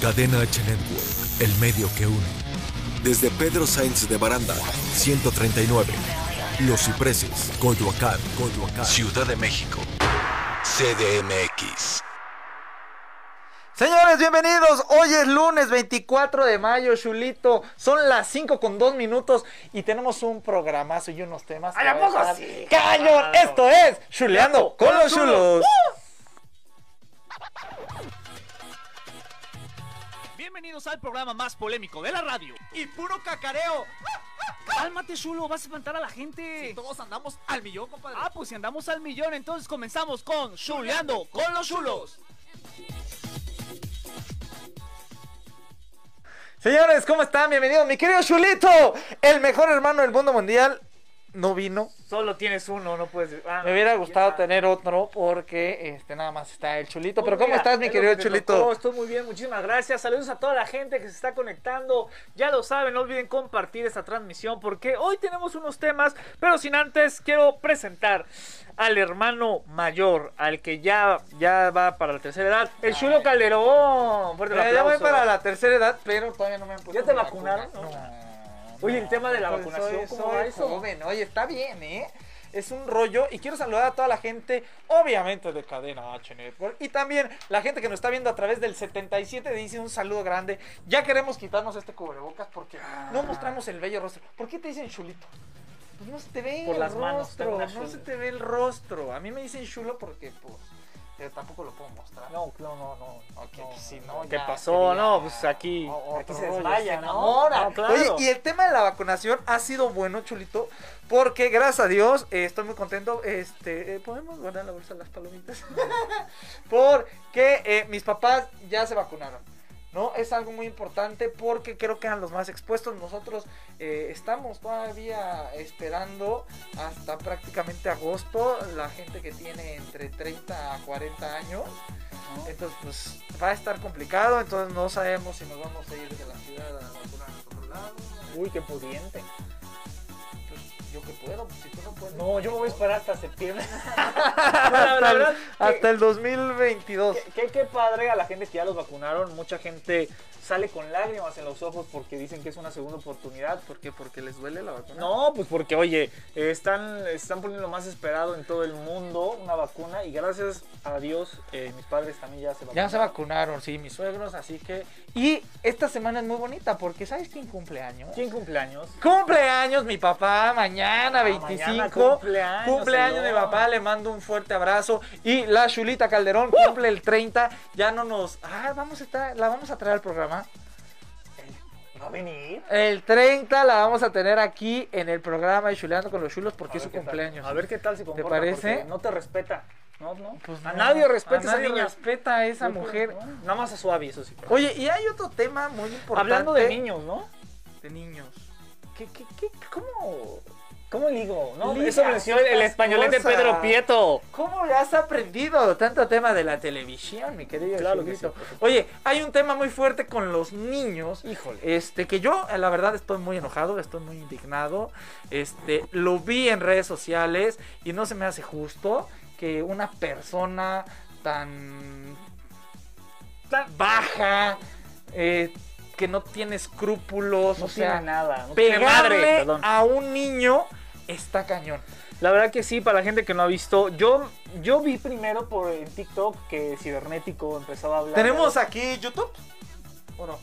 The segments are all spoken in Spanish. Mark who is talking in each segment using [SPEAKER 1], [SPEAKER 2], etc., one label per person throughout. [SPEAKER 1] Cadena H Network, el medio que une. Desde Pedro Sainz de Baranda, 139. Los Cipreses, Coyoacán, Coyoacán, Ciudad de México. CDMX.
[SPEAKER 2] Señores, bienvenidos. Hoy es lunes 24 de mayo, Chulito. Son las 5 con 2 minutos y tenemos un programazo y unos temas.
[SPEAKER 3] Ay,
[SPEAKER 2] que
[SPEAKER 3] ¿a poco
[SPEAKER 2] están
[SPEAKER 3] sí?
[SPEAKER 2] ¡Cañón!
[SPEAKER 3] Claro.
[SPEAKER 2] Esto es Chuleando con los Chulos. Uh.
[SPEAKER 4] Bienvenidos al programa más polémico de la radio y puro cacareo. Cálmate, chulo, vas a espantar a la gente.
[SPEAKER 3] Todos andamos al millón, compadre.
[SPEAKER 4] Ah, pues si andamos al millón, entonces comenzamos con Chuleando con los chulos.
[SPEAKER 2] Señores, ¿cómo están? Bienvenidos, mi querido Chulito, el mejor hermano del mundo mundial. No vino.
[SPEAKER 3] Solo tienes uno, no puedes. ah,
[SPEAKER 2] Me hubiera gustado
[SPEAKER 3] ya.
[SPEAKER 2] tener otro porque este nada más está el Chulito. Pero
[SPEAKER 3] Pues
[SPEAKER 2] ¿cómo
[SPEAKER 3] mira,
[SPEAKER 2] estás, mi
[SPEAKER 3] es lo
[SPEAKER 2] querido
[SPEAKER 3] que te tocó,
[SPEAKER 2] Chulito?
[SPEAKER 3] Estoy muy bien, muchísimas gracias. Saludos a toda la gente que se está conectando. Ya lo saben, no olviden compartir esta transmisión porque hoy tenemos unos temas, pero sin antes quiero presentar al hermano mayor, al que ya, ya va para la tercera edad, el Chulo Calderón. Fuerte el
[SPEAKER 2] Mira, ya voy
[SPEAKER 3] aplauso.
[SPEAKER 2] para la tercera edad, pero todavía no me han puesto.
[SPEAKER 3] ¿Ya te
[SPEAKER 2] mi
[SPEAKER 3] vacunaron?
[SPEAKER 2] vacuna.
[SPEAKER 3] No.
[SPEAKER 2] No,
[SPEAKER 3] Oye, el tema de la
[SPEAKER 2] Pues soy-
[SPEAKER 3] vacunación, ¿cómo
[SPEAKER 2] soy
[SPEAKER 3] va eso?
[SPEAKER 2] joven, oye, está bien, ¿eh? Es un rollo y quiero saludar a toda la gente, obviamente de Cadena H Network y también la gente que nos está viendo a través del 77 dice un saludo grande. Ya queremos quitarnos este cubrebocas porque
[SPEAKER 3] Ah.
[SPEAKER 2] no mostramos el bello rostro. ¿Por qué te dicen chulito? Pues no se te ve
[SPEAKER 3] Por
[SPEAKER 2] el
[SPEAKER 3] las manos, tengo
[SPEAKER 2] rostro,
[SPEAKER 3] una
[SPEAKER 2] no se
[SPEAKER 3] chula.
[SPEAKER 2] te ve el rostro. A mí me dicen chulo porque pues yo tampoco lo puedo mostrar.
[SPEAKER 3] No, no, no, no.
[SPEAKER 2] Ok,
[SPEAKER 3] no,
[SPEAKER 2] pues sí,
[SPEAKER 3] no,
[SPEAKER 2] no,
[SPEAKER 3] ¿Qué
[SPEAKER 2] ya
[SPEAKER 3] pasó?
[SPEAKER 2] sería-
[SPEAKER 3] No, pues aquí,
[SPEAKER 2] o-
[SPEAKER 3] aquí
[SPEAKER 2] otro
[SPEAKER 3] se
[SPEAKER 2] rollo,
[SPEAKER 3] desmaya, ¿no?
[SPEAKER 2] enamora.
[SPEAKER 3] No, claro.
[SPEAKER 2] Oye, y el tema de la vacunación ha sido bueno, Chulito, porque gracias a Dios eh, estoy muy contento. Este, eh, ¿Podemos guardar en la bolsa las palomitas? porque eh, mis papás ya se vacunaron. ¿No? Es algo muy importante porque creo que eran los más expuestos. Nosotros eh, estamos todavía esperando hasta prácticamente agosto la gente que tiene entre 30 a 40 años. Entonces, pues va a estar complicado. Entonces, no sabemos si nos vamos a ir de la ciudad a vacunar a otro lado.
[SPEAKER 3] Uy, qué pudiente.
[SPEAKER 2] Pues, yo que puedo, pues, si tú no puedes.
[SPEAKER 3] No, yo me voy a esperar hasta septiembre.
[SPEAKER 2] hasta,
[SPEAKER 3] la- la
[SPEAKER 2] el-
[SPEAKER 3] verdad que-
[SPEAKER 2] hasta el 2022.
[SPEAKER 3] Qué- Qué, qué padre a la gente que ya los vacunaron. Mucha gente sale con lágrimas en los ojos porque dicen que es una segunda oportunidad.
[SPEAKER 2] ¿Por qué? ¿Porque les duele la vacuna?
[SPEAKER 3] No, pues porque, oye, eh, están, están poniendo lo más esperado en todo el mundo, una vacuna. Y gracias a Dios, eh, mis padres también ya se vacunaron.
[SPEAKER 2] Ya se vacunaron, sí, mis suegros, así que... Y esta semana es muy bonita porque ¿sabes quién cumple años?
[SPEAKER 3] ¿Quién cumpleaños?
[SPEAKER 2] Cumpleaños mi papá, mañana
[SPEAKER 3] Ah,
[SPEAKER 2] 25.
[SPEAKER 3] mañana
[SPEAKER 2] cumpleaños
[SPEAKER 3] cumpleaños,
[SPEAKER 2] de mi
[SPEAKER 3] hello.
[SPEAKER 2] papá, le mando un fuerte abrazo. Y la Chulita Calderón
[SPEAKER 3] ¡Uh!
[SPEAKER 2] cumple el 30. Ya no nos. Ah, vamos a estar, la vamos a traer al programa.
[SPEAKER 3] ¿Va a venir?
[SPEAKER 2] El 30 la vamos a tener aquí en el programa de Chuleando con los Chulos porque
[SPEAKER 3] A
[SPEAKER 2] es su
[SPEAKER 3] ver qué tal.
[SPEAKER 2] cumpleaños.
[SPEAKER 3] A ver qué tal se comporta.
[SPEAKER 2] parece?
[SPEAKER 3] porque No te respeta. No, no.
[SPEAKER 2] Pues
[SPEAKER 3] a
[SPEAKER 2] no,
[SPEAKER 3] nadie respeta
[SPEAKER 2] a
[SPEAKER 3] esa
[SPEAKER 2] nadie
[SPEAKER 3] niña.
[SPEAKER 2] respeta a esa mujer.
[SPEAKER 3] No, Nada más a suave, eso sí.
[SPEAKER 2] Oye, y hay otro tema muy importante.
[SPEAKER 3] Hablando de niños, ¿no?
[SPEAKER 2] De niños.
[SPEAKER 3] ¿Qué, qué, qué? ¿Cómo? ¿Cómo ligo? No,
[SPEAKER 2] Ligas,
[SPEAKER 3] eso me decía el, el
[SPEAKER 2] estas
[SPEAKER 3] españolete
[SPEAKER 2] cosas.
[SPEAKER 3] Pedro Prieto.
[SPEAKER 2] ¿Cómo le has aprendido tanto tema de la televisión, mi querido
[SPEAKER 3] Claro que
[SPEAKER 2] Chulito?
[SPEAKER 3] sí, por supuesto.
[SPEAKER 2] Oye, hay un tema muy fuerte con los niños.
[SPEAKER 3] Híjole.
[SPEAKER 2] Este, que yo, eh, la verdad, estoy muy enojado, estoy muy indignado. Este, lo vi en redes sociales y no se me hace justo que una persona tan
[SPEAKER 3] Tan-
[SPEAKER 2] baja, eh, que no tiene escrúpulos,
[SPEAKER 3] no
[SPEAKER 2] o
[SPEAKER 3] tiene
[SPEAKER 2] sea,
[SPEAKER 3] nada. No tiene madre.
[SPEAKER 2] pegarle
[SPEAKER 3] Perdón.
[SPEAKER 2] a un niño está cañón.
[SPEAKER 3] La verdad que sí, para la gente que no ha visto. Yo, yo vi primero por en TikTok que Cibernético empezaba a hablar.
[SPEAKER 2] ¿Tenemos aquí YouTube? ¿O no?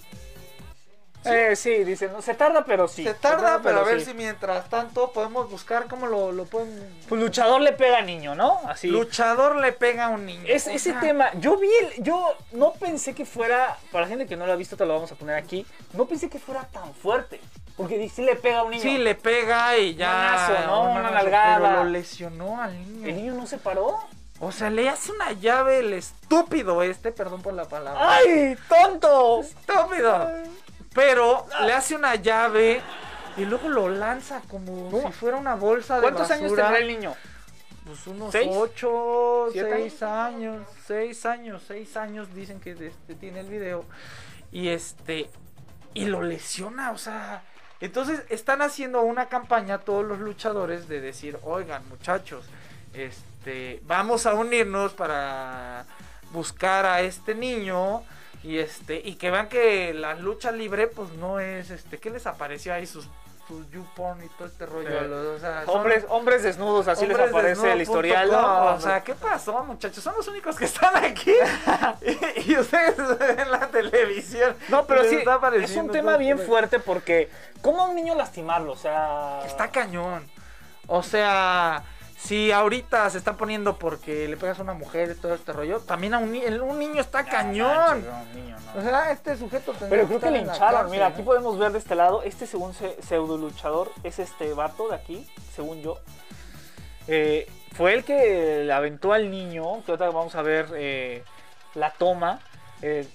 [SPEAKER 3] Eh, sí, dicen. no, Se tarda, pero sí.
[SPEAKER 2] se tarda, pero a ver
[SPEAKER 3] sí.
[SPEAKER 2] si mientras tanto podemos buscar cómo lo, lo pueden...
[SPEAKER 3] Pues luchador le pega a niño, ¿no? Así.
[SPEAKER 2] Luchador le pega a un niño.
[SPEAKER 3] Es,
[SPEAKER 2] O
[SPEAKER 3] ese
[SPEAKER 2] sea,
[SPEAKER 3] tema, yo vi el- yo no pensé que fuera, para la gente que no lo ha visto, te lo vamos a poner aquí, no pensé que fuera tan fuerte, porque sí le pega a un niño.
[SPEAKER 2] Sí, le pega y ya.
[SPEAKER 3] Manazo, ¿no?
[SPEAKER 2] un
[SPEAKER 3] Una
[SPEAKER 2] manazo,
[SPEAKER 3] nalgada.
[SPEAKER 2] Pero lo lesionó al
[SPEAKER 3] El
[SPEAKER 2] niño.
[SPEAKER 3] niño no se paró.
[SPEAKER 2] O sea, le hace una llave el estúpido este, perdón por la palabra.
[SPEAKER 3] ¡Ay, tonto!
[SPEAKER 2] ¡Estúpido! Pero le hace una llave y luego lo lanza como si fuera una bolsa de
[SPEAKER 3] ¿Cuántos años
[SPEAKER 2] basura.
[SPEAKER 3] tendrá el niño?
[SPEAKER 2] Pues unos
[SPEAKER 3] ¿Seis?
[SPEAKER 2] 8,
[SPEAKER 3] ¿Siete
[SPEAKER 2] 6 años, 6 años, 6 años dicen que este, tiene el video. Y este, y lo lesiona, o sea. Entonces están haciendo una campaña todos los luchadores de decir, oigan muchachos, este, vamos a unirnos para buscar a este niño Y este, y que vean que la lucha libre, pues no es este, ¿qué les apareció ahí sus sus YouPorn y todo este rollo?
[SPEAKER 3] Sí.
[SPEAKER 2] Los- o sea, son-
[SPEAKER 3] Hombres, hombres desnudos, así les
[SPEAKER 2] hombres
[SPEAKER 3] aparece el
[SPEAKER 2] desnudo punto
[SPEAKER 3] historial.
[SPEAKER 2] com.
[SPEAKER 3] ¿no?
[SPEAKER 2] O sea, ¿qué pasó, muchachos? Son los únicos que están aquí. y, y ustedes ven la televisión.
[SPEAKER 3] No, pero
[SPEAKER 2] Les
[SPEAKER 3] sí,
[SPEAKER 2] está
[SPEAKER 3] es
[SPEAKER 2] apareciendo
[SPEAKER 3] un tema
[SPEAKER 2] todo
[SPEAKER 3] bien
[SPEAKER 2] por ahí.
[SPEAKER 3] fuerte porque ¿cómo a un niño lastimarlo? O sea...
[SPEAKER 2] Está cañón. O sea, si ahorita se están poniendo porque le pegas a una mujer y todo este rollo, también a un, ni- el- un niño está cañón.
[SPEAKER 3] No, niño, no.
[SPEAKER 2] O sea, este sujeto tendría
[SPEAKER 3] Pero creo que
[SPEAKER 2] estar
[SPEAKER 3] le
[SPEAKER 2] en la
[SPEAKER 3] hincharon.
[SPEAKER 2] cárcel,
[SPEAKER 3] Mira,
[SPEAKER 2] ¿no?
[SPEAKER 3] aquí podemos ver de este lado. Este, según se- pseudo luchador, es este vato de aquí, según yo. Eh, fue el que le aventó al niño. Que ahorita vamos a ver eh, la toma. eh,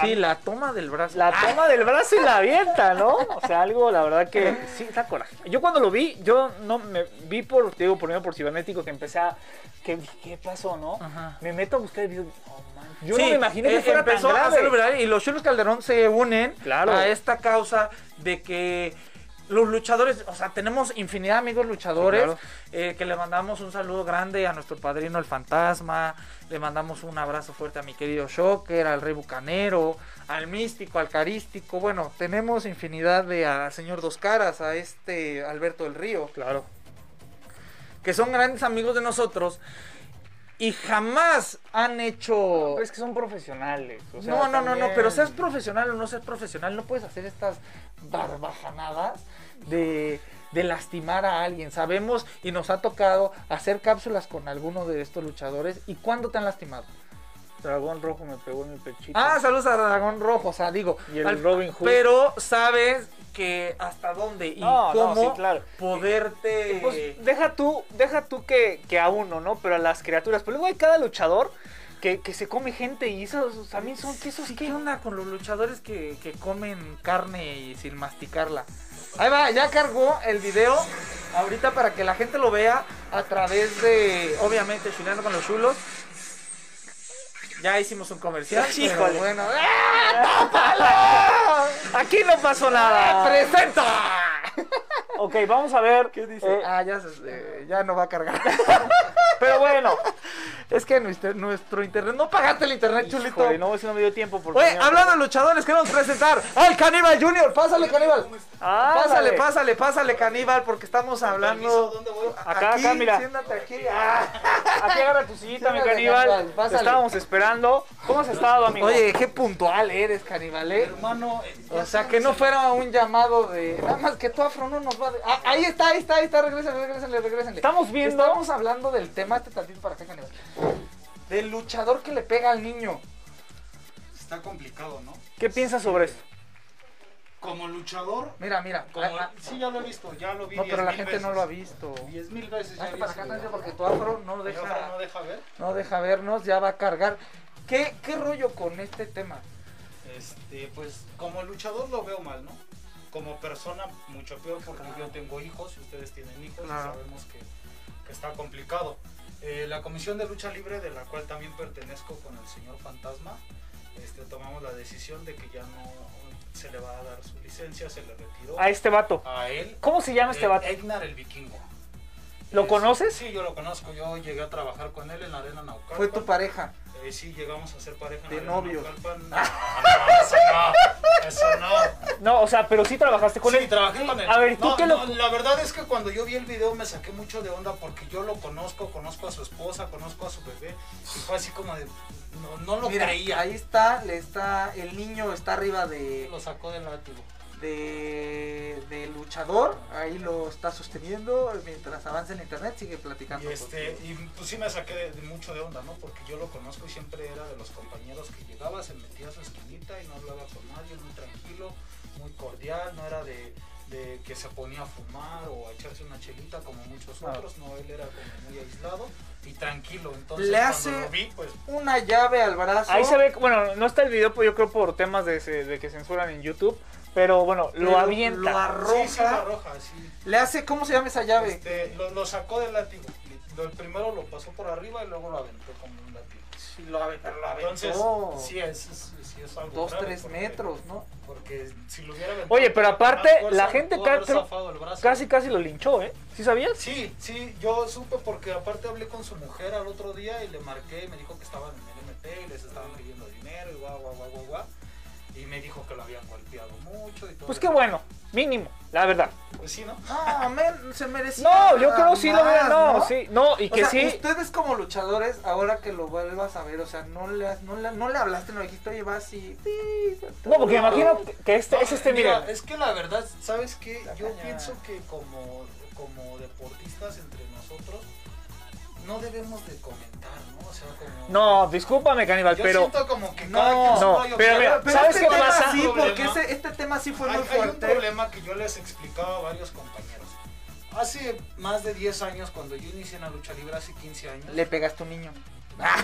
[SPEAKER 2] Sí, la toma del brazo.
[SPEAKER 3] la
[SPEAKER 2] Ah,
[SPEAKER 3] toma del brazo y la avienta, ¿no? O sea, algo, la verdad que sí, da coraje. Yo cuando lo vi, yo no me vi por, te digo, primero por cibernético que empecé a. Que, dije, ¿Qué pasó, no?
[SPEAKER 2] Ajá.
[SPEAKER 3] Me meto a buscar el video. no, man, yo
[SPEAKER 2] sí,
[SPEAKER 3] no me imaginé que
[SPEAKER 2] eh,
[SPEAKER 3] fuera tan
[SPEAKER 2] empezó a
[SPEAKER 3] grave.
[SPEAKER 2] hacerlo viral y los Chulos Calderón se unen
[SPEAKER 3] Claro.
[SPEAKER 2] a esta causa de que los luchadores, o sea, tenemos infinidad de amigos luchadores
[SPEAKER 3] Sí, claro.
[SPEAKER 2] eh, que le mandamos un saludo grande a nuestro padrino el fantasma, le mandamos un abrazo fuerte a mi querido Shocker, al Rey Bucanero, al Místico, al Carístico, bueno, tenemos infinidad de al señor Dos Caras, a este Alberto del Río,
[SPEAKER 3] Claro.
[SPEAKER 2] que son grandes amigos de nosotros y jamás han hecho
[SPEAKER 3] Pero es que son profesionales. o sea,
[SPEAKER 2] no, no, no, no,
[SPEAKER 3] también.
[SPEAKER 2] pero seas profesional o no seas profesional, no puedes hacer estas barbajanadas de, de lastimar a alguien. Sabemos y nos ha tocado hacer cápsulas con alguno de estos luchadores. ¿Y cuándo te han lastimado?
[SPEAKER 3] Dragón rojo me pegó en el pechito.
[SPEAKER 2] Ah, saludos a Dragón Rojo, o sea, digo.
[SPEAKER 3] Y el Robin Hood.
[SPEAKER 2] Pero sabes que hasta dónde y
[SPEAKER 3] No, no,
[SPEAKER 2] cómo
[SPEAKER 3] sí, claro.
[SPEAKER 2] poderte.
[SPEAKER 3] Pues deja tú, deja tú que, que a uno, ¿no? Pero a las criaturas. Pero luego hay cada luchador que, que se come gente y esos también son que esos
[SPEAKER 2] Sí,
[SPEAKER 3] que.
[SPEAKER 2] ¿Qué onda con los luchadores que, que comen carne y sin masticarla? Ahí va, ya cargó el video ahorita para que la gente lo vea a través de, obviamente, Chileando con los Chulos. Ya hicimos un comercial.
[SPEAKER 3] Sí,
[SPEAKER 2] pero
[SPEAKER 3] híjole.
[SPEAKER 2] bueno. ¡Ah!
[SPEAKER 3] Aquí no pasó nada.
[SPEAKER 2] ¡Ah! ¡Presenta!
[SPEAKER 3] ok, vamos a ver. eh,
[SPEAKER 2] ah, ya, se- eh, ya no va a cargar.
[SPEAKER 3] pero bueno.
[SPEAKER 2] es que nuestro, nuestro internet. No pagaste el internet, chulito.
[SPEAKER 3] Híjole, no, si no me dio tiempo porque.
[SPEAKER 2] Oye,
[SPEAKER 3] tenía-
[SPEAKER 2] hablando de luchadores, queremos presentar al Caníbal Junior. Pásale, Caníbal.
[SPEAKER 3] Ah,
[SPEAKER 2] pásale,
[SPEAKER 3] dale.
[SPEAKER 2] pásale, pásale, Caníbal, porque estamos hablando.
[SPEAKER 3] Acá, acá, mira.
[SPEAKER 2] Siéntate aquí. Ah.
[SPEAKER 3] Aquí agarra tu sillita,
[SPEAKER 2] Sí,
[SPEAKER 3] mi
[SPEAKER 2] dale,
[SPEAKER 3] caníbal.
[SPEAKER 2] Caníbal, pásale.
[SPEAKER 3] Te estábamos esperando. ¿Cómo has estado, amigo?
[SPEAKER 2] Oye, qué puntual eres, Caníbal, ¿eh?
[SPEAKER 4] Hermano, eh,
[SPEAKER 2] O sea, que no fuera un llamado de. Nada más que tu afro no nos va de. Ah, ahí está, ahí está, ahí está. Regrésenle, regrésenle, regrésenle.
[SPEAKER 3] Estamos viendo-
[SPEAKER 2] Estamos hablando del tema, este tantito para acá, Caníbal. Del luchador que le pega al niño.
[SPEAKER 5] Está complicado, ¿no?
[SPEAKER 3] ¿Qué piensas sobre esto?
[SPEAKER 5] Como luchador,
[SPEAKER 2] Mira, mira.
[SPEAKER 5] como...
[SPEAKER 2] ah, ah,
[SPEAKER 5] sí, ya lo he visto, ya lo vi.
[SPEAKER 2] no, pero
[SPEAKER 5] 10.000
[SPEAKER 2] la gente no
[SPEAKER 5] veces.
[SPEAKER 2] lo ha visto.
[SPEAKER 5] 10.000 veces ya
[SPEAKER 2] Hazte
[SPEAKER 5] vi
[SPEAKER 2] para
[SPEAKER 5] ese
[SPEAKER 2] acá, Nancy,
[SPEAKER 5] video.
[SPEAKER 2] porque tu afro no
[SPEAKER 5] Mi ojo
[SPEAKER 2] deja,
[SPEAKER 5] no deja ver.
[SPEAKER 2] no deja vernos, ya va a cargar. ¿Qué, qué rollo con este tema?
[SPEAKER 5] Este, pues como luchador lo veo mal, ¿no? Como persona mucho peor porque yo tengo hijos y ustedes tienen hijos
[SPEAKER 2] Claro.
[SPEAKER 5] y sabemos que, que está complicado. Eh, la Comisión de Lucha Libre, de la cual también pertenezco con el señor Fantasma, este, tomamos la decisión de que ya no se le va a dar su licencia, se le retiró
[SPEAKER 3] A este vato.
[SPEAKER 5] a él.
[SPEAKER 3] ¿Cómo se llama este
[SPEAKER 5] eh,
[SPEAKER 3] vato?
[SPEAKER 5] Egnar el Vikingo.
[SPEAKER 3] ¿Lo
[SPEAKER 5] Es-
[SPEAKER 3] conoces?
[SPEAKER 5] Sí, yo lo conozco. Yo llegué a trabajar con él en la Arena Naucalpan.
[SPEAKER 2] Fue tu pareja.
[SPEAKER 5] Eh, sí, llegamos a ser pareja. en
[SPEAKER 2] De
[SPEAKER 5] la Arena
[SPEAKER 2] novios.
[SPEAKER 5] Naucalpan. No, no, eso no. Eso no.
[SPEAKER 3] No, o sea, pero sí trabajaste con
[SPEAKER 5] sí,
[SPEAKER 3] él.
[SPEAKER 5] trabajé con él.
[SPEAKER 3] A ver, ¿tú
[SPEAKER 5] No,
[SPEAKER 3] qué
[SPEAKER 5] no,
[SPEAKER 3] lo-
[SPEAKER 5] La verdad es que cuando yo vi el video me saqué mucho de onda porque yo lo conozco, conozco a su esposa, conozco a su bebé. Y fue así como de. No, no lo
[SPEAKER 2] Mira,
[SPEAKER 5] creía.
[SPEAKER 2] ahí está, le está, el niño está arriba de,
[SPEAKER 5] Lo sacó del látigo.
[SPEAKER 2] de, de luchador, ahí lo está sosteniendo, mientras avanza el internet sigue
[SPEAKER 5] Y,
[SPEAKER 2] platicando.
[SPEAKER 5] este,
[SPEAKER 2] contigo.
[SPEAKER 5] y pues sí me saqué de, de mucho de onda, ¿no? Porque yo lo conozco y siempre era de los compañeros que llegaba, se metía a su esquinita y no hablaba con nadie, muy tranquilo, muy cordial, no era de, de que se ponía a fumar o a echarse una chelita como muchos
[SPEAKER 3] Claro.
[SPEAKER 5] otros, no, él era como muy aislado y tranquilo. Entonces,
[SPEAKER 2] Le
[SPEAKER 5] cuando
[SPEAKER 2] hace-
[SPEAKER 5] lo vi, pues
[SPEAKER 2] Una llave al brazo.
[SPEAKER 3] Ahí se ve, bueno, no está el video, pues yo creo por temas de, se- de que censuran en YouTube, pero bueno, lo
[SPEAKER 2] Pero
[SPEAKER 3] avienta.
[SPEAKER 2] lo arroja.
[SPEAKER 5] sí, sí, la roja, sí.
[SPEAKER 2] Le hace, ¿cómo se llama esa llave?
[SPEAKER 5] Este, lo, lo sacó del látigo. Lo- el primero lo pasó por arriba y luego lo aventó como un látigo.
[SPEAKER 2] Sí, lo aventó, lo
[SPEAKER 5] Entonces,
[SPEAKER 2] aventó.
[SPEAKER 5] sí, es, es- sí es algo
[SPEAKER 2] Dos,
[SPEAKER 5] grave
[SPEAKER 2] tres
[SPEAKER 5] porque-
[SPEAKER 2] metros, ¿no?
[SPEAKER 5] Porque si lo hubiera aventado
[SPEAKER 3] Oye, pero
[SPEAKER 5] con más
[SPEAKER 3] aparte,
[SPEAKER 5] fuerza,
[SPEAKER 3] la
[SPEAKER 5] le
[SPEAKER 3] gente
[SPEAKER 5] pudo
[SPEAKER 3] ca-
[SPEAKER 5] haber
[SPEAKER 3] creo-
[SPEAKER 5] zafado el brazo.
[SPEAKER 3] Casi, casi lo linchó, ¿eh? ¿Sí sabías?
[SPEAKER 5] Sí, sí, yo supe porque aparte hablé con su mujer al otro día y le marqué y me dijo que estaban en el presenté y les estaban pidiendo dinero y guau, guau, guau, guau, guau. Y me dijo que lo habían golpeado mucho y todo.
[SPEAKER 3] Pues qué bueno, mínimo, la verdad.
[SPEAKER 5] Pues sí, ¿no?
[SPEAKER 2] No, men, se merecía.
[SPEAKER 3] No, yo creo sí lo
[SPEAKER 2] más,
[SPEAKER 3] hubiera, no, sí, no, y
[SPEAKER 2] O
[SPEAKER 3] que
[SPEAKER 2] sea,
[SPEAKER 3] sí.
[SPEAKER 2] ustedes como luchadores, ahora que lo vuelvas a ver, o sea, no le, has- no le, no le hablaste, no le dijiste, oye, vas y...
[SPEAKER 3] No, porque me imagino que- que este, es este
[SPEAKER 5] Mira,
[SPEAKER 3] nivel.
[SPEAKER 5] es que la verdad, ¿sabes qué?
[SPEAKER 2] La
[SPEAKER 5] Yo
[SPEAKER 2] caña.
[SPEAKER 5] pienso que como, como deportistas entre nosotros no debemos de comentar, ¿no? O sea, como...
[SPEAKER 3] No, discúlpame, caníbal,
[SPEAKER 5] Yo
[SPEAKER 3] pero.
[SPEAKER 5] siento como que
[SPEAKER 2] No,
[SPEAKER 5] cada quien
[SPEAKER 3] no,
[SPEAKER 5] su rollo,
[SPEAKER 3] pero mira,
[SPEAKER 2] Pero
[SPEAKER 3] ¿Sabes
[SPEAKER 2] este
[SPEAKER 3] qué
[SPEAKER 2] tema
[SPEAKER 3] pasa?
[SPEAKER 2] sí, porque
[SPEAKER 5] Problema.
[SPEAKER 2] ese- este tema sí fue
[SPEAKER 5] hay,
[SPEAKER 2] muy
[SPEAKER 5] hay un
[SPEAKER 2] fuerte.
[SPEAKER 5] problema que yo les explicaba a varios compañeros. Hace más de 10 años, cuando yo inicié en la lucha libre, hace 15 años,
[SPEAKER 2] Le pegaste a un niño.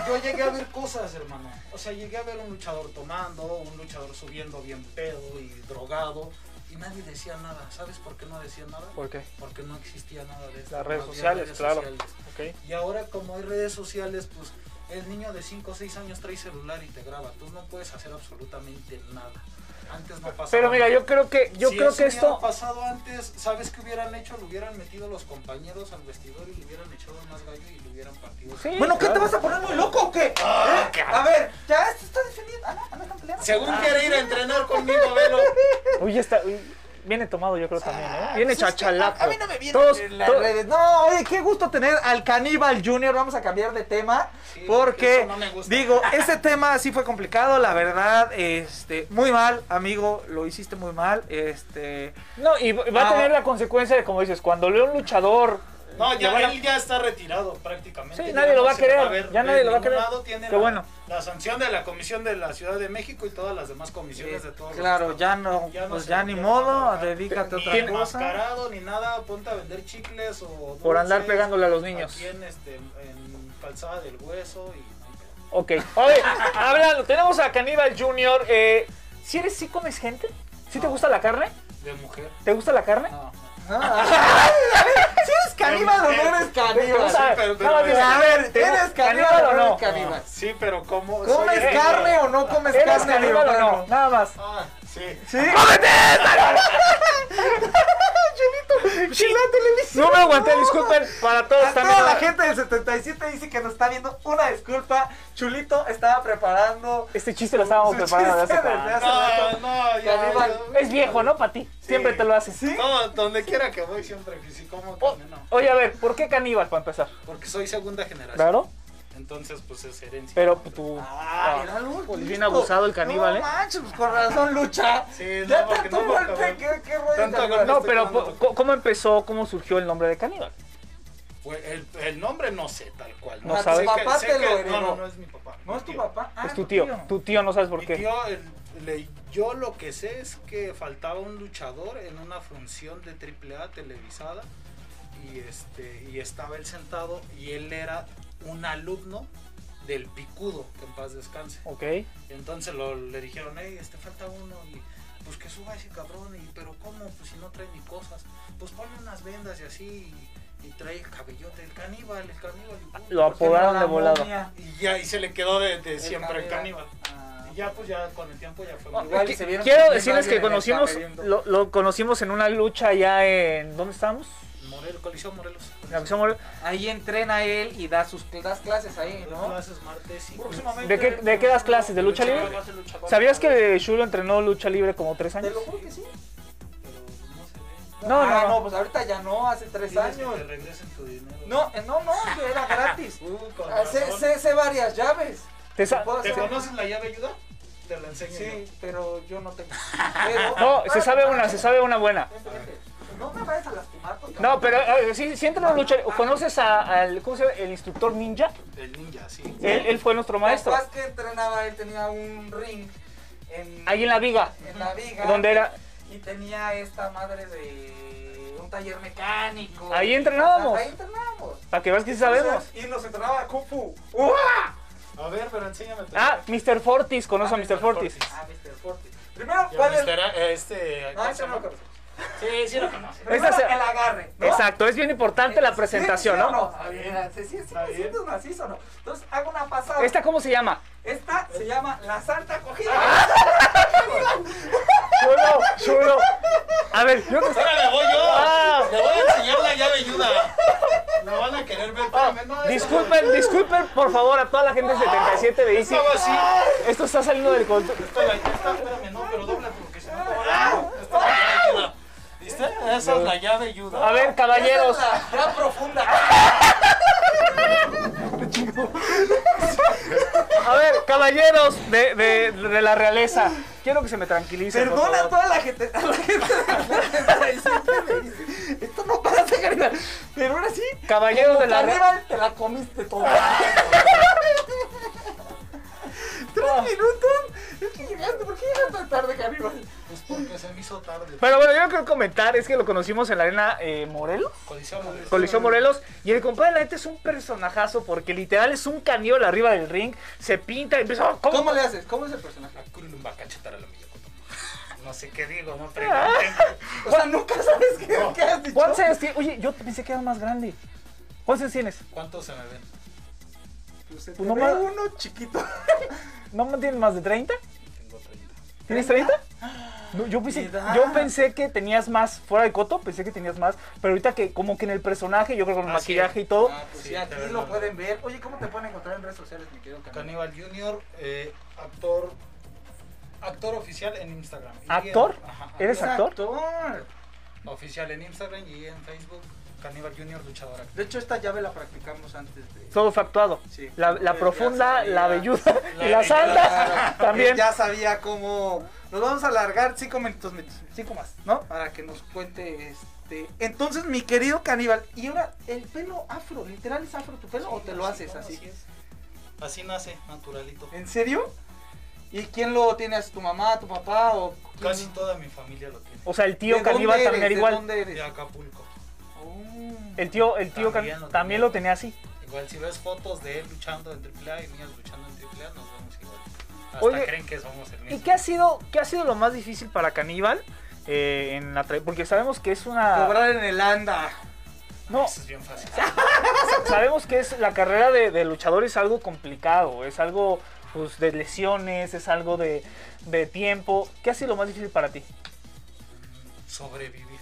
[SPEAKER 5] yo llegué a ver cosas, hermano. O sea, llegué a ver un luchador tomando, un luchador subiendo bien pedo y drogado, y nadie decía nada. ¿Sabes por qué no decía nada?
[SPEAKER 3] ¿Por qué?
[SPEAKER 5] Porque no existía nada de esto.
[SPEAKER 3] Las
[SPEAKER 5] no
[SPEAKER 3] redes
[SPEAKER 5] había
[SPEAKER 3] sociales, claro.
[SPEAKER 5] sociales.
[SPEAKER 3] Ok.
[SPEAKER 5] Y ahora como hay redes sociales, pues el niño de 5 o 6 años trae celular y te graba. Tú no puedes hacer absolutamente nada. Antes no pasaba.
[SPEAKER 3] Pero mira, yo creo que, yo
[SPEAKER 5] si
[SPEAKER 3] creo
[SPEAKER 5] eso
[SPEAKER 3] que
[SPEAKER 5] hubiera
[SPEAKER 3] esto.
[SPEAKER 5] pasado antes, ¿sabes qué hubieran hecho? Lo hubieran metido los compañeros al vestidor y le hubieran echado más gallo y le hubieran partido.
[SPEAKER 3] Sí,
[SPEAKER 2] Bueno, ¿qué te
[SPEAKER 3] claro.
[SPEAKER 2] vas a poner muy loco o qué? ¿Eh? A ver, ya se está defendiendo. Ah, no, ah, no están peleando.
[SPEAKER 5] Según quiere ir a entrenar conmigo, velo.
[SPEAKER 3] Uy, está. uy, viene tomado, yo creo también, ¿eh? Viene
[SPEAKER 2] Pues es que
[SPEAKER 3] chachalaco.
[SPEAKER 2] A, a mí no me viene
[SPEAKER 3] Todos-
[SPEAKER 2] en las
[SPEAKER 3] todos-
[SPEAKER 2] redes. No, oye, qué gusto tener al Caníbal Junior. Vamos a cambiar de tema.
[SPEAKER 5] Sí,
[SPEAKER 2] porque,
[SPEAKER 5] eso no me gusta.
[SPEAKER 2] digo, ese tema sí fue complicado, la verdad. Este, muy mal, amigo. Lo hiciste muy mal. Este.
[SPEAKER 3] No, y va a
[SPEAKER 2] Ah.
[SPEAKER 3] tener la consecuencia de, como dices, cuando lea un luchador.
[SPEAKER 5] No,
[SPEAKER 3] le van a-
[SPEAKER 5] ya, él ya está retirado prácticamente.
[SPEAKER 3] Sí,
[SPEAKER 5] Ya
[SPEAKER 3] nadie lo
[SPEAKER 5] no
[SPEAKER 3] va a
[SPEAKER 5] se le
[SPEAKER 3] querer,
[SPEAKER 5] ver
[SPEAKER 3] ya
[SPEAKER 5] de
[SPEAKER 3] nadie lo va a
[SPEAKER 5] ningún
[SPEAKER 3] querer.
[SPEAKER 5] lado. Tiene
[SPEAKER 3] Qué
[SPEAKER 5] la,
[SPEAKER 3] bueno.
[SPEAKER 5] la sanción de la Comisión de la Ciudad de México y todas las demás comisiones de todos los
[SPEAKER 2] claro,
[SPEAKER 5] estados.
[SPEAKER 2] ya no,
[SPEAKER 5] Ya no
[SPEAKER 2] pues
[SPEAKER 5] se
[SPEAKER 2] ya
[SPEAKER 5] lo
[SPEAKER 2] ni
[SPEAKER 5] llevan a
[SPEAKER 2] modo.
[SPEAKER 5] trabajar.
[SPEAKER 2] Dedícate a
[SPEAKER 5] Ni
[SPEAKER 2] otra cosa.
[SPEAKER 5] enmascarado ni nada, ponte a vender chicles o
[SPEAKER 3] Por
[SPEAKER 5] dulces,
[SPEAKER 3] andar pegándole a los niños.
[SPEAKER 5] aquí en, este, en calzada del hueso y no hay pedo.
[SPEAKER 3] Ok. Oye, háblalo. Tenemos a Caníbal Junior. Eh, ¿Si eres sí comes gente? ¿Sí te gusta la carne?
[SPEAKER 5] de mujer.
[SPEAKER 3] ¿Te gusta la carne?
[SPEAKER 5] No, no.
[SPEAKER 2] ¿Si eres caníbal o no eres
[SPEAKER 3] ¿Te
[SPEAKER 2] caníbal?
[SPEAKER 3] gusta-
[SPEAKER 5] sí, pero-
[SPEAKER 3] nada más
[SPEAKER 5] pero-
[SPEAKER 3] digo,
[SPEAKER 2] A ver,
[SPEAKER 3] ¿te
[SPEAKER 2] ¿eres
[SPEAKER 3] gusta-
[SPEAKER 2] caníbal o no eres caníbal?
[SPEAKER 5] Ah, Sí, pero ¿cómo?
[SPEAKER 2] ¿Comes
[SPEAKER 5] Soy-
[SPEAKER 2] carne o no comes
[SPEAKER 3] ¿Eres
[SPEAKER 2] carne?
[SPEAKER 3] caníbal o
[SPEAKER 2] hermano?
[SPEAKER 3] no? Nada más.
[SPEAKER 5] Ah, sí.
[SPEAKER 2] ¿Sí?
[SPEAKER 3] Pues No me aguanté, disculpen para todos
[SPEAKER 2] A
[SPEAKER 3] también.
[SPEAKER 2] toda la gente del 77 dice que nos está viendo. Una disculpa, Chulito estaba preparando.
[SPEAKER 3] Este chiste lo estábamos
[SPEAKER 2] su
[SPEAKER 3] preparando
[SPEAKER 2] chiste
[SPEAKER 3] desde hace
[SPEAKER 2] desde hace
[SPEAKER 3] rato.
[SPEAKER 5] Ah, No,
[SPEAKER 2] rato.
[SPEAKER 5] no, ya.
[SPEAKER 2] Caníbal.
[SPEAKER 5] ya-
[SPEAKER 3] Es viejo, ¿no? Para ti. Siempre te lo haces.
[SPEAKER 2] ¿Sí?
[SPEAKER 5] No, donde quiera que voy siempre, que sí como
[SPEAKER 3] O-
[SPEAKER 5] carne, no.
[SPEAKER 3] oye, a ver, ¿por qué caníbal para empezar?
[SPEAKER 5] Porque soy segunda generación.
[SPEAKER 3] Claro,
[SPEAKER 5] Entonces, pues es herencia.
[SPEAKER 3] pero tú.
[SPEAKER 2] Ah, era algo
[SPEAKER 3] bien
[SPEAKER 2] listo.
[SPEAKER 3] abusado el caníbal,
[SPEAKER 2] no,
[SPEAKER 3] ¿eh?
[SPEAKER 2] manches, pues con razón lucha.
[SPEAKER 5] Sí, no,
[SPEAKER 2] ya
[SPEAKER 5] porque
[SPEAKER 2] tanto
[SPEAKER 5] no,
[SPEAKER 2] golpe,
[SPEAKER 5] cabrón.
[SPEAKER 2] qué, qué rollo. este.
[SPEAKER 5] Tanto
[SPEAKER 2] caníbal.
[SPEAKER 5] golpe.
[SPEAKER 3] No,
[SPEAKER 5] estoy
[SPEAKER 3] pero
[SPEAKER 5] tomando.
[SPEAKER 3] po- co- ¿cómo empezó, cómo surgió el nombre de caníbal?
[SPEAKER 5] Pues, el, el nombre no sé tal cual.
[SPEAKER 3] No sabes.
[SPEAKER 5] Sé que-
[SPEAKER 2] Papá
[SPEAKER 5] sé
[SPEAKER 2] te
[SPEAKER 5] que-
[SPEAKER 2] lo
[SPEAKER 5] No,
[SPEAKER 2] heredó.
[SPEAKER 5] no, no es mi papá.
[SPEAKER 2] ¿No
[SPEAKER 5] mi
[SPEAKER 2] es tu
[SPEAKER 5] tío.
[SPEAKER 2] papá? Ah,
[SPEAKER 3] es tu tío. Tu tío no sabes por
[SPEAKER 5] Mi
[SPEAKER 3] qué.
[SPEAKER 5] tío, el- le- yo lo que sé es que faltaba un luchador en una función de AAA televisada y, este, y estaba él sentado y él era un alumno del Picudo, que en paz descanse.
[SPEAKER 3] Ok.
[SPEAKER 5] Entonces lo- le dijeron, hey, este falta uno y pues que suba ese cabrón, y pero ¿cómo? Pues si no trae ni cosas, pues ponle unas vendas y así y, y trae el cabellote, el caníbal, el caníbal. y,
[SPEAKER 3] Lo
[SPEAKER 2] ¿Por qué no
[SPEAKER 3] apodaron
[SPEAKER 2] Pues la
[SPEAKER 3] de volado.
[SPEAKER 2] momia?
[SPEAKER 5] Y ya, y se le quedó de, de siempre el
[SPEAKER 2] caníbal.
[SPEAKER 5] caníbal.
[SPEAKER 2] Ah,
[SPEAKER 5] Y ya pues ya con el tiempo ya fue
[SPEAKER 2] Ah,
[SPEAKER 5] muy
[SPEAKER 2] Igual
[SPEAKER 3] Qui-
[SPEAKER 2] se vieron
[SPEAKER 3] Quiero
[SPEAKER 2] también
[SPEAKER 3] decirles que
[SPEAKER 2] alguien en el
[SPEAKER 3] conocimos,
[SPEAKER 2] camerino.
[SPEAKER 3] lo, lo conocimos en una lucha allá en. ¿Dónde estamos?
[SPEAKER 5] Morelos, Coliseo Morelos.
[SPEAKER 3] En la Acción Morelos.
[SPEAKER 2] Ahí entrena él y da sus das clases ahí,
[SPEAKER 5] ¿No?
[SPEAKER 2] ¿no?
[SPEAKER 5] Clases martes y
[SPEAKER 3] ¿De qué- de qué das clases? ¿De lucha libre? ¿Sabías que Shulo entrenó lucha libre como tres
[SPEAKER 2] Te
[SPEAKER 3] años?
[SPEAKER 2] lo juro que sí.
[SPEAKER 5] Pero no se ve.
[SPEAKER 3] No,
[SPEAKER 2] Ah,
[SPEAKER 3] no, no.
[SPEAKER 2] pues ahorita ya no, hace tres
[SPEAKER 5] Diles que
[SPEAKER 2] años.
[SPEAKER 5] te regresen tu dinero.
[SPEAKER 2] No, eh, no, no, que era gratis.
[SPEAKER 5] Uh, con
[SPEAKER 2] Ah, Sé,
[SPEAKER 5] razón.
[SPEAKER 2] sé, sé varias llaves.
[SPEAKER 3] Te sa-
[SPEAKER 2] ¿Puedo
[SPEAKER 5] ¿Te
[SPEAKER 2] hacer-
[SPEAKER 5] conoces la llave ayuda? Te la enseño. yo.
[SPEAKER 2] Sí, pero yo no tengo. Pero-
[SPEAKER 3] No, se sabe una, se sabe una buena.
[SPEAKER 2] Vente, vente. No me vayas a lastimar. por favor.
[SPEAKER 3] No, pero eh, sí, sí entran los luchadores. ¿Conoces a- al ¿cómo se llama? el instructor ninja?
[SPEAKER 5] El ninja, sí.
[SPEAKER 3] Él, él fue nuestro maestro.
[SPEAKER 2] Capaz que entrenaba, él tenía un ring. En,
[SPEAKER 3] Ahí en la viga.
[SPEAKER 2] en la viga.
[SPEAKER 3] Donde era.
[SPEAKER 2] Y tenía esta madre de un taller mecánico.
[SPEAKER 3] Ahí entrenábamos.
[SPEAKER 2] Ahí entrenábamos.
[SPEAKER 3] Para que veas que sí sabemos.
[SPEAKER 2] Y nos entrenaba Kung Fu. ¡Uah!
[SPEAKER 5] A ver, pero enséñame tu
[SPEAKER 3] Ah, Mr. Fortis. Conoce a Mr. Fortis.
[SPEAKER 2] Ah, Mr. Fortis. Primero,
[SPEAKER 5] Y a
[SPEAKER 2] ¿cuál es?
[SPEAKER 5] Mr. A- Este.
[SPEAKER 2] No,
[SPEAKER 5] ¿cómo
[SPEAKER 2] ese
[SPEAKER 5] se
[SPEAKER 2] no lo
[SPEAKER 5] llama?
[SPEAKER 2] conozco.
[SPEAKER 5] Sí, sí lo conoce.
[SPEAKER 2] Primero
[SPEAKER 3] se-
[SPEAKER 2] el agarre. ¿no?
[SPEAKER 3] Exacto, es bien importante la presentación,
[SPEAKER 2] ¿Sí, sí o
[SPEAKER 3] ¿no?
[SPEAKER 2] Está bien, sí, sí, sí,
[SPEAKER 5] Está
[SPEAKER 2] sí,
[SPEAKER 5] bien.
[SPEAKER 2] es macizo, ¿no? Entonces hago una pasada.
[SPEAKER 3] ¿Esta cómo se llama?
[SPEAKER 2] Esta se llama la Santa
[SPEAKER 3] Ah,
[SPEAKER 2] Cogida.
[SPEAKER 3] Chulo, chulo. A ver, yo te-
[SPEAKER 5] Ahora le voy yo.
[SPEAKER 3] Ah.
[SPEAKER 5] Le voy a enseñar la llave ayuda. La van a querer ver.
[SPEAKER 2] Ah,
[SPEAKER 5] espérame, no, es-
[SPEAKER 3] Disculpen, disculpen por favor a toda la gente del 77 de Easy.
[SPEAKER 5] Estaba así.
[SPEAKER 3] Esto está saliendo del control.
[SPEAKER 5] Esto la- esta, espérame, no, pero dobla porque si no te va a dar. Esta es la llave Yuda. ¿Viste? Esa es la llave Yuda.
[SPEAKER 3] A ver, caballeros.
[SPEAKER 5] Gran profunda.
[SPEAKER 3] Ah, A ver, caballeros de, de- de la realeza. Quiero que se me tranquilicen. por
[SPEAKER 2] Perdona a
[SPEAKER 3] favor.
[SPEAKER 2] toda la gente. A la gente de la realeza, me dice, Esto no para de ganar. Pero ahora sí.
[SPEAKER 3] Caballeros de la realeza.
[SPEAKER 2] Carrera, te la comiste toda. Tres minutos. Es que llegaste. ¿Por qué llegaste tan tarde, Caníbal?
[SPEAKER 5] Pues porque se me hizo tarde.
[SPEAKER 3] Pero bueno, yo lo que quiero comentar es que lo conocimos en la arena eh, Morelos.
[SPEAKER 5] Coliseo Morelos.
[SPEAKER 2] Mm.
[SPEAKER 3] Coliseo Morelos. Y el compadre, la neta, es un personajazo porque literal es un caníbal arriba del ring. Se pinta y empieza. "Oh, ¿Cómo?
[SPEAKER 2] ¿Cómo le haces? ¿Cómo es el personaje?
[SPEAKER 5] La curulumba cachetar a la milla No sé qué digo, no pregunten.
[SPEAKER 2] O sea, nunca sabes qué, qué has dicho.
[SPEAKER 3] ¿Cuántos años tiene? Oye, yo pensé que era más grande. ¿Cuántos años tienes?
[SPEAKER 5] ¿Cuántos se me ven?
[SPEAKER 2] Pues se te
[SPEAKER 3] Pues no
[SPEAKER 2] ve
[SPEAKER 3] más-
[SPEAKER 2] uno chiquito.
[SPEAKER 3] Ah, ¿No tienes más de 30?
[SPEAKER 5] Tengo 30.
[SPEAKER 3] ¿Tienes 30? No, yo, pensé,
[SPEAKER 2] Edad.
[SPEAKER 3] yo pensé que tenías más fuera de coto, pensé que tenías más, pero ahorita que como que en el personaje, yo creo que con el
[SPEAKER 5] Ah, sí.
[SPEAKER 3] maquillaje y todo,
[SPEAKER 5] Ah,
[SPEAKER 2] Pues
[SPEAKER 5] sí,
[SPEAKER 2] sí, aquí
[SPEAKER 5] te ves
[SPEAKER 2] lo
[SPEAKER 5] mal.
[SPEAKER 2] pueden ver. Oye, ¿cómo te pueden encontrar en redes sociales, mi querido Caníbal?
[SPEAKER 5] Caníbal Junior, eh, actor. Actor oficial en Instagram. Y
[SPEAKER 3] ¿Actor?
[SPEAKER 5] en- ajá,
[SPEAKER 3] ¿Eres actor?
[SPEAKER 5] Oficial en Instagram y en Facebook. Caníbal Junior, luchador actor.
[SPEAKER 2] De hecho, esta llave la practicamos antes de.
[SPEAKER 3] Todo fue actuado.
[SPEAKER 2] Sí.
[SPEAKER 3] La, la
[SPEAKER 2] Ya
[SPEAKER 3] profunda,
[SPEAKER 2] sabía.
[SPEAKER 3] la velluda y
[SPEAKER 5] La
[SPEAKER 3] la santa
[SPEAKER 2] Claro,
[SPEAKER 3] también.
[SPEAKER 2] Ya sabía cómo. Nos vamos a alargar cinco minutos, mi- cinco más, ¿no? Para que nos cuente este. Entonces, mi querido caníbal, y ahora, el pelo afro, literal es afro tu pelo o te lo haces
[SPEAKER 5] No,
[SPEAKER 2] así.
[SPEAKER 5] es. Así nace, naturalito.
[SPEAKER 2] ¿En serio? ¿Y quién lo tiene? ¿Es ¿Tu mamá, tu papá o quién?
[SPEAKER 5] Casi toda mi familia lo tiene.
[SPEAKER 3] O sea, el tío
[SPEAKER 2] ¿De dónde
[SPEAKER 3] caníbal
[SPEAKER 2] eres?
[SPEAKER 3] también era
[SPEAKER 2] ¿De
[SPEAKER 3] igual.
[SPEAKER 2] dónde eres?
[SPEAKER 5] De Acapulco.
[SPEAKER 2] Oh.
[SPEAKER 3] El tío, el tío
[SPEAKER 5] También
[SPEAKER 3] Can-
[SPEAKER 5] lo
[SPEAKER 3] también
[SPEAKER 5] tenía.
[SPEAKER 3] lo tenía así.
[SPEAKER 5] Igual si ves fotos de él luchando en AAA y mías luchando en AAA, nos vemos igual. Hasta
[SPEAKER 3] Oye,
[SPEAKER 5] creen que somos el mismo.
[SPEAKER 3] ¿Y qué ha sido, qué ha sido lo más difícil para caníbal? eh, en la tra- porque sabemos que es una
[SPEAKER 2] Cobrar en el anda.
[SPEAKER 3] no
[SPEAKER 5] Eso es bien fácil.
[SPEAKER 3] Ah. sabemos que es la carrera de, de luchador es algo complicado es algo pues, de lesiones es algo de, de tiempo qué ha sido lo más difícil para ti
[SPEAKER 5] Mm, Sobrevivir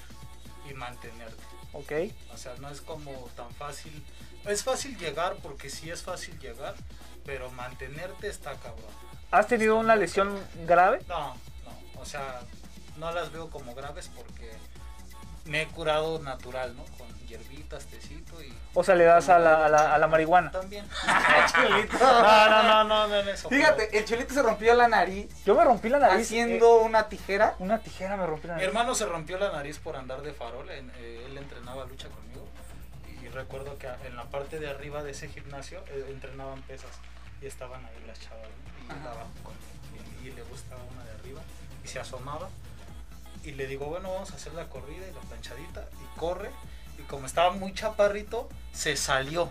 [SPEAKER 5] y mantenerte.
[SPEAKER 3] ¿ok?
[SPEAKER 5] O sea, no es como tan fácil. Es fácil llegar porque sí es fácil llegar, pero mantenerte está cabrón.
[SPEAKER 3] ¿Has tenido una lesión grave?
[SPEAKER 5] No, no. O sea, no las veo como graves porque me he curado natural, ¿no? Con hierbitas, tecito y...
[SPEAKER 3] O sea, le das a la, a la, a la marihuana.
[SPEAKER 5] También.
[SPEAKER 3] Ah,
[SPEAKER 2] No,
[SPEAKER 5] No, no, no, no, no, en eso.
[SPEAKER 2] Fíjate, el chulito se rompió la nariz
[SPEAKER 3] Yo me rompí la nariz. eh,
[SPEAKER 2] haciendo una tijera.
[SPEAKER 3] una tijera me rompí la
[SPEAKER 5] Mi
[SPEAKER 3] nariz.
[SPEAKER 5] hermano se rompió la nariz por andar de farol, en- eh, él entrenaba lucha conmigo y recuerdo que en la parte de arriba de ese gimnasio eh, entrenaban pesas y estaban ahí las chavas ¿no? y,
[SPEAKER 2] Ajá.
[SPEAKER 5] andaba con- y- y le gustaba una de arriba y se asomaba y le digo, bueno, vamos a hacer la corrida y la planchadita y corre y como estaba muy chaparrito, se salió.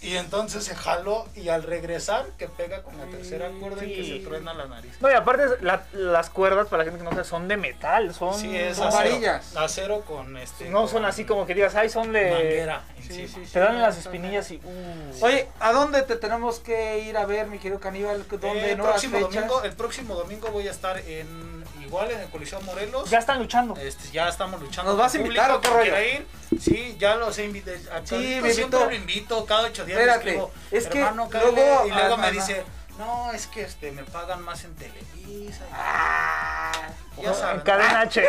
[SPEAKER 5] Y entonces se jaló y al regresar que pega con la tercera cuerda y que se
[SPEAKER 3] Sí.
[SPEAKER 5] truena la nariz.
[SPEAKER 3] No, y aparte la- las cuerdas, para la gente que no sabe, son de metal, son...
[SPEAKER 5] Sí, es
[SPEAKER 2] Con
[SPEAKER 5] acero.
[SPEAKER 2] varillas.
[SPEAKER 5] Acero con este.
[SPEAKER 3] No son
[SPEAKER 5] con
[SPEAKER 3] así como que digas, ay, son de...
[SPEAKER 5] Manguera. encima. Eh,
[SPEAKER 3] Te dan en las espinillas y... uh.
[SPEAKER 2] Oye, ¿a dónde te tenemos que ir a ver, mi querido caníbal? ¿Dónde?
[SPEAKER 5] el,
[SPEAKER 2] ¿En horas,
[SPEAKER 5] Eh, próximo
[SPEAKER 2] fechas?
[SPEAKER 5] domingo, el próximo domingo voy a estar en. Igual en el Coliseo Morelos.
[SPEAKER 3] ya están luchando.
[SPEAKER 5] Este, ya estamos luchando.
[SPEAKER 2] ¿Nos vas a
[SPEAKER 5] con
[SPEAKER 2] invitar
[SPEAKER 5] público
[SPEAKER 2] o qué
[SPEAKER 5] que
[SPEAKER 2] rollo?
[SPEAKER 5] quiera ir. Sí, ya los he invitado. A
[SPEAKER 2] Sí,
[SPEAKER 5] Carlitos
[SPEAKER 2] me
[SPEAKER 5] siempre
[SPEAKER 2] invitó.
[SPEAKER 5] lo invito, cada ocho días. le
[SPEAKER 2] Espérate,
[SPEAKER 5] escribo,
[SPEAKER 2] es que
[SPEAKER 5] "Hermano,
[SPEAKER 2] luego-
[SPEAKER 5] cáele", Y
[SPEAKER 2] ah,
[SPEAKER 5] luego me
[SPEAKER 2] mamá.
[SPEAKER 5] dice: No, es que este, me pagan más en Televisa.
[SPEAKER 2] Ah,
[SPEAKER 5] Ya
[SPEAKER 3] No,
[SPEAKER 5] saben.
[SPEAKER 3] en cadena H.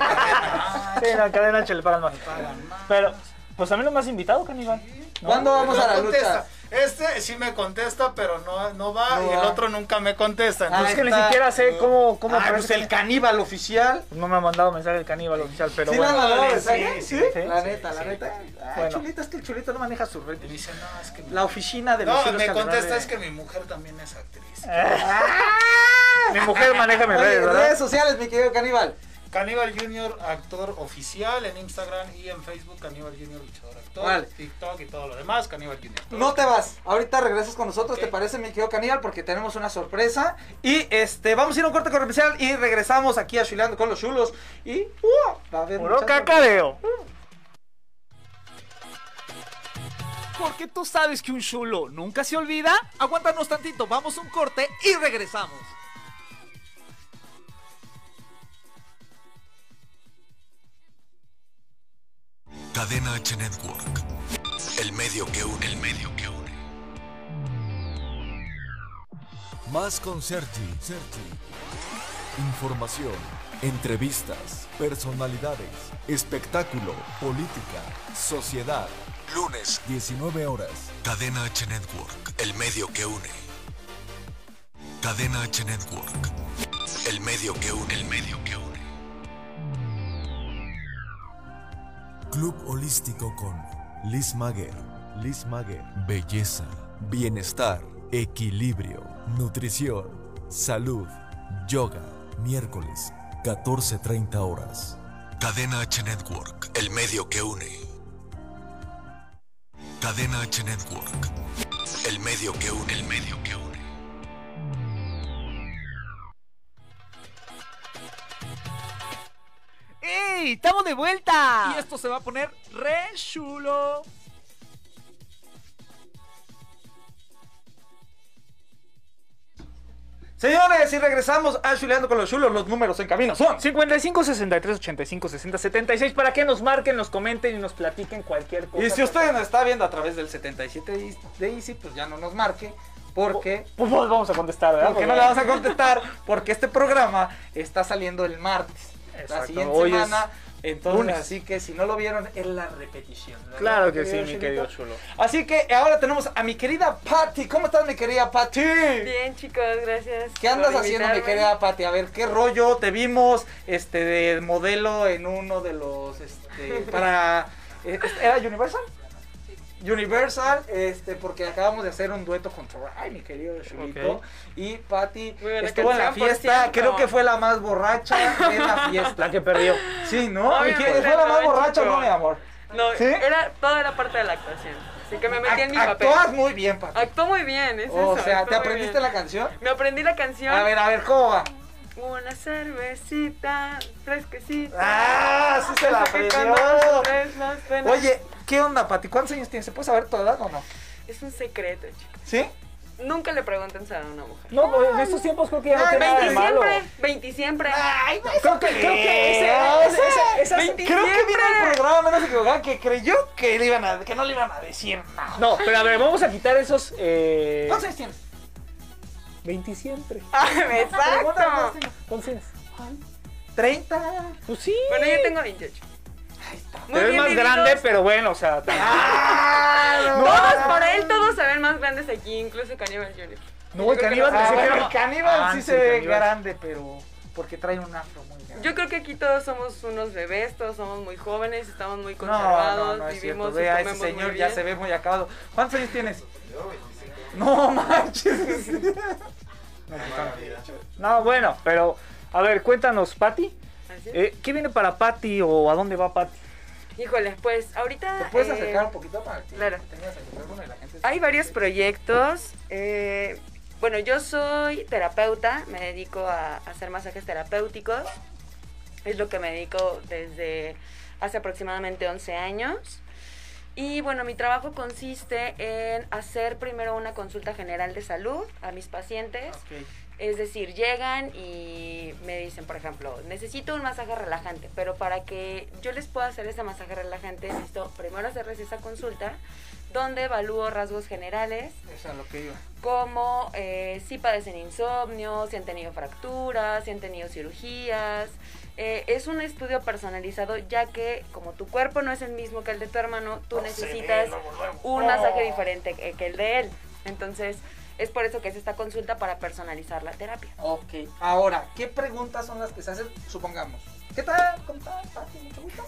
[SPEAKER 5] Ah,
[SPEAKER 3] sí, no, en cadena H le pagan más.
[SPEAKER 5] me pagan más.
[SPEAKER 3] Pero, pues también lo más invitado, caníbal. ¿no?
[SPEAKER 2] ¿Cuándo vamos
[SPEAKER 5] No
[SPEAKER 2] a la
[SPEAKER 5] contesta.
[SPEAKER 2] lucha?
[SPEAKER 5] Este sí me contesta, pero no, no va.
[SPEAKER 2] No
[SPEAKER 5] y el
[SPEAKER 2] va.
[SPEAKER 5] otro nunca me contesta.
[SPEAKER 2] Ah,
[SPEAKER 5] Entonces,
[SPEAKER 3] Es que ni
[SPEAKER 2] está-
[SPEAKER 3] siquiera sé cómo... cómo
[SPEAKER 2] Ah,
[SPEAKER 3] ponerse
[SPEAKER 2] pues el
[SPEAKER 3] can-
[SPEAKER 2] caníbal oficial.
[SPEAKER 3] No me ha mandado mensaje el caníbal oficial, pero
[SPEAKER 2] ¿Sí
[SPEAKER 3] bueno.
[SPEAKER 2] la mandó
[SPEAKER 5] sí,
[SPEAKER 2] mensaje?
[SPEAKER 5] sí,
[SPEAKER 2] ¿Sí?
[SPEAKER 3] sí,
[SPEAKER 2] La
[SPEAKER 5] sí,
[SPEAKER 2] neta, la
[SPEAKER 5] sí.
[SPEAKER 2] neta. Ah,
[SPEAKER 3] Bueno.
[SPEAKER 2] Chulito, es que el chulito no maneja sus
[SPEAKER 5] me
[SPEAKER 2] redes.
[SPEAKER 5] dice, no, es que mi-
[SPEAKER 2] La oficina de
[SPEAKER 5] No,
[SPEAKER 2] vecinos
[SPEAKER 5] me
[SPEAKER 2] Calderón
[SPEAKER 5] contesta
[SPEAKER 2] de-
[SPEAKER 5] es que mi mujer también es actriz.
[SPEAKER 2] Ah.
[SPEAKER 3] Mi mujer maneja mis
[SPEAKER 2] Oye,
[SPEAKER 3] redes, ¿verdad?
[SPEAKER 2] redes sociales, mi querido caníbal.
[SPEAKER 5] Caníbal Junior, actor oficial en Instagram y en Facebook, Caníbal Junior, luchador actor,
[SPEAKER 2] Vale.
[SPEAKER 5] TikTok y todo lo demás, Caníbal Junior.
[SPEAKER 2] No te vas, ahorita regresas con nosotros,
[SPEAKER 5] Ok.
[SPEAKER 2] ¿te parece, mi querido Caníbal? Porque tenemos una sorpresa. Y este, vamos a ir a un corte comercial y regresamos aquí a Chuleando con los chulos. Y uh, va a haber
[SPEAKER 3] Puro
[SPEAKER 2] muchas
[SPEAKER 3] cacareo.
[SPEAKER 4] Porque tú sabes que un chulo nunca se olvida. Aguántanos tantito, vamos un corte y regresamos.
[SPEAKER 1] Cadena H Network. El medio que une. El medio que une. Más Concerti. Certi. Información, entrevistas, personalidades, espectáculo, política, sociedad. Lunes, 19 horas. Cadena H Network. El medio que une. Cadena H Network. El medio que une. El medio que une. Club Holístico con Liz Maguer. Liz Maguer. Belleza, bienestar, equilibrio, nutrición, salud, yoga. Miércoles, 14.30 horas. Cadena H Network, el medio que une. Cadena H Network, el medio que une. El medio que une.
[SPEAKER 4] ¡Ey! ¡Estamos de vuelta!
[SPEAKER 3] Y esto se va a poner re chulo.
[SPEAKER 2] Señores, y regresamos a Chuleando con los Chulos. Los números en camino son.
[SPEAKER 3] 55 63 85 60 76 para que nos marquen, nos comenten y nos platiquen cualquier cosa.
[SPEAKER 2] Y si usted nos está viendo a través del 77 de Easy, pues ya no nos marque. Porque,
[SPEAKER 3] Pues pues, vamos a contestar, ¿verdad?
[SPEAKER 2] porque no le vamos a contestar. Porque este programa está saliendo el martes. La
[SPEAKER 3] Exacto,
[SPEAKER 2] siguiente
[SPEAKER 3] hoy es
[SPEAKER 2] semana. Entonces,
[SPEAKER 3] lunes.
[SPEAKER 2] así que si no lo vieron, es la repetición. ¿verdad,
[SPEAKER 3] Claro que sí, mi
[SPEAKER 2] Chulito?
[SPEAKER 3] querido chulo.
[SPEAKER 2] Así que ahora tenemos a mi querida Patty. ¿Cómo estás, mi querida Patty?
[SPEAKER 6] Bien, chicos, gracias.
[SPEAKER 2] ¿Qué andas
[SPEAKER 6] por
[SPEAKER 2] haciendo, mi
[SPEAKER 6] invitarme.
[SPEAKER 2] querida Pati? A ver, ¿qué rollo? Te vimos este de modelo en uno de los este para eh, ¿era Universal? Universal, este, porque acabamos de hacer un dueto con Ay, mi querido Chulito.
[SPEAKER 3] Ok.
[SPEAKER 2] Y Pati
[SPEAKER 6] Muy buena
[SPEAKER 2] estuvo en la
[SPEAKER 6] canción, por
[SPEAKER 2] fiesta.
[SPEAKER 6] cierto.
[SPEAKER 2] Creo que fue la más borracha de la
[SPEAKER 3] La
[SPEAKER 2] fiesta.
[SPEAKER 3] que perdió.
[SPEAKER 2] Sí, ¿no? ¿Y
[SPEAKER 6] Obviamente,
[SPEAKER 2] quién- ¿Fue la más
[SPEAKER 6] no, pues,
[SPEAKER 2] borracha o no,
[SPEAKER 6] chico.
[SPEAKER 2] mi amor?
[SPEAKER 6] No,
[SPEAKER 2] ¿Sí?
[SPEAKER 6] era toda la parte de la actuación. Así que me metí en mi
[SPEAKER 2] Ac-
[SPEAKER 6] papel. Ah,
[SPEAKER 2] Actúas muy bien, Pati.
[SPEAKER 6] Actuó muy bien, es
[SPEAKER 2] o
[SPEAKER 6] eso,
[SPEAKER 2] sea,
[SPEAKER 6] actuó
[SPEAKER 2] ¿te
[SPEAKER 6] muy
[SPEAKER 2] aprendiste
[SPEAKER 6] bien.
[SPEAKER 2] la canción?
[SPEAKER 6] Me aprendí la canción.
[SPEAKER 2] A ver, a ver, ¿cómo va?
[SPEAKER 6] Una cervecita fresquecita.
[SPEAKER 2] ¡Ah! Sí se la
[SPEAKER 6] Que
[SPEAKER 2] aprendió.
[SPEAKER 6] cuando ves las penas-
[SPEAKER 2] Oye, ¿qué onda, Pati? ¿Cuántos años tienes? ¿Se puede saber tu edad o no?
[SPEAKER 6] Es un secreto, chicos.
[SPEAKER 2] ¿Sí?
[SPEAKER 6] Nunca le pregunten a una mujer.
[SPEAKER 3] No, pues, en estos tiempos creo que ya no
[SPEAKER 2] Ay,
[SPEAKER 3] tiene nada de
[SPEAKER 6] 20
[SPEAKER 3] malo.
[SPEAKER 6] siempre. 20 siempre.
[SPEAKER 2] Ay, no,
[SPEAKER 3] Creo que, creo que ese- ese- ese- esas-
[SPEAKER 2] Creo que viene el programa, menos equivocada, que creyó que, le iban a, que no le iban a decir nada.
[SPEAKER 3] No, pero a ver, vamos a quitar esos eh,
[SPEAKER 2] ¿Cuántos años tienes?
[SPEAKER 3] 20 siempre.
[SPEAKER 6] Ah,
[SPEAKER 2] ¿Cuántos
[SPEAKER 6] Exacto.
[SPEAKER 2] tienes?
[SPEAKER 3] Entonces,
[SPEAKER 2] 30.
[SPEAKER 3] pues sí.
[SPEAKER 6] Bueno, yo tengo 28. Muy
[SPEAKER 3] Te ves
[SPEAKER 6] bien,
[SPEAKER 3] más
[SPEAKER 6] vividos.
[SPEAKER 3] grande, pero bueno, o sea, también.
[SPEAKER 6] Todos por él, todos se ven más grandes aquí, incluso Caníbal Junior.
[SPEAKER 3] No, el caníbal
[SPEAKER 2] Ah,
[SPEAKER 3] pensé que
[SPEAKER 2] bueno,
[SPEAKER 3] era-
[SPEAKER 2] el caníbal
[SPEAKER 3] Ah,
[SPEAKER 2] sí
[SPEAKER 3] sí,
[SPEAKER 2] se ve
[SPEAKER 3] caníbal.
[SPEAKER 2] grande, pero porque trae un afro muy grande.
[SPEAKER 6] Yo creo que aquí todos somos unos bebés, todos somos muy jóvenes, estamos muy
[SPEAKER 2] no,
[SPEAKER 6] conservados,
[SPEAKER 2] no, no es cierto.
[SPEAKER 6] vivimos y
[SPEAKER 2] Vea, ese
[SPEAKER 6] comemos muy
[SPEAKER 2] señor
[SPEAKER 6] bien.
[SPEAKER 2] ya se ve muy acabado. ¿Cuántos años tienes? No manches.
[SPEAKER 3] No, bueno, pero a ver, cuéntanos, Pati.
[SPEAKER 6] Así es.
[SPEAKER 3] eh, ¿Qué viene para Pati o a dónde va Pati?
[SPEAKER 6] Híjole, pues ahorita...
[SPEAKER 2] ¿Te puedes
[SPEAKER 6] eh,
[SPEAKER 2] acercar un poquito para que
[SPEAKER 6] claro.
[SPEAKER 2] tengas el micrófono y la gente
[SPEAKER 6] Hay varios proyectos. eh, bueno, yo soy terapeuta, me dedico a hacer masajes terapéuticos. Es lo que me dedico desde hace aproximadamente 11 años. Y bueno, mi trabajo consiste en hacer primero una consulta general de salud a mis pacientes. Es decir, llegan y me dicen, por ejemplo, necesito un masaje relajante, pero para que yo les pueda hacer ese masaje relajante, necesito primero hacerles esa consulta donde evalúo rasgos generales,
[SPEAKER 2] Es a lo que iba.
[SPEAKER 6] como eh, si padecen insomnio, si han tenido fracturas, si han tenido cirugías. Eh, es un estudio personalizado ya que como tu cuerpo no es el mismo que el de tu hermano, tú necesitas un masaje diferente que- que el de él. Entonces, es por eso que es esta consulta para personalizar la terapia.
[SPEAKER 2] Ok, ahora, ¿qué preguntas son las que se hacen? Supongamos, ¿qué tal? ¿Cómo estás, Pati? Mucho gusto,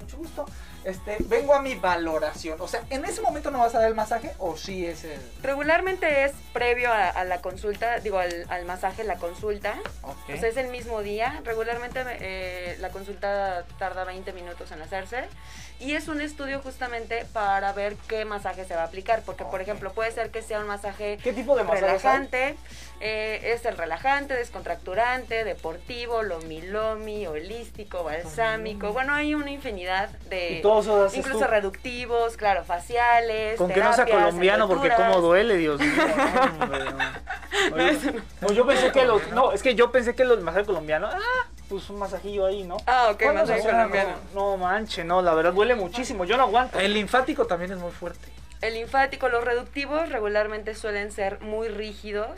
[SPEAKER 2] mucho gusto. Este, vengo a mi valoración. O sea, ¿en ese momento no vas a dar el masaje o sí es el...?
[SPEAKER 6] Regularmente es previo a, a la consulta, digo, al, al masaje, la consulta.
[SPEAKER 2] Ok.
[SPEAKER 6] O sea, es el mismo día. Regularmente eh, la consulta tarda 20 minutos en hacerse. Y es un estudio justamente para ver qué masaje se va a aplicar. Porque, por ejemplo, puede ser que sea un masaje
[SPEAKER 3] ¿Qué tipo de masajes hay?
[SPEAKER 6] relajante. eh, es el relajante, descontracturante, deportivo, lomi-lomi, holístico, balsámico. Bueno, hay una infinidad de...
[SPEAKER 3] Ah. Y todos los haces
[SPEAKER 6] Eh, Incluso
[SPEAKER 3] tú.
[SPEAKER 6] reductivos, claro, faciales.
[SPEAKER 3] Con que no sea
[SPEAKER 6] terapias,
[SPEAKER 3] colombiano, porque
[SPEAKER 6] envolturas.
[SPEAKER 3] cómo duele, Dios mío. Oye, no, yo pensé que los. No, es que yo pensé que los masajes colombianos. ¡Ah! pues un masajillo ahí, ¿no?
[SPEAKER 6] Ah, ok,
[SPEAKER 3] ¿Cuándo
[SPEAKER 6] masaje
[SPEAKER 3] se cobra?
[SPEAKER 6] colombiano. Eh,
[SPEAKER 3] No, no manche, no, la verdad duele muchísimo, yo no aguanto.
[SPEAKER 2] El linfático también es muy fuerte.
[SPEAKER 6] El linfático, los reductivos regularmente suelen ser muy rígidos,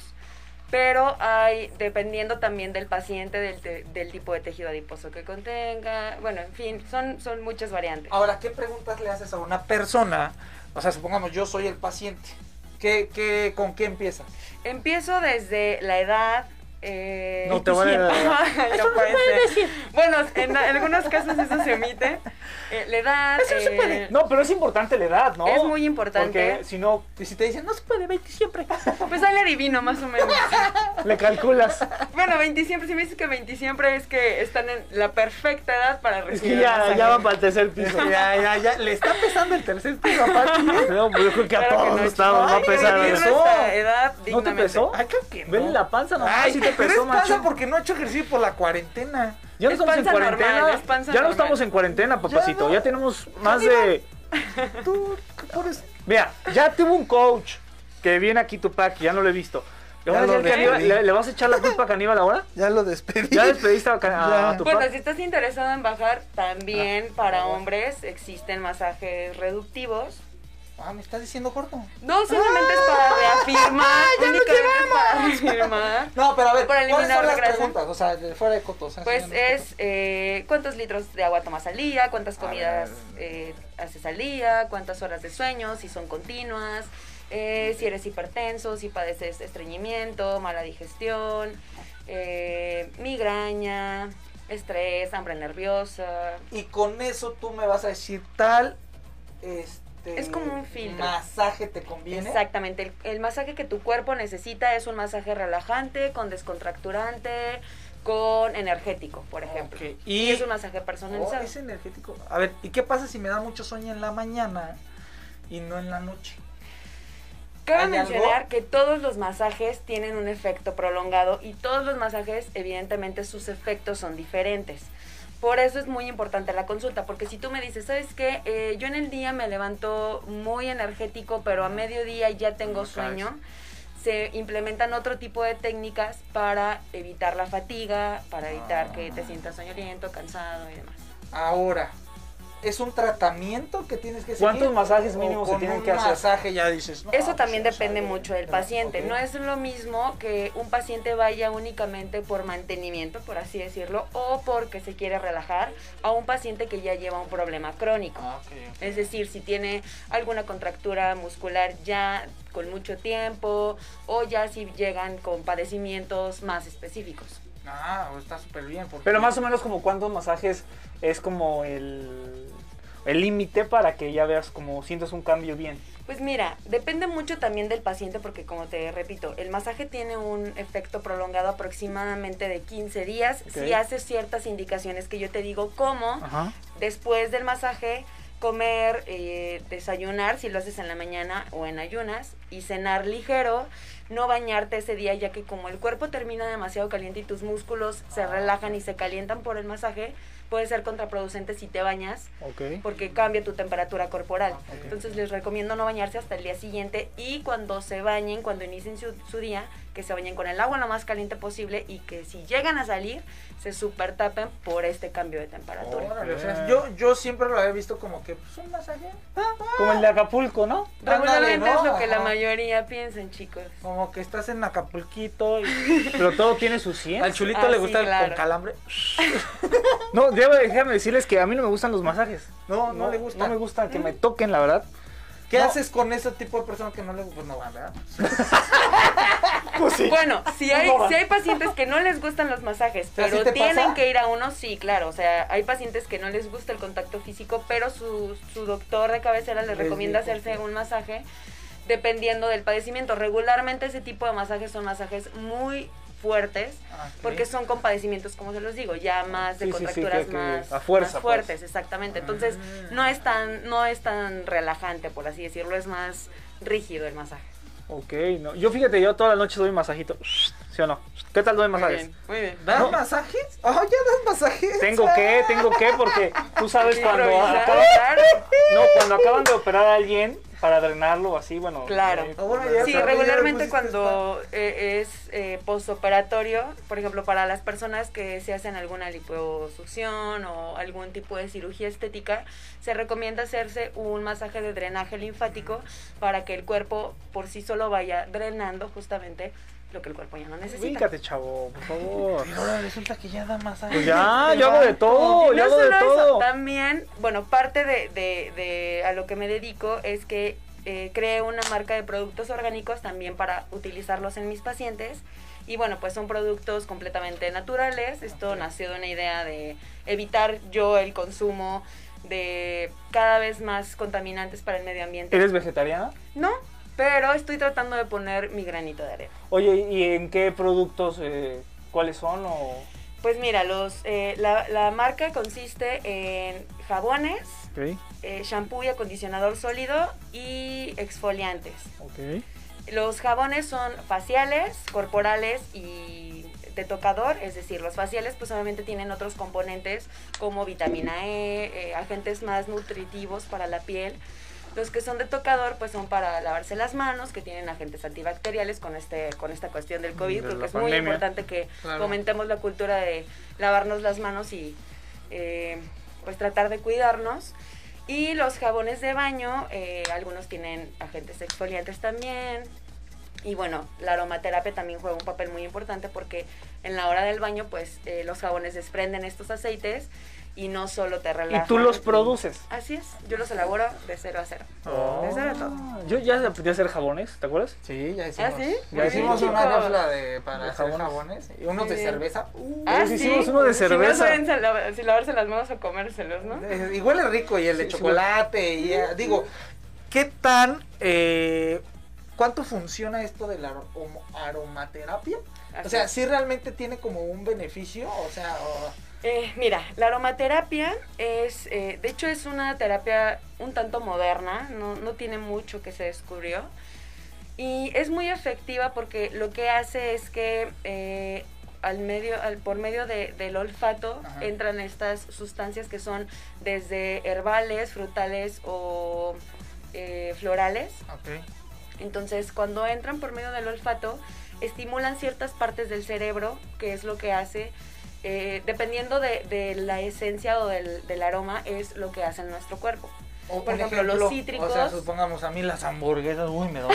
[SPEAKER 6] pero hay, dependiendo también del paciente, del, te- del tipo de tejido adiposo que contenga, bueno, en fin, son, son muchas variantes.
[SPEAKER 2] Ahora, ¿qué preguntas le haces a una persona? O sea, supongamos yo soy el paciente. ¿Qué, qué, ¿Con qué empiezas?
[SPEAKER 6] Empiezo desde la edad. eh,
[SPEAKER 3] No te voy a dar-
[SPEAKER 6] Ay, no puede ser. Bueno, en, en algunos casos eso se omite. Eh, la edad. eh,
[SPEAKER 3] No, pero es importante la edad, ¿no?
[SPEAKER 6] Es muy importante.
[SPEAKER 3] Porque si no,
[SPEAKER 2] Y si te dicen, no se puede, 20 siempre.
[SPEAKER 6] Pues ahí le adivino, más o menos.
[SPEAKER 3] le calculas.
[SPEAKER 6] Bueno, 20 siempre, si me dices que 20 siempre es que están en la perfecta edad para
[SPEAKER 3] Es que
[SPEAKER 6] recibir.
[SPEAKER 3] ya,
[SPEAKER 6] masaje.
[SPEAKER 3] ya van para el tercer piso.
[SPEAKER 2] ya, ya, ya. Le está pesando el tercer piso aparte.
[SPEAKER 3] No, pues yo creo que a
[SPEAKER 6] Claro que
[SPEAKER 3] todos
[SPEAKER 6] no,
[SPEAKER 3] estamos,
[SPEAKER 6] chico.
[SPEAKER 3] va a
[SPEAKER 6] Ay,
[SPEAKER 3] pesar.
[SPEAKER 6] vivir
[SPEAKER 2] eso.
[SPEAKER 6] nuestra edad
[SPEAKER 3] ¿No te
[SPEAKER 6] dignamente.
[SPEAKER 3] pesó?
[SPEAKER 2] Ay, creo que no.
[SPEAKER 3] Ven la panza, no,
[SPEAKER 2] Ay,
[SPEAKER 3] sí te
[SPEAKER 2] pero
[SPEAKER 3] pesó,
[SPEAKER 2] es panza
[SPEAKER 3] macho.
[SPEAKER 2] porque no he hecho ejercicio por la cuarentena.
[SPEAKER 3] Ya no
[SPEAKER 6] Es
[SPEAKER 3] estamos en
[SPEAKER 6] panza normal,
[SPEAKER 3] cuarentena.
[SPEAKER 6] es panza
[SPEAKER 3] ya no
[SPEAKER 6] normal.
[SPEAKER 3] estamos en cuarentena, papacito.
[SPEAKER 2] no.
[SPEAKER 3] Ya, tenemos más de.
[SPEAKER 2] Tú, ¿qué por eso?
[SPEAKER 3] Mira, ya tuvo un coach que viene aquí tu pack, ya no lo he visto. ¿Le, vas a
[SPEAKER 2] Ya
[SPEAKER 3] echar
[SPEAKER 2] lo
[SPEAKER 3] Caníbal-
[SPEAKER 2] despedí.
[SPEAKER 3] le- le vas a echar la culpa a Caníbal ahora?
[SPEAKER 2] Ya lo despedí.
[SPEAKER 3] ¿Ya despediste a, Can- a
[SPEAKER 2] Ya.
[SPEAKER 3] tu
[SPEAKER 6] Bueno,
[SPEAKER 3] pack?
[SPEAKER 6] si estás interesado en bajar,
[SPEAKER 3] Ah,
[SPEAKER 6] también para hombres existen masajes reductivos.
[SPEAKER 2] Ah, me estás diciendo corto.
[SPEAKER 6] No
[SPEAKER 3] Ah.
[SPEAKER 6] solamente es para reafirmar, únicamente es para reafirmar.
[SPEAKER 2] No, pero a ver,
[SPEAKER 6] Para
[SPEAKER 2] ¿cuáles
[SPEAKER 6] eliminar
[SPEAKER 2] son
[SPEAKER 6] la
[SPEAKER 2] las
[SPEAKER 6] grasa.
[SPEAKER 2] preguntas? O sea, de- fuera de coto. o sea,
[SPEAKER 6] Pues
[SPEAKER 2] sí, no-
[SPEAKER 6] es eh, cuántos litros de agua tomas al día, cuántas comidas eh, haces al día, cuántas horas de sueño, si son continuas, eh, si eres hipertenso, si padeces estreñimiento, mala digestión, eh, migraña, estrés, hambre nerviosa.
[SPEAKER 2] Y con eso tú me vas a decir tal. Este,
[SPEAKER 6] Es como un filtro.
[SPEAKER 2] Masaje te conviene.
[SPEAKER 6] Exactamente, el, el masaje que tu cuerpo necesita es un masaje relajante, con descontracturante, con energético, por ejemplo.
[SPEAKER 2] Ok,
[SPEAKER 6] Y,
[SPEAKER 2] Y,
[SPEAKER 6] es un masaje
[SPEAKER 2] Oh,
[SPEAKER 6] personalizado.
[SPEAKER 2] es energético. A ver, ¿y qué pasa si me da mucho sueño en la mañana y no en la noche?
[SPEAKER 6] Cabe
[SPEAKER 2] ¿Hay algo?
[SPEAKER 6] mencionar que todos los masajes tienen un efecto prolongado y todos los masajes, evidentemente, sus efectos son diferentes. Por eso es muy importante la consulta, porque si tú me dices, ¿sabes qué? Eh, yo en el día me levanto muy energético, pero a mediodía ya tengo sueño. Se implementan otro tipo de técnicas para evitar la fatiga, para evitar que
[SPEAKER 2] Ah.
[SPEAKER 6] te sientas soñoliento, cansado y demás.
[SPEAKER 2] Ahora, ¿es un tratamiento que tienes que seguir?
[SPEAKER 3] ¿Cuántos masajes
[SPEAKER 2] O
[SPEAKER 3] mínimos se
[SPEAKER 2] con
[SPEAKER 3] tienen
[SPEAKER 2] un
[SPEAKER 3] que hacer?
[SPEAKER 2] masaje ya dices. no,
[SPEAKER 6] Eso
[SPEAKER 2] pues,
[SPEAKER 6] también
[SPEAKER 2] ya
[SPEAKER 6] depende
[SPEAKER 2] sale.
[SPEAKER 6] mucho del
[SPEAKER 2] Ah,
[SPEAKER 6] paciente.
[SPEAKER 2] ok.
[SPEAKER 6] No es lo mismo que un paciente vaya únicamente por mantenimiento, por así decirlo, o porque se quiere relajar, a un paciente que ya lleva un problema crónico.
[SPEAKER 2] Ah, ok, ok.
[SPEAKER 6] Es decir, si tiene alguna contractura muscular ya con mucho tiempo o ya si llegan con padecimientos más específicos.
[SPEAKER 2] Ah, está súper bien. porque-
[SPEAKER 3] Pero más o menos como cuántos masajes es como el el límite para que ya veas como sientas un cambio bien.
[SPEAKER 6] Pues mira, depende mucho también del paciente porque como te repito, el masaje tiene un efecto prolongado aproximadamente de 15 días
[SPEAKER 3] Ok. Ah.
[SPEAKER 6] si haces ciertas indicaciones que yo te digo como
[SPEAKER 3] Ajá.
[SPEAKER 6] después del masaje comer, eh, desayunar si lo haces en la mañana o en ayunas y cenar ligero, no bañarte ese día ya que como el cuerpo termina demasiado caliente y tus músculos se relajan y se calientan por el masaje, puede ser contraproducente si te bañas
[SPEAKER 3] Ok.
[SPEAKER 6] porque cambia tu temperatura corporal.
[SPEAKER 2] Ah,
[SPEAKER 6] Entonces les recomiendo no bañarse hasta el día siguiente y cuando se bañen, cuando inicien su, su día, que se bañen con el agua lo más caliente posible y que si llegan a salir, se super tapen por este cambio de temperatura.
[SPEAKER 2] Órale, o
[SPEAKER 6] Eh.
[SPEAKER 2] sea, yo, yo siempre lo había visto como que pues, un masaje.
[SPEAKER 3] Como el de Acapulco, ¿no?
[SPEAKER 6] Regularmente
[SPEAKER 2] ándale,
[SPEAKER 6] es
[SPEAKER 2] ¿no?
[SPEAKER 6] lo que la
[SPEAKER 2] Ajá.
[SPEAKER 6] mayoría piensan, chicos.
[SPEAKER 2] Como que estás en Acapulquito y
[SPEAKER 3] Pero todo tiene su 100.
[SPEAKER 2] al chulito
[SPEAKER 6] Ah,
[SPEAKER 2] le
[SPEAKER 6] sí,
[SPEAKER 2] gusta el
[SPEAKER 6] claro.
[SPEAKER 2] con calambre.
[SPEAKER 3] No, debo déjame decirles que a mí no me gustan los masajes.
[SPEAKER 2] No, no, le gusta.
[SPEAKER 3] No me gustan que me toquen, la verdad.
[SPEAKER 2] ¿Qué
[SPEAKER 3] No.
[SPEAKER 2] haces con ese tipo de personas que no le gustan? Pues no van, ¿verdad?
[SPEAKER 6] Bueno, si hay,
[SPEAKER 3] No.
[SPEAKER 6] si hay pacientes que no les gustan los masajes,
[SPEAKER 2] sea, ¿sí
[SPEAKER 6] pero
[SPEAKER 2] te
[SPEAKER 6] tienen
[SPEAKER 2] pasa?
[SPEAKER 6] que ir a uno, sí, claro. O sea, hay pacientes que no les gusta el contacto físico, pero su, su doctor de cabecera les
[SPEAKER 2] Les
[SPEAKER 6] recomienda
[SPEAKER 2] dijo
[SPEAKER 6] hacerse
[SPEAKER 2] que-
[SPEAKER 6] un masaje dependiendo del padecimiento. Regularmente ese tipo de masajes son masajes muy fuertes
[SPEAKER 2] Ah, ok.
[SPEAKER 6] porque son con padecimientos, como se los digo, ya más de
[SPEAKER 3] Sí, sí, sí,
[SPEAKER 6] contracturas
[SPEAKER 3] que- que
[SPEAKER 6] más,
[SPEAKER 3] a fuerza,
[SPEAKER 6] más
[SPEAKER 3] pues. Ah.
[SPEAKER 6] fuertes, exactamente. Entonces, no es tan no es tan relajante, por así decirlo, es más rígido el masaje.
[SPEAKER 3] Ok, no. Yo fíjate, yo toda la noche doy masajito. ¿Sí o no? ¿Qué tal doy
[SPEAKER 6] Muy
[SPEAKER 3] masajes?
[SPEAKER 6] bien, muy bien.
[SPEAKER 2] ¿Das
[SPEAKER 3] No.
[SPEAKER 2] masajes? Oh, ya das masajes.
[SPEAKER 3] Tengo que, tengo que, porque tú sabes cuando acaban,
[SPEAKER 6] Improvisar.
[SPEAKER 3] no, cuando acaban de operar a alguien para drenarlo así, bueno.
[SPEAKER 6] Claro.
[SPEAKER 3] eh,
[SPEAKER 2] Ah, bueno, ya
[SPEAKER 6] Sí,
[SPEAKER 2] sabía,
[SPEAKER 6] regularmente
[SPEAKER 2] pusiste
[SPEAKER 6] cuando eh, es eh, postoperatorio, por ejemplo, para las personas que se hacen alguna liposucción o algún tipo de cirugía estética, se recomienda hacerse un masaje de drenaje linfático para que el cuerpo por sí solo vaya drenando justamente lo que el cuerpo ya no necesita.
[SPEAKER 3] ubícate, chavo, por favor.
[SPEAKER 2] Pero ahora resulta que ya da masajes.
[SPEAKER 3] Pues ya, yo hago de todo,
[SPEAKER 6] Y
[SPEAKER 3] yo
[SPEAKER 6] no
[SPEAKER 3] hago de
[SPEAKER 6] solo eso,
[SPEAKER 3] todo.
[SPEAKER 6] también, bueno, parte de, de- de a lo que me dedico es que eh, creé una marca de productos orgánicos también para utilizarlos en mis pacientes. Y bueno, pues son productos completamente naturales. Esto nació de una idea de evitar yo el consumo de cada vez más contaminantes para el medio ambiente.
[SPEAKER 3] ¿Eres vegetariana?
[SPEAKER 6] No, pero estoy tratando de poner mi granito de arena.
[SPEAKER 3] Oye, ¿y en qué productos, eh, cuáles son o...?
[SPEAKER 6] Pues mira, los, eh, la, la marca consiste en jabones,
[SPEAKER 3] Ok,
[SPEAKER 6] eh, shampoo y acondicionador sólido y exfoliantes.
[SPEAKER 3] ok.
[SPEAKER 6] Los jabones son faciales, corporales y de tocador, es decir, los faciales pues obviamente tienen otros componentes como vitamina E, eh, agentes más nutritivos para la piel. Los que son de tocador pues son para lavarse las manos, que tienen agentes antibacteriales con este con esta cuestión del
[SPEAKER 3] De
[SPEAKER 6] COVID, creo
[SPEAKER 3] la
[SPEAKER 6] que es
[SPEAKER 3] pandemia.
[SPEAKER 6] muy importante que
[SPEAKER 2] Claro.
[SPEAKER 6] fomentemos la cultura de lavarnos las manos y eh, pues tratar de cuidarnos. Y los jabones de baño, eh, algunos tienen agentes exfoliantes también. Y bueno, la aromaterapia también juega un papel muy importante porque en la hora del baño, pues eh, los jabones desprenden estos aceites y no solo te relajan.
[SPEAKER 3] ¿Y tú los produces?
[SPEAKER 6] Así es, yo los elaboro de cero a cero.
[SPEAKER 2] Oh.
[SPEAKER 6] De cero a todo.
[SPEAKER 3] Ah, Yo ya aprendí a hacer jabones, ¿te acuerdas?
[SPEAKER 2] Sí, ya hicimos.
[SPEAKER 6] ¿Ah, sí?
[SPEAKER 2] Ya
[SPEAKER 6] Muy
[SPEAKER 2] hicimos
[SPEAKER 6] bien,
[SPEAKER 2] una
[SPEAKER 6] chicos.
[SPEAKER 2] rafla de, para
[SPEAKER 3] De
[SPEAKER 2] hacer
[SPEAKER 3] jabones.
[SPEAKER 2] jabones. Y unos de
[SPEAKER 6] Sí.
[SPEAKER 2] cerveza. Uh,
[SPEAKER 6] Ah,
[SPEAKER 3] Pues hicimos uno de
[SPEAKER 6] Si no
[SPEAKER 3] cerveza.
[SPEAKER 6] saben se lava- si lavarse las manos o comérselos, ¿no?
[SPEAKER 2] eh, y huele rico. Y el de
[SPEAKER 3] Sí, sí,
[SPEAKER 2] chocolate. y ya- digo, ¿qué tan. eh, ¿Cuánto funciona esto de la arom- aromaterapia?
[SPEAKER 6] Así
[SPEAKER 2] O sea,
[SPEAKER 6] es.
[SPEAKER 2] ¿sí realmente tiene como un beneficio? O sea, o-
[SPEAKER 6] Eh, mira, la aromaterapia es, eh, de hecho es una terapia un tanto moderna, no, no tiene mucho que se descubrió. Y es muy efectiva porque lo que hace es que eh, al medio, al- por medio de- del olfato
[SPEAKER 2] Ajá.
[SPEAKER 6] entran estas sustancias que son desde herbales, frutales o eh, florales. Entonces, cuando entran por medio del olfato, estimulan ciertas partes del cerebro, que es lo que hace, eh, dependiendo de, de la esencia o del, del aroma, es lo que hace en nuestro cuerpo.
[SPEAKER 2] O,
[SPEAKER 6] Por
[SPEAKER 2] un
[SPEAKER 6] ejemplo, los cítricos.
[SPEAKER 2] O sea, supongamos a mí las hamburguesas, uy, me dan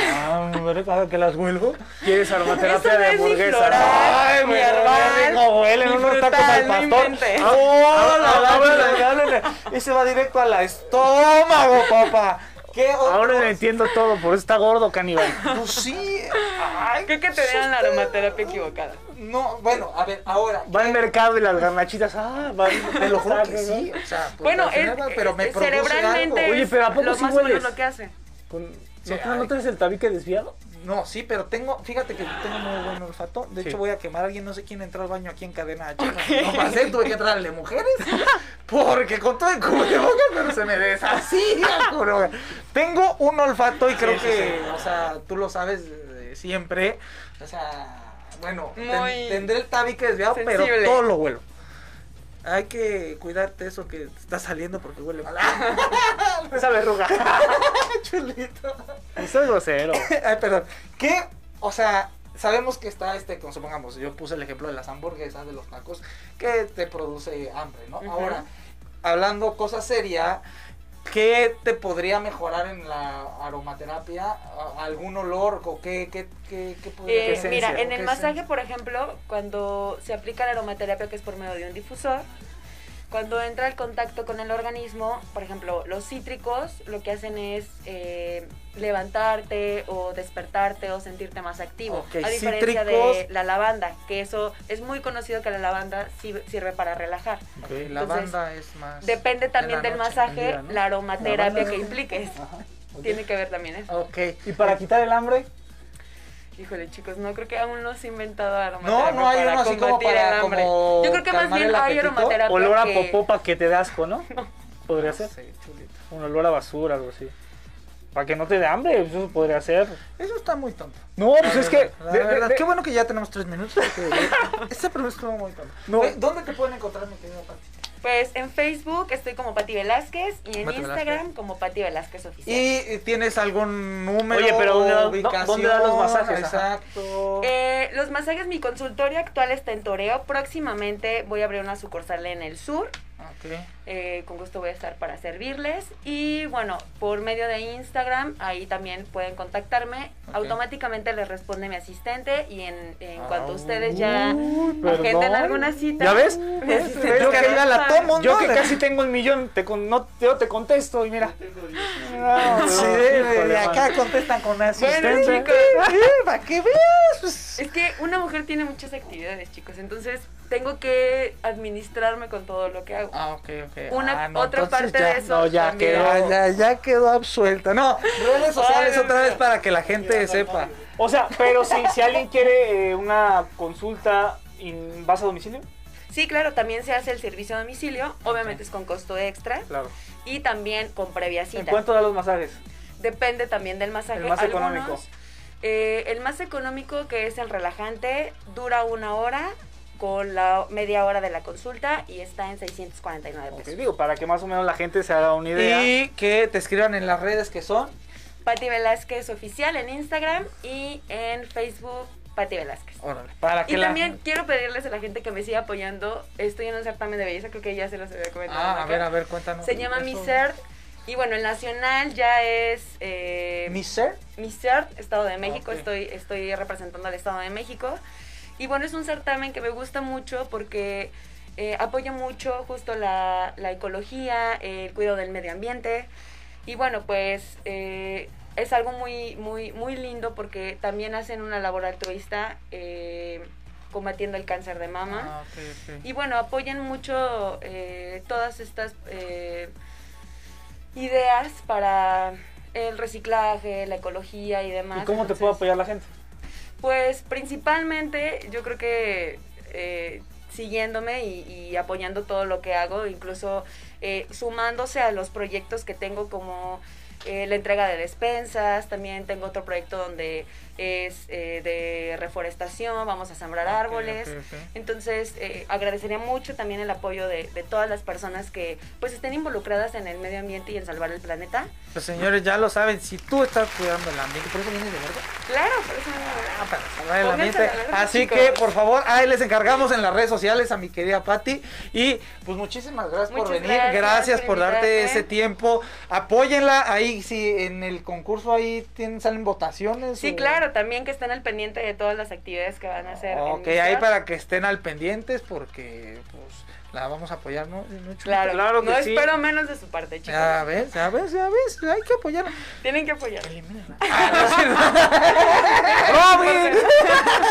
[SPEAKER 2] hambre cada que las huelo.
[SPEAKER 3] ¿Quieres aromaterapia
[SPEAKER 6] Eso no
[SPEAKER 3] de
[SPEAKER 6] es ni
[SPEAKER 3] hamburguesa?
[SPEAKER 6] floral,
[SPEAKER 3] Ay,
[SPEAKER 6] ni
[SPEAKER 3] güey,
[SPEAKER 6] herbal,
[SPEAKER 3] no huelen
[SPEAKER 6] ni
[SPEAKER 3] unos tacos
[SPEAKER 6] frutal,
[SPEAKER 3] al
[SPEAKER 6] no
[SPEAKER 3] pastor.
[SPEAKER 6] inventes.
[SPEAKER 3] Ah,
[SPEAKER 2] oh,
[SPEAKER 3] ah,
[SPEAKER 2] Hola,
[SPEAKER 3] ah,
[SPEAKER 2] háblale,
[SPEAKER 3] ah,
[SPEAKER 2] háblale. Ese va directo al estómago, papá. ¿Qué otro?
[SPEAKER 3] Ahora lo entiendo todo, por eso está gordo, caníbal.
[SPEAKER 2] Pues sí. Ay,
[SPEAKER 6] Ah, Creo que te dieron la aromaterapia equivocada.
[SPEAKER 2] no, bueno, a ver, ahora.
[SPEAKER 3] Va al mercado y las garnachitas, ah, va.
[SPEAKER 2] Te lo juro que sí. O sea, pues,
[SPEAKER 6] Bueno,
[SPEAKER 2] al final
[SPEAKER 6] es-
[SPEAKER 2] va, pero me
[SPEAKER 6] es-
[SPEAKER 2] produce
[SPEAKER 6] cerebralmente
[SPEAKER 2] algo.
[SPEAKER 3] Oye, pero ¿a poco
[SPEAKER 6] lo
[SPEAKER 3] sí
[SPEAKER 6] más o menos
[SPEAKER 3] hueles?
[SPEAKER 6] lo que hace.
[SPEAKER 3] Con-
[SPEAKER 2] Sí,
[SPEAKER 3] ¿No, ¿No
[SPEAKER 2] ay.
[SPEAKER 3] traes el tabique desviado?
[SPEAKER 2] No, sí, pero tengo, fíjate que tengo muy buen olfato. De
[SPEAKER 3] Sí.
[SPEAKER 2] hecho, voy a quemar a alguien, no sé quién entró al baño aquí en cadena H. No pasé, tuve que entrar al de mujeres. Porque con todo el cubrebocas, pero se me deshacía, juro. Tengo un olfato y creo
[SPEAKER 3] sí,
[SPEAKER 2] que, o sea, tú lo sabes de siempre. O sea, bueno, ten-
[SPEAKER 6] Muy
[SPEAKER 2] tendré el tabique desviado, pero
[SPEAKER 6] sensible.
[SPEAKER 2] todo lo huelo. Hay que cuidarte eso que te está saliendo porque huele mal. ¡Ah,
[SPEAKER 3] Esa verruga.
[SPEAKER 2] chulito!
[SPEAKER 3] Eso es grosero.
[SPEAKER 2] Ay, perdón. ¿Qué? O sea, sabemos que está este, como supongamos, yo puse el ejemplo de las hamburguesas, de los tacos, que te produce hambre, ¿no?
[SPEAKER 6] Ujú.
[SPEAKER 2] Ahora, hablando cosa seria, ¿qué te podría mejorar en la aromaterapia? ¿A- ¿Algún olor o qué, qué, qué, qué podría
[SPEAKER 6] Eh,
[SPEAKER 3] esencia,
[SPEAKER 6] mira, en
[SPEAKER 2] ¿Qué
[SPEAKER 6] el
[SPEAKER 2] esencia?
[SPEAKER 6] masaje, por ejemplo, cuando se aplica la aromaterapia, que es por medio de un difusor, cuando entra el contacto con el organismo, por ejemplo, los cítricos lo que hacen es eh, levantarte o despertarte o sentirte más activo.
[SPEAKER 2] Ok,
[SPEAKER 6] a diferencia de
[SPEAKER 2] cítricos.
[SPEAKER 6] la lavanda, que eso es muy conocido que la lavanda sir- sirve para relajar.
[SPEAKER 2] Ok, La
[SPEAKER 6] Entonces,
[SPEAKER 2] banda es más.
[SPEAKER 6] Depende también
[SPEAKER 2] la
[SPEAKER 6] del
[SPEAKER 2] noche,
[SPEAKER 6] masaje,
[SPEAKER 3] día, ¿no?
[SPEAKER 6] la aromaterapia
[SPEAKER 3] Lavanda,
[SPEAKER 6] que
[SPEAKER 3] ¿no?
[SPEAKER 6] impliques.
[SPEAKER 3] ok.
[SPEAKER 6] Tiene que ver también eso.
[SPEAKER 2] Ok.
[SPEAKER 3] ¿Y para quitar el hambre?
[SPEAKER 6] Híjole, chicos, no creo que aún no se ha inventado
[SPEAKER 2] No,
[SPEAKER 6] aromaterapia.
[SPEAKER 2] no hay
[SPEAKER 6] para
[SPEAKER 2] uno así como
[SPEAKER 6] combatir el
[SPEAKER 2] para.
[SPEAKER 6] hambre.
[SPEAKER 2] Como
[SPEAKER 6] Yo creo que más
[SPEAKER 2] calmar el
[SPEAKER 6] bien hay
[SPEAKER 2] apetito.
[SPEAKER 6] aromaterapia.
[SPEAKER 3] Olor a
[SPEAKER 6] que-
[SPEAKER 3] popopa que te da asco, ¿no? Podría
[SPEAKER 2] No
[SPEAKER 3] ser.
[SPEAKER 2] sé, chulito.
[SPEAKER 3] Un olor a basura, algo así. Para que no te dé hambre, eso podría ser.
[SPEAKER 2] Eso está muy tonto.
[SPEAKER 3] No, pues es que.
[SPEAKER 2] La
[SPEAKER 3] de- de-
[SPEAKER 2] verdad,
[SPEAKER 3] de-
[SPEAKER 2] qué bueno que ya tenemos tres minutos. porque Esta pregunta estuvo muy tonta.
[SPEAKER 3] No.
[SPEAKER 2] Eh, ¿Dónde te pueden encontrar, mi querida Pati?
[SPEAKER 6] Pues en Facebook estoy como Pati Velázquez y en
[SPEAKER 2] Pati
[SPEAKER 6] Instagram
[SPEAKER 2] Velázquez.
[SPEAKER 6] como Pati Velázquez Oficial.
[SPEAKER 2] ¿Y eh, tienes algún número?
[SPEAKER 3] Oye, pero ¿dónde da- dó-
[SPEAKER 2] ubicación?
[SPEAKER 3] dónde dan los masajes? Ajá.
[SPEAKER 2] Exacto.
[SPEAKER 6] Eh, los masajes, mi consultorio actual está en Toreo. Próximamente voy a abrir una sucursal en el sur.
[SPEAKER 2] Ok.
[SPEAKER 6] Eh, con gusto voy a estar para servirles. Y bueno, por medio de Instagram, ahí también pueden contactarme.
[SPEAKER 2] Ok.
[SPEAKER 6] Automáticamente les responde mi asistente y en, en cuanto
[SPEAKER 2] Ah,
[SPEAKER 6] ustedes ya
[SPEAKER 3] Uy,
[SPEAKER 6] agenden
[SPEAKER 3] perdón.
[SPEAKER 6] alguna cita.
[SPEAKER 3] ¿Ya ves?
[SPEAKER 6] mi asistente
[SPEAKER 3] Yo que
[SPEAKER 6] les
[SPEAKER 2] ya la
[SPEAKER 6] sabe.
[SPEAKER 2] tomo.
[SPEAKER 3] Yo que
[SPEAKER 2] No, de-
[SPEAKER 3] casi tengo un millón, te con- no, yo te contesto y mira. No,
[SPEAKER 2] Sí,
[SPEAKER 3] no,
[SPEAKER 2] de,
[SPEAKER 3] híjole,
[SPEAKER 2] de acá
[SPEAKER 3] mano.
[SPEAKER 2] contestan con
[SPEAKER 3] Bueno,
[SPEAKER 2] asistencia.
[SPEAKER 3] chicos.
[SPEAKER 2] ¿Para qué veas? Pues,
[SPEAKER 6] Es que una mujer tiene muchas actividades, chicos. Entonces tengo que administrarme con todo lo que hago.
[SPEAKER 2] Ah, ok, ok.
[SPEAKER 6] Una-
[SPEAKER 2] Ah, no,
[SPEAKER 6] otra
[SPEAKER 2] entonces
[SPEAKER 6] parte
[SPEAKER 2] ya-
[SPEAKER 6] de eso.
[SPEAKER 3] no, ya
[SPEAKER 6] también.
[SPEAKER 3] quedó.
[SPEAKER 2] Ya, ya, ya quedó absuelta. No, redes sociales
[SPEAKER 6] Ay,
[SPEAKER 2] otra vez
[SPEAKER 6] mira.
[SPEAKER 2] para que la gente sepa.
[SPEAKER 3] O sea, pero si, si alguien quiere eh, una consulta, in- ¿vas a domicilio?
[SPEAKER 6] Sí, claro, también se hace el servicio a domicilio. Obviamente es con costo extra
[SPEAKER 3] Claro.
[SPEAKER 6] y también con previa
[SPEAKER 3] ¿En
[SPEAKER 6] cita.
[SPEAKER 3] cuánto dan los masajes?
[SPEAKER 6] Depende también del masaje.
[SPEAKER 3] El más
[SPEAKER 6] Algunos,
[SPEAKER 3] económico.
[SPEAKER 6] eh, el más económico, que es el relajante, dura una hora con la media hora de la consulta y está en 649
[SPEAKER 3] Ok,
[SPEAKER 6] pesos.
[SPEAKER 3] digo, para que más o menos la gente se haga una idea.
[SPEAKER 2] Y que te escriban en las redes que son.
[SPEAKER 6] Pati Velázquez Oficial en Instagram y en Facebook Pati Velázquez.
[SPEAKER 2] Órale, para que
[SPEAKER 6] Y
[SPEAKER 2] la-
[SPEAKER 6] también quiero pedirles a la gente que me siga apoyando. Estoy en un certamen de belleza, creo que ya se los había comentado.
[SPEAKER 2] Ah,
[SPEAKER 6] ¿no?
[SPEAKER 2] a ver, a ver, cuéntanos.
[SPEAKER 6] Se llama Mi
[SPEAKER 2] Eso.
[SPEAKER 6] Cert. Y bueno, el nacional ya es eh,
[SPEAKER 2] ¿Mi cert?
[SPEAKER 6] Mi E Cert, Estado de México.
[SPEAKER 2] ok.
[SPEAKER 6] Estoy, estoy representando al Estado de México. Y bueno, es un certamen que me gusta mucho porque eh, apoya mucho justo la, la ecología, el cuidado del medio ambiente. Y bueno, pues eh, es algo muy, muy, muy lindo porque también hacen una labor altruista eh, combatiendo el cáncer de mama.
[SPEAKER 2] Ah, ok, ok.
[SPEAKER 6] Y bueno, apoyen mucho eh, todas estas eh, ideas para el reciclaje, la ecología y demás.
[SPEAKER 3] ¿Y cómo te puede
[SPEAKER 6] Entonces,
[SPEAKER 3] apoyar la gente?
[SPEAKER 6] Pues principalmente yo creo que eh, siguiéndome y, y apoyando todo lo que hago, incluso eh, sumándose a los proyectos que tengo como eh, la entrega de despensas, también tengo otro proyecto donde es eh, de reforestación, vamos a sembrar árboles.
[SPEAKER 2] Ok, ok, ok.
[SPEAKER 6] Entonces, eh, agradecería mucho también el apoyo de, de todas las personas que pues estén involucradas en el medio ambiente y en salvar el planeta.
[SPEAKER 2] Pues señores, ya lo saben, si tú estás cuidando el ambiente, por eso vienes de verde.
[SPEAKER 6] Claro, por eso me-
[SPEAKER 2] Ah, para salvar el
[SPEAKER 6] Pónganse
[SPEAKER 2] ambiente.
[SPEAKER 6] la verde,
[SPEAKER 2] Así
[SPEAKER 6] chicos.
[SPEAKER 2] que, Eh, por favor, ahí les encargamos en las redes sociales a mi querida Patti. Y pues muchísimas gracias por
[SPEAKER 6] Muchas
[SPEAKER 2] venir.
[SPEAKER 6] gracias
[SPEAKER 2] Gracias,
[SPEAKER 6] por
[SPEAKER 2] por, darte
[SPEAKER 6] invitarme.
[SPEAKER 2] ese tiempo. Apóyenla. Ahí, si en el concurso ahí tienen, salen votaciones.
[SPEAKER 6] Sí,
[SPEAKER 2] o-
[SPEAKER 6] claro, también que estén al pendiente de todas las actividades que van a hacer. en
[SPEAKER 2] Ok,
[SPEAKER 6] mi
[SPEAKER 2] ahí
[SPEAKER 6] ciudad.
[SPEAKER 2] para que estén al pendientes porque pues la vamos a apoyar, ¿no? ¿No, Chuy?
[SPEAKER 6] Claro,
[SPEAKER 3] Claro que
[SPEAKER 6] no
[SPEAKER 3] sí.
[SPEAKER 6] espero menos de su parte, chicos.
[SPEAKER 2] Ya ves, ya ves, ya ves, hay que apoyarla.
[SPEAKER 6] Tienen que apoyar.
[SPEAKER 2] Elimínala. ¡Robin!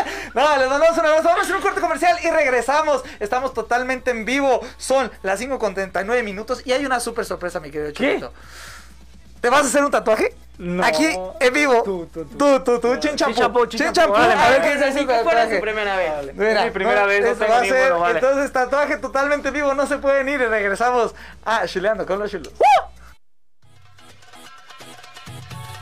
[SPEAKER 2] No, les mandamos un abrazo. Vamos a hacer un corte comercial y regresamos. Estamos totalmente en vivo. Son las 5.39 minutos y hay una súper sorpresa, mi querido Chulito. ¿Te vas a hacer un tatuaje?
[SPEAKER 3] No.
[SPEAKER 2] Aquí, en vivo.
[SPEAKER 3] Tú, tú, tú.
[SPEAKER 2] Tú, tú, tú. Chin
[SPEAKER 3] Chin
[SPEAKER 2] champú.
[SPEAKER 3] champú, chin
[SPEAKER 2] Chin
[SPEAKER 3] champú.
[SPEAKER 2] champú.
[SPEAKER 3] Vale,
[SPEAKER 2] A ver
[SPEAKER 3] vale.
[SPEAKER 2] qué dice
[SPEAKER 6] Ni
[SPEAKER 2] su
[SPEAKER 6] que fuera su
[SPEAKER 2] tatuaje.
[SPEAKER 6] primera vez.
[SPEAKER 2] Mira,
[SPEAKER 3] es mi primera
[SPEAKER 2] no,
[SPEAKER 3] vez, no
[SPEAKER 2] eso
[SPEAKER 3] tengo
[SPEAKER 2] va a
[SPEAKER 3] ninguno,
[SPEAKER 2] ser,
[SPEAKER 3] vale.
[SPEAKER 2] Entonces, tatuaje totalmente vivo, no se pueden ir y regresamos a Chuleando con los chulos.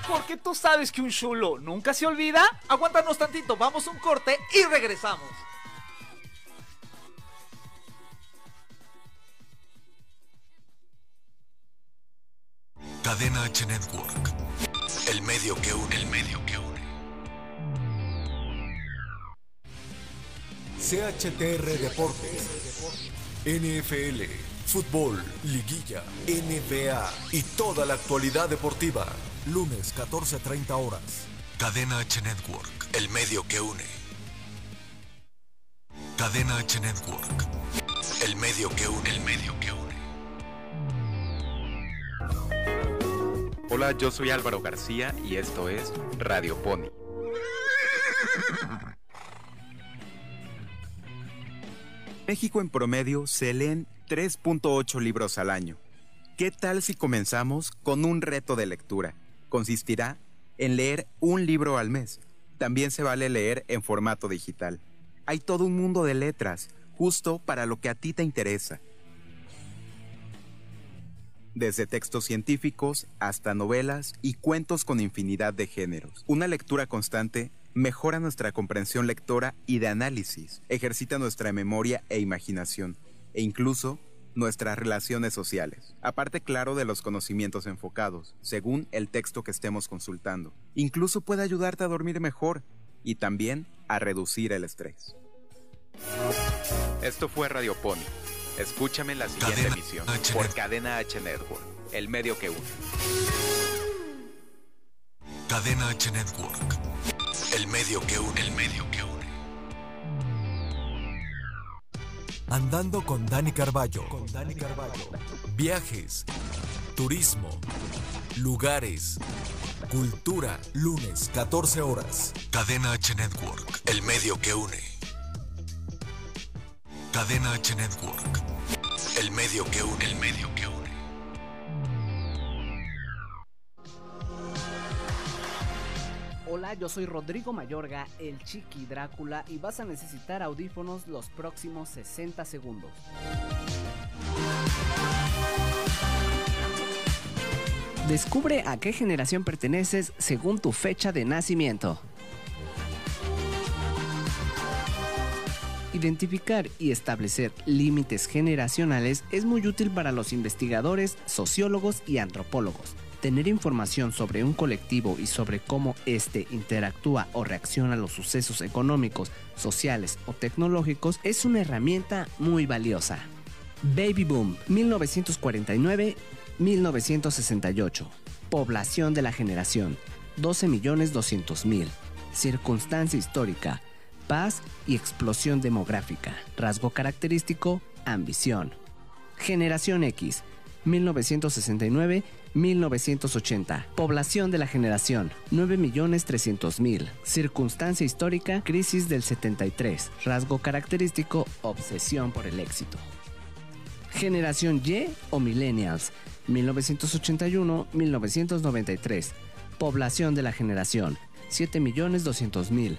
[SPEAKER 4] Porque tú sabes que un chulo nunca se olvida.
[SPEAKER 5] Aguántanos tantito, vamos un corte y regresamos.
[SPEAKER 1] Cadena H Network. El medio que une. El medio que une. CHTR Deportes. NFL. Fútbol, liguilla, NBA y toda la actualidad deportiva. Lunes 14.30 horas. Cadena H Network. El medio que une. Cadena H Network. El medio que une. El medio que une.
[SPEAKER 7] Hola, yo soy Álvaro García y esto es Radio Pony. México en promedio se leen 3.8 libros al año. ¿Qué tal si comenzamos con un reto de lectura? Consistirá en leer un libro al mes. También se vale leer en formato digital. Hay todo un mundo de letras, justo para lo que a ti te interesa. desde textos científicos hasta novelas y cuentos con infinidad de géneros. Una lectura constante mejora nuestra comprensión lectora y de análisis, ejercita nuestra memoria e imaginación, e incluso nuestras relaciones sociales, aparte claro de los conocimientos enfocados, según el texto que estemos consultando. Incluso puede ayudarte a dormir mejor y también a reducir el estrés. Esto fue Radio Pony. Escúchame en la siguiente
[SPEAKER 1] Cadena
[SPEAKER 7] emisión
[SPEAKER 1] H E
[SPEAKER 7] por
[SPEAKER 1] Network.
[SPEAKER 7] Cadena H E Network, el medio que une.
[SPEAKER 1] Cadena H Network. El medio que une. El medio que une. Andando con Dani Carballo. Con Dani Carballo. Viajes, turismo, lugares, cultura. Lunes, 14 horas. Cadena H Network. El medio que une. Cadena H Network. El medio que une. El medio que une.
[SPEAKER 8] Hola, yo soy Rodrigo Mayorga, el Chiqui Drácula, y vas a necesitar audífonos los próximos 60 segundos. Descubre a qué generación perteneces según tu fecha de nacimiento. Identificar y establecer límites generacionales es muy útil para los investigadores, sociólogos y antropólogos. Tener información sobre un colectivo y sobre cómo éste interactúa o reacciona a los sucesos económicos, sociales o tecnológicos es una herramienta muy valiosa. Baby Boom 1949-1968. Población de la generación 12.200.000. Circunstancia histórica. Paz y explosión demográfica. Rasgo característico, ambición. Generación X 1969-1980. Población de la generación, 9.300.000. Circunstancia histórica, crisis del 73. Rasgo característico, obsesión por el éxito. Generación Y o Millennials, 1981-1993. Población de la generación, 7.200.000.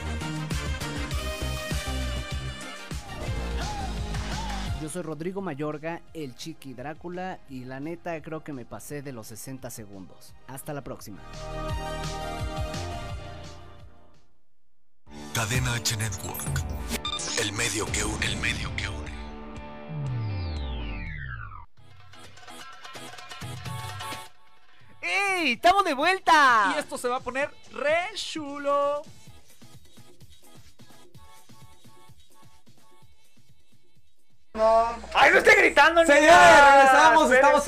[SPEAKER 8] Yo soy Rodrigo Mayorga, el Chiqui Drácula, y la neta creo que me pasé de los 60 segundos. Hasta la próxima.
[SPEAKER 1] Cadena H Network. El medio que une. El medio que une.
[SPEAKER 4] ¡Ey! ¡Estamos de vuelta!
[SPEAKER 3] Y esto se va a poner re chulo. ¡Ay, no esté gritando! ni
[SPEAKER 2] Señores,
[SPEAKER 3] nada!
[SPEAKER 2] regresamos, estamos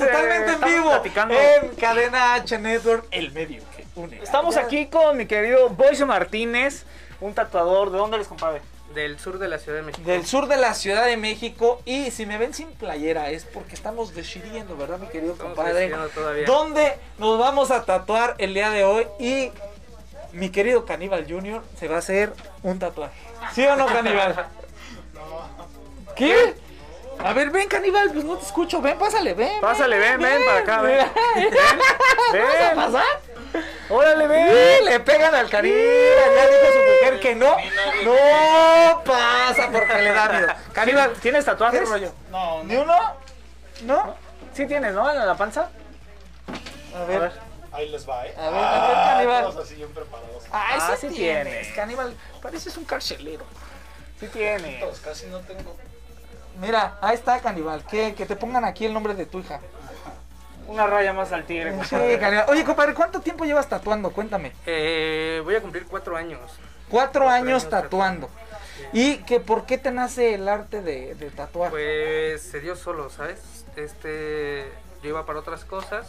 [SPEAKER 2] totalmente
[SPEAKER 3] Espérense,
[SPEAKER 2] en
[SPEAKER 3] estamos
[SPEAKER 2] vivo Eh,
[SPEAKER 3] platicando.
[SPEAKER 2] en Cadena H Network, el medio que une.
[SPEAKER 3] Estamos aquí con mi querido Boyce Martínez, un tatuador. ¿De dónde les compadre?
[SPEAKER 9] Del sur de la Ciudad de México.
[SPEAKER 2] del sur de la Ciudad de México y si me ven sin playera es porque estamos decidiendo, ¿verdad, mi querido
[SPEAKER 9] Estamos
[SPEAKER 2] compadre?
[SPEAKER 9] decidiendo todavía.
[SPEAKER 2] ¿Dónde nos vamos a tatuar el día de hoy? Y mi querido Caníbal Junior se va a hacer un tatuaje. ¿Sí o no, Caníbal? ¿Qué? A ver, ven, Caníbal, pues no te escucho. Ven, pásale, ven.
[SPEAKER 3] Pásale, ven, ven, para acá, ven.
[SPEAKER 2] ¿Vas a
[SPEAKER 3] ¡Ven!
[SPEAKER 2] pasar?
[SPEAKER 3] ¡Órale, ven!
[SPEAKER 2] Sí, le pegan al Caribe. Ya dijo su mujer que no. No pasa porque le da miedo. Caníbal,
[SPEAKER 3] ¿Tienes tatuajes?
[SPEAKER 2] ¿Qué rollo?
[SPEAKER 5] No,
[SPEAKER 2] ¿ni
[SPEAKER 5] no.
[SPEAKER 2] uno? ¿No?
[SPEAKER 3] Sí tienes, ¿no? En la panza.
[SPEAKER 2] A ver.
[SPEAKER 5] Ahí les va, ¿eh?
[SPEAKER 2] A ver, a ver, Caníbal.
[SPEAKER 5] todos así bien preparados.
[SPEAKER 2] Ay,
[SPEAKER 3] Ah,
[SPEAKER 2] sí,
[SPEAKER 3] sí
[SPEAKER 2] tienes,
[SPEAKER 3] tiene.
[SPEAKER 2] caníbal. Pareces un carcelero.
[SPEAKER 3] Sí tienes.
[SPEAKER 5] Pues casi no tengo.
[SPEAKER 2] Mira, ahí está, caníbal. Que, que te pongan aquí el nombre de tu hija.
[SPEAKER 3] Una raya más al tigre,
[SPEAKER 2] Sí,
[SPEAKER 3] compadre.
[SPEAKER 2] caníbal. Oye, compadre, ¿cuánto tiempo llevas tatuando? Cuéntame.
[SPEAKER 9] Eh, voy a cumplir cuatro años.
[SPEAKER 2] Cuatro años
[SPEAKER 9] años
[SPEAKER 2] tatuando. ¿Y que por qué te nace el arte de, de tatuar?
[SPEAKER 9] Pues se dio solo, ¿sabes? Este, yo iba para otras cosas.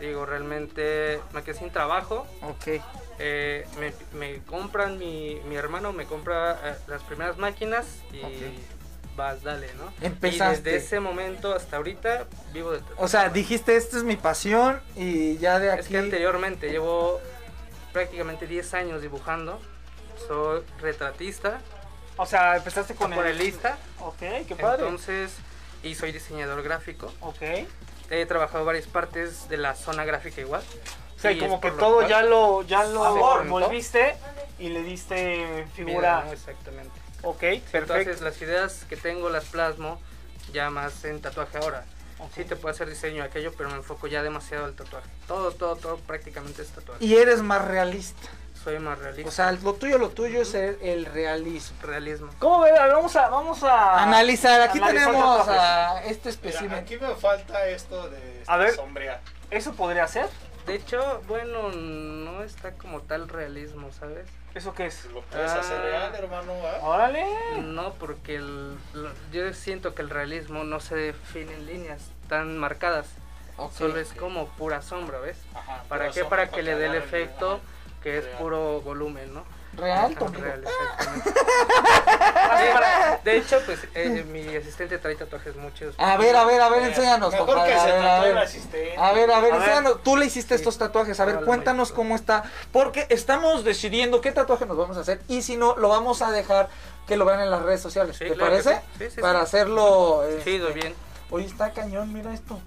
[SPEAKER 9] Digo, realmente me quedé sin trabajo.
[SPEAKER 2] Ok.
[SPEAKER 9] Eh, me, me compran, mi, mi hermano me compra eh, las primeras máquinas y vas, dale, ¿no?
[SPEAKER 2] Empezaste.
[SPEAKER 9] Y desde ese momento hasta ahorita vivo de
[SPEAKER 2] O sea, dijiste, esta es mi pasión y ya de aquí...
[SPEAKER 9] Es que anteriormente llevo
[SPEAKER 2] prácticamente 10 años dibujando. Soy retratista,
[SPEAKER 3] O sea, empezaste con el...
[SPEAKER 2] acuarelista,
[SPEAKER 3] Ok, qué padre.
[SPEAKER 2] entonces, y soy diseñador gráfico.
[SPEAKER 3] ok.
[SPEAKER 2] He trabajado varias partes de la zona gráfica igual.
[SPEAKER 3] O sea,
[SPEAKER 2] Y es
[SPEAKER 3] como que
[SPEAKER 2] por lo
[SPEAKER 3] todo
[SPEAKER 2] cual-
[SPEAKER 3] ya lo, ya lo
[SPEAKER 2] Amor.
[SPEAKER 3] volviste y le diste figura.
[SPEAKER 2] Mira, Exactamente.
[SPEAKER 3] Ok, perfecto.
[SPEAKER 2] Entonces las ideas que tengo las plasmo ya más en tatuaje ahora.
[SPEAKER 3] Ok.
[SPEAKER 2] Sí te puedo hacer diseño aquello, pero me enfoco ya demasiado al tatuaje. Todo, todo, todo prácticamente es tatuaje.
[SPEAKER 10] Y eres más realista.
[SPEAKER 2] Soy más realista.
[SPEAKER 10] O sea, lo tuyo, lo tuyo es el, el realismo.
[SPEAKER 2] realismo.
[SPEAKER 3] ¿Cómo ves? A ver, Vamos a, vamos a
[SPEAKER 10] Analizar, aquí
[SPEAKER 3] analizar
[SPEAKER 10] tenemos
[SPEAKER 3] tatuajes.
[SPEAKER 10] a este
[SPEAKER 5] Mira,
[SPEAKER 10] espécimen.
[SPEAKER 5] aquí me falta esto de
[SPEAKER 3] A ver.
[SPEAKER 5] sombrear.
[SPEAKER 3] ¿Eso podría ser?
[SPEAKER 2] De hecho, bueno, no está como tal realismo, ¿sabes?
[SPEAKER 3] ¿Eso qué es?
[SPEAKER 5] Lo puedes hacer
[SPEAKER 2] Ah.
[SPEAKER 5] real, hermano. ¿ah?
[SPEAKER 3] Órale.
[SPEAKER 2] No, porque el- lo- yo siento que el realismo no se define en líneas tan marcadas.
[SPEAKER 10] Ok.
[SPEAKER 2] Solo es como pura sombra, ¿ves?
[SPEAKER 5] Ajá,
[SPEAKER 2] ¿Para
[SPEAKER 5] pero
[SPEAKER 2] qué?
[SPEAKER 5] sombra
[SPEAKER 2] Para que le dé el
[SPEAKER 5] agarre
[SPEAKER 2] efecto que es
[SPEAKER 5] Real.
[SPEAKER 2] puro volumen, ¿no?
[SPEAKER 10] Real, tu
[SPEAKER 2] Ajá,
[SPEAKER 10] amigo.
[SPEAKER 2] real, exactamente. Sí, para- de hecho, pues eh, mi asistente trae tatuajes muy chidos.
[SPEAKER 10] A ver, a ver, a ver, enséñanos,
[SPEAKER 5] Mejor
[SPEAKER 10] compadre,
[SPEAKER 5] que
[SPEAKER 10] a
[SPEAKER 5] se
[SPEAKER 10] ver, a
[SPEAKER 2] Ah,
[SPEAKER 5] tatúe el
[SPEAKER 10] ver.
[SPEAKER 5] asistente.
[SPEAKER 10] A ver, a ver,
[SPEAKER 3] A ver.
[SPEAKER 10] enséñanos. Tú le hiciste
[SPEAKER 2] Sí.
[SPEAKER 10] estos tatuajes. A ver,
[SPEAKER 2] Órale,
[SPEAKER 10] cuéntanos
[SPEAKER 2] maestro.
[SPEAKER 10] cómo está. Porque estamos decidiendo qué tatuaje nos vamos a hacer. Y si no, lo vamos a dejar que lo vean en las redes sociales.
[SPEAKER 2] Sí,
[SPEAKER 10] ¿Te
[SPEAKER 2] claro que
[SPEAKER 10] parece?
[SPEAKER 2] sí. Sí, sí,
[SPEAKER 10] Para
[SPEAKER 2] sí.
[SPEAKER 10] hacerlo. eh,
[SPEAKER 2] Chido, bien.
[SPEAKER 10] Oye, está cañón, mira esto.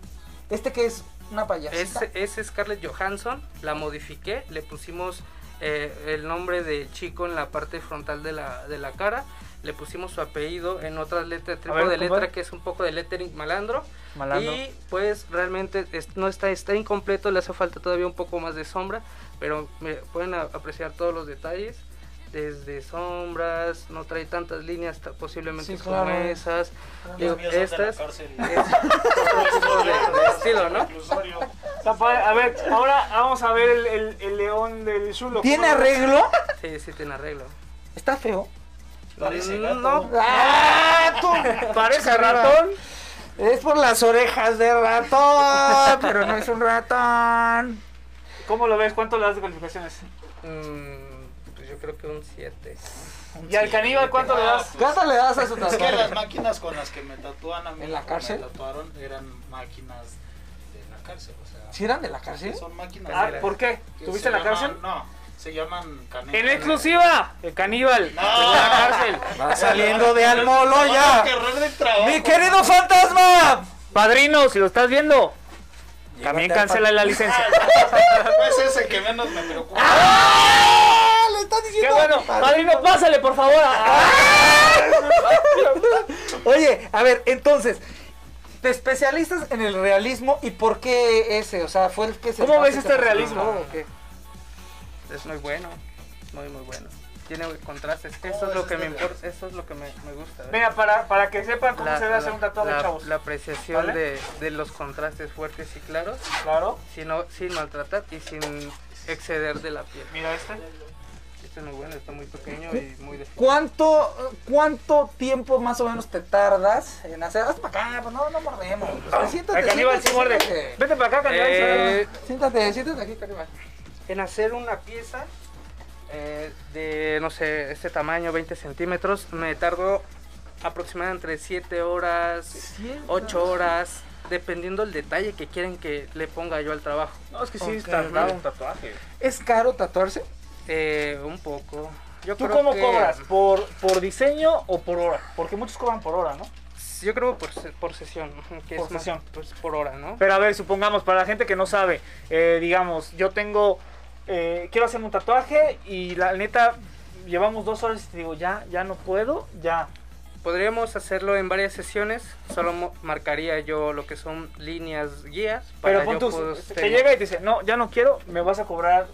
[SPEAKER 10] Este que es una payasita.
[SPEAKER 2] Es, es Scarlett Johansson, la modifiqué, le pusimos eh, el nombre de chico en la parte frontal de la, de la cara, le pusimos su apellido en otra letra, tipo
[SPEAKER 3] ver,
[SPEAKER 2] Este de letra
[SPEAKER 3] compadre.
[SPEAKER 2] que es un poco de lettering malandro.
[SPEAKER 3] Malandro.
[SPEAKER 2] Y pues realmente es- no está, está incompleto, le hace falta todavía un poco más de sombra, pero me- pueden a- apreciar todos los detalles. Desde sombras, no trae tantas líneas ta- posiblemente
[SPEAKER 10] Sí,
[SPEAKER 2] como
[SPEAKER 10] claro.
[SPEAKER 2] esas.
[SPEAKER 5] Los
[SPEAKER 2] ah, Digo,
[SPEAKER 5] míos son de la
[SPEAKER 2] estas
[SPEAKER 5] cárcel.
[SPEAKER 2] es otro tipo de- de estilo, ¿no?
[SPEAKER 5] Reclusorio.
[SPEAKER 3] Está padre. pues, A ver, ahora vamos a ver el, el- el león del chulo.
[SPEAKER 10] ¿Tiene arreglo?
[SPEAKER 2] Sí, sí tiene arreglo.
[SPEAKER 10] Está feo.
[SPEAKER 5] Parece gato.
[SPEAKER 2] Mm, No,
[SPEAKER 10] ¡Ah! tú!
[SPEAKER 3] ¿Parece
[SPEAKER 10] Rara.
[SPEAKER 3] ratón?
[SPEAKER 10] Es por las orejas de ratón, pero no es un ratón.
[SPEAKER 3] ¿Cómo lo ves? ¿Cuánto le das de calificaciones?
[SPEAKER 2] mm, pues yo creo que un 7.
[SPEAKER 3] ¿Y al caníbal cuánto le das?
[SPEAKER 10] ¿Cuánto le das a su
[SPEAKER 5] ah, Es que las
[SPEAKER 10] tatuaje?
[SPEAKER 5] máquinas con las que me tatúan a mí
[SPEAKER 10] ¿En la
[SPEAKER 5] o
[SPEAKER 10] cárcel?
[SPEAKER 5] me tatuaron eran máquinas de la cárcel, o sea,
[SPEAKER 10] ¿Si eran de la cárcel?
[SPEAKER 5] son máquinas
[SPEAKER 3] Ah,
[SPEAKER 5] de la-
[SPEAKER 3] ¿Por qué?
[SPEAKER 5] que
[SPEAKER 3] ¿Tuviste
[SPEAKER 5] se
[SPEAKER 3] en la
[SPEAKER 5] llaman-
[SPEAKER 3] cárcel?
[SPEAKER 5] No, se llaman canetas.
[SPEAKER 3] En exclusiva, el caníbal. llegó a la cárcel.
[SPEAKER 10] Va saliendo de Almoloya.
[SPEAKER 5] Vamos a correr del trabajo.
[SPEAKER 10] ¡Mi querido fantasma!
[SPEAKER 3] Padrino, si lo estás viendo, también
[SPEAKER 10] al
[SPEAKER 3] cancela la licencia.
[SPEAKER 5] Pues es el que menos me preocupa.
[SPEAKER 10] ¡Ah! Le estás
[SPEAKER 3] ¡Qué
[SPEAKER 10] diciendo.
[SPEAKER 3] bueno! Padrino, pásale, por favor. Ah. a- a-
[SPEAKER 10] Oye, a ver, entonces, te especialistas en el realismo y por qué ese, o sea, fue el que se
[SPEAKER 3] ¿Cómo
[SPEAKER 10] más
[SPEAKER 3] ves
[SPEAKER 10] se
[SPEAKER 3] este
[SPEAKER 10] te
[SPEAKER 3] realismo?
[SPEAKER 10] fascinó, o qué?
[SPEAKER 2] Es muy bueno, muy muy bueno. Tiene contrastes, eso es lo que me importa, eso es lo que me, me gusta. ¿ves?
[SPEAKER 3] Mira, para, para que sepan cómo se debe hacer un tatuaje,
[SPEAKER 2] la-
[SPEAKER 3] chavos.
[SPEAKER 2] la apreciación
[SPEAKER 3] ¿Vale?
[SPEAKER 2] de, de los contrastes fuertes y claros,
[SPEAKER 3] Claro.
[SPEAKER 2] sin, o- sin maltratar y sin exceder de la piel.
[SPEAKER 3] Mira este.
[SPEAKER 2] Este es muy bueno, está muy pequeño y muy definido.
[SPEAKER 10] ¿Cuánto, cuánto tiempo más o menos te tardas en hacer? Haz para acá, pues no, no mordemos.
[SPEAKER 2] Ah,
[SPEAKER 10] Siéntate,
[SPEAKER 3] El caníbal
[SPEAKER 10] siéntate,
[SPEAKER 3] sí muerde.
[SPEAKER 10] siéntate.
[SPEAKER 3] Vete para acá, caníbal.
[SPEAKER 2] Eh,
[SPEAKER 10] Siéntate, siéntate aquí, caníbal.
[SPEAKER 2] en hacer una pieza eh, de, no sé, este tamaño, 20 centímetros, me tardo aproximadamente entre 7 horas, 8 horas, dependiendo el detalle que quieren que le ponga yo al trabajo.
[SPEAKER 3] No, es que sí,
[SPEAKER 10] Ok,
[SPEAKER 3] está
[SPEAKER 10] vale.
[SPEAKER 3] un tatuaje.
[SPEAKER 10] ¿Es caro tatuarse?
[SPEAKER 2] Eh, un poco. Yo
[SPEAKER 3] ¿Tú
[SPEAKER 2] creo
[SPEAKER 3] cómo
[SPEAKER 2] que-
[SPEAKER 3] cobras? ¿Por, ¿Por diseño o por hora? Porque muchos cobran por hora, ¿no?
[SPEAKER 2] Yo creo por, se- por sesión, ujú, que
[SPEAKER 3] Por
[SPEAKER 2] es más,
[SPEAKER 3] sesión.
[SPEAKER 2] pues, por hora, ¿no?
[SPEAKER 3] Pero a ver, supongamos, para la gente que no sabe, eh, digamos, yo tengo, eh, quiero hacerme un tatuaje y la neta, llevamos dos horas y te digo, ya, ya no puedo, ya.
[SPEAKER 2] Podríamos hacerlo en varias sesiones, solo mo- marcaría yo lo que son líneas guías
[SPEAKER 3] Pero
[SPEAKER 2] yo
[SPEAKER 3] pon tú,
[SPEAKER 2] poder
[SPEAKER 3] te
[SPEAKER 2] tener-
[SPEAKER 3] llega y te dice, no, ya no quiero, me vas a cobrar,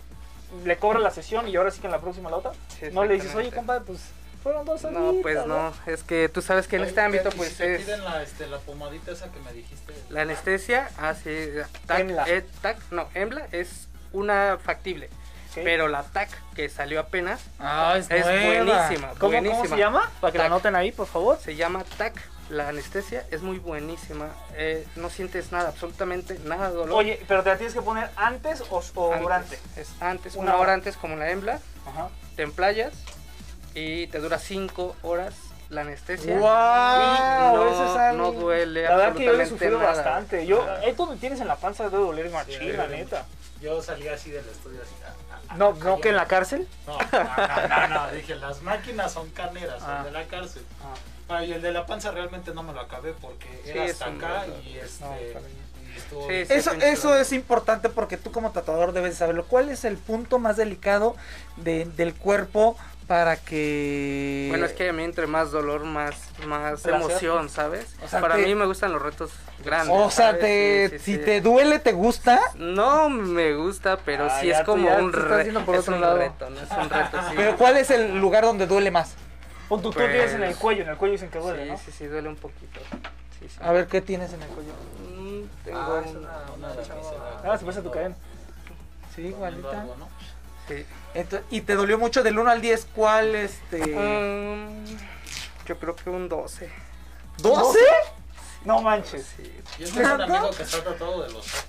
[SPEAKER 3] le cobra la sesión y ahora sí que en la próxima la otra.
[SPEAKER 2] Sí,
[SPEAKER 3] no le dices,
[SPEAKER 2] exactamente.
[SPEAKER 3] oye, compadre, pues fueron dos horas.
[SPEAKER 2] No, pues no, es que tú sabes que en este
[SPEAKER 5] Oye,
[SPEAKER 2] ámbito
[SPEAKER 5] ¿y
[SPEAKER 2] pues
[SPEAKER 5] si te
[SPEAKER 2] es
[SPEAKER 5] piden la, este, la pomadita esa que me dijiste.
[SPEAKER 2] la anestesia, así, tac,
[SPEAKER 3] Emla.
[SPEAKER 2] eh, tac, no, embla es una factible, pero la tac que salió apenas
[SPEAKER 10] Ah,
[SPEAKER 2] es buenísima,
[SPEAKER 3] ¿Cómo,
[SPEAKER 2] buenísima.
[SPEAKER 3] ¿Cómo se llama? Para que la
[SPEAKER 2] Tac.
[SPEAKER 3] anoten ahí, por favor.
[SPEAKER 2] Se llama TAC. La anestesia es muy buenísima. eh, no sientes nada, absolutamente nada de dolor.
[SPEAKER 3] Oye, pero te la tienes que poner antes o, o
[SPEAKER 2] Antes,
[SPEAKER 3] durante.
[SPEAKER 2] Es antes,
[SPEAKER 3] Una
[SPEAKER 2] una,
[SPEAKER 3] hora.
[SPEAKER 2] hora antes como la hembla.
[SPEAKER 3] Ajá.
[SPEAKER 2] Te emplayas y te dura 5 horas la anestesia.
[SPEAKER 10] ¡Guau!
[SPEAKER 2] Y no,
[SPEAKER 10] Eso es algo-
[SPEAKER 2] no duele
[SPEAKER 3] La verdad que yo le he
[SPEAKER 2] absolutamente
[SPEAKER 3] sufrido
[SPEAKER 2] nada.
[SPEAKER 3] bastante. Yo, esto me tienes en la panza de doler machín, la neta.
[SPEAKER 5] Yo salí así del estudio así. ah, ah, ah,
[SPEAKER 3] No, no que en la cárcel.
[SPEAKER 5] No, no, no, no, no, dije, las máquinas son caneras,
[SPEAKER 9] Ah.
[SPEAKER 5] son de la cárcel.
[SPEAKER 9] Ah.
[SPEAKER 5] Ah, y el de la panza realmente no me lo acabé porque era
[SPEAKER 9] es
[SPEAKER 5] hasta
[SPEAKER 9] un
[SPEAKER 5] acá
[SPEAKER 9] reto.
[SPEAKER 5] y este.
[SPEAKER 9] No, está
[SPEAKER 5] y estuvo-
[SPEAKER 9] Sí, sí.
[SPEAKER 2] Eso, eso es importante porque tú como tatuador debes saberlo. ¿Cuál es el punto más delicado de- del cuerpo para que...
[SPEAKER 9] Bueno, es que a mí entre más dolor, más, más
[SPEAKER 2] Placer.
[SPEAKER 9] emoción, ¿sabes?
[SPEAKER 2] O sea,
[SPEAKER 9] Para
[SPEAKER 2] te-
[SPEAKER 9] mí me gustan los retos grandes.
[SPEAKER 2] O sea,
[SPEAKER 9] ¿sabes?
[SPEAKER 2] te,
[SPEAKER 9] Sí, sí,
[SPEAKER 2] si
[SPEAKER 9] sí.
[SPEAKER 2] te duele, ¿te gusta?
[SPEAKER 9] No me gusta, pero
[SPEAKER 2] Ah,
[SPEAKER 9] sí
[SPEAKER 2] ya
[SPEAKER 9] es
[SPEAKER 2] tú
[SPEAKER 9] como
[SPEAKER 2] ya
[SPEAKER 9] un
[SPEAKER 2] te estás yendo
[SPEAKER 9] reto.
[SPEAKER 2] por
[SPEAKER 9] Es
[SPEAKER 2] otro
[SPEAKER 9] un
[SPEAKER 2] lado.
[SPEAKER 9] reto, no es un reto, sí.
[SPEAKER 2] Pero ¿cuál es el lugar donde duele más?
[SPEAKER 3] Pon tú, tú
[SPEAKER 9] Pues-
[SPEAKER 3] tienes en el cuello, en el cuello dicen que duele,
[SPEAKER 9] sí,
[SPEAKER 3] ¿no?
[SPEAKER 9] sí, sí, duele un poquito. Sí, sí.
[SPEAKER 2] A ver, ¿qué tienes en el cuello?
[SPEAKER 9] Mm, tengo
[SPEAKER 5] Ah, es
[SPEAKER 9] un-
[SPEAKER 5] una, una de mis-
[SPEAKER 3] Ah, se parece a tu cadena.
[SPEAKER 2] Sí,
[SPEAKER 5] comiendo
[SPEAKER 2] igualita.
[SPEAKER 5] algo, ¿no?
[SPEAKER 9] sí.
[SPEAKER 2] Ento- y te dolió mucho del 1 al 10, ¿cuál este?
[SPEAKER 9] Mm, yo creo que un 12.
[SPEAKER 2] ¿12?
[SPEAKER 3] No manches.
[SPEAKER 9] Sí.
[SPEAKER 5] Yo tengo un amigo que está todo de los ojos.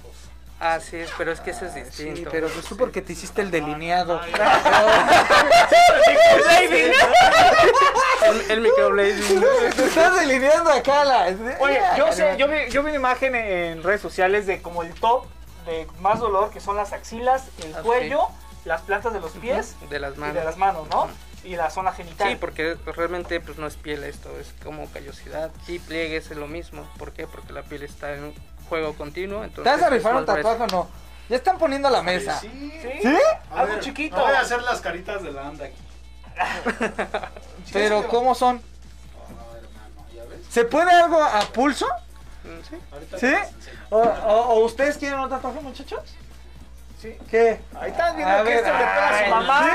[SPEAKER 9] Ah, sí, es- pero es que eso es distinto.
[SPEAKER 2] Sí, pero pues tú porque te hiciste el delineado.
[SPEAKER 9] El, el microblading.
[SPEAKER 2] Te estás delineando acá la.
[SPEAKER 3] Oye, yo sé, yo vi, yo vi una imagen en redes sociales de como el top de más dolor, que son las axilas, el
[SPEAKER 9] Ah,
[SPEAKER 3] cuello, las plantas de los pies
[SPEAKER 9] De las
[SPEAKER 3] y de
[SPEAKER 9] manos.
[SPEAKER 3] las manos, ¿no? Y la zona genital.
[SPEAKER 9] Sí, porque realmente pues no es piel esto, es como callosidad y pliegues es lo mismo. ¿Por qué? Porque la piel está en un juego continuo. Entonces,
[SPEAKER 2] ¿Te vas a
[SPEAKER 9] pues,
[SPEAKER 2] rifar un
[SPEAKER 9] más grueso.
[SPEAKER 2] tatuaje o no? Ya están poniendo la mesa.
[SPEAKER 5] Sí.
[SPEAKER 3] ¿Sí?
[SPEAKER 2] ¿Sí?
[SPEAKER 5] A
[SPEAKER 3] Algo
[SPEAKER 5] ver,
[SPEAKER 3] chiquito.
[SPEAKER 5] No voy a hacer las caritas de la anda aquí.
[SPEAKER 2] Pero ¿cómo son?
[SPEAKER 5] No, hermano, ¿ya ves?
[SPEAKER 2] ¿Se puede algo a pulso?
[SPEAKER 9] Mm, sí.
[SPEAKER 5] Ahorita
[SPEAKER 2] ¿Sí?
[SPEAKER 5] te las enseño.
[SPEAKER 2] ¿O, o- o ustedes quieren un tatuaje, muchachos? ¿Sí? ¿Qué? Ahí están
[SPEAKER 3] viendo que esto le pega a su mamá.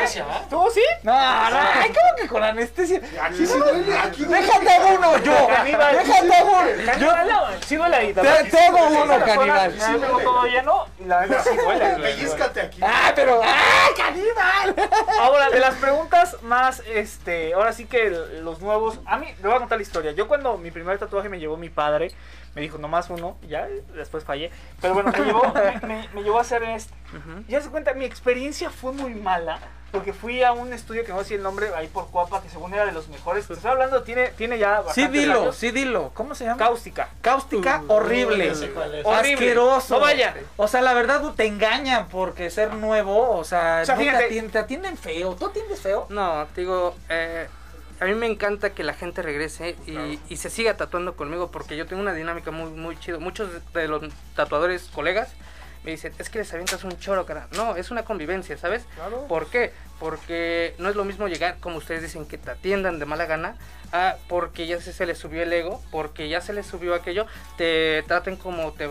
[SPEAKER 3] ¿Tú sí?
[SPEAKER 2] No, no, ay, ¿cómo que con anestesia? Aquí sí duele, aquí Déjate hago uno yo.
[SPEAKER 3] Caníbal.
[SPEAKER 2] Déjate hago uno. Yo
[SPEAKER 3] Yo, sí duele ahí.
[SPEAKER 2] te, te hago uno,
[SPEAKER 3] caníbal.
[SPEAKER 2] caníbal.
[SPEAKER 3] Sí, tengo todo lleno y la verdad sí duele. güey.
[SPEAKER 5] Pellízcate aquí.
[SPEAKER 2] Ah, pero. ¡Ah, caníbal!
[SPEAKER 3] Ahora, de las preguntas más, este, ahora sí que el- los nuevos, a mí, le voy a contar la historia. Yo cuando mi primer tatuaje me llevó mi padre, me dijo, nomás uno, ya, después fallé. Pero bueno, me llevó, me, me- me llevó a hacer este.
[SPEAKER 9] Ujú.
[SPEAKER 3] Ya se cuenta, mi experiencia fue muy mala, porque fui a un estudio que no sé si el nombre, ahí por Cuapa, que según era de los mejores. Te estoy hablando, tiene, tiene ya bastante
[SPEAKER 2] Sí, dilo,
[SPEAKER 3] años.
[SPEAKER 2] sí, dilo. ¿Cómo se llama?
[SPEAKER 3] Cáustica.
[SPEAKER 2] Cáustica horrible.
[SPEAKER 5] ya sé cuál es.
[SPEAKER 3] Horrible.
[SPEAKER 2] Asqueroso.
[SPEAKER 3] No vaya.
[SPEAKER 2] O sea, la verdad te engañan porque ser nuevo, o sea,
[SPEAKER 3] O sea,
[SPEAKER 2] no te,
[SPEAKER 3] fíjate.
[SPEAKER 2] atien- te atienden feo. ¿Tú atiendes feo?
[SPEAKER 9] No, te digo, eh, a mí me encanta que la gente regrese y, y se siga tatuando conmigo porque yo tengo una dinámica muy, muy chida. Muchos de los tatuadores, colegas, me dicen, es que les avientas un choro, cara. No, es una convivencia, ¿sabes? ¿Por qué? Porque no es lo mismo llegar, como ustedes dicen, que te atiendan de mala gana, a porque ya se, se les subió el ego, porque ya se les subió aquello, te traten como te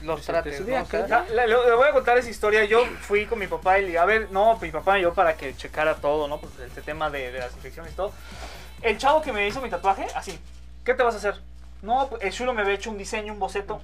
[SPEAKER 9] los trates.
[SPEAKER 2] subió
[SPEAKER 9] ¿no? O sea,
[SPEAKER 2] aquello.
[SPEAKER 3] La- la- Le, le voy a contar esa historia. Yo fui con mi papá y le dije, a ver, no, mi papá me llevó para que checara todo, ¿no? Pues este tema de, de las infecciones y todo. El chavo que me hizo mi tatuaje, así, ¿qué te vas a hacer? No, pues, el chulo me había hecho un diseño, un boceto.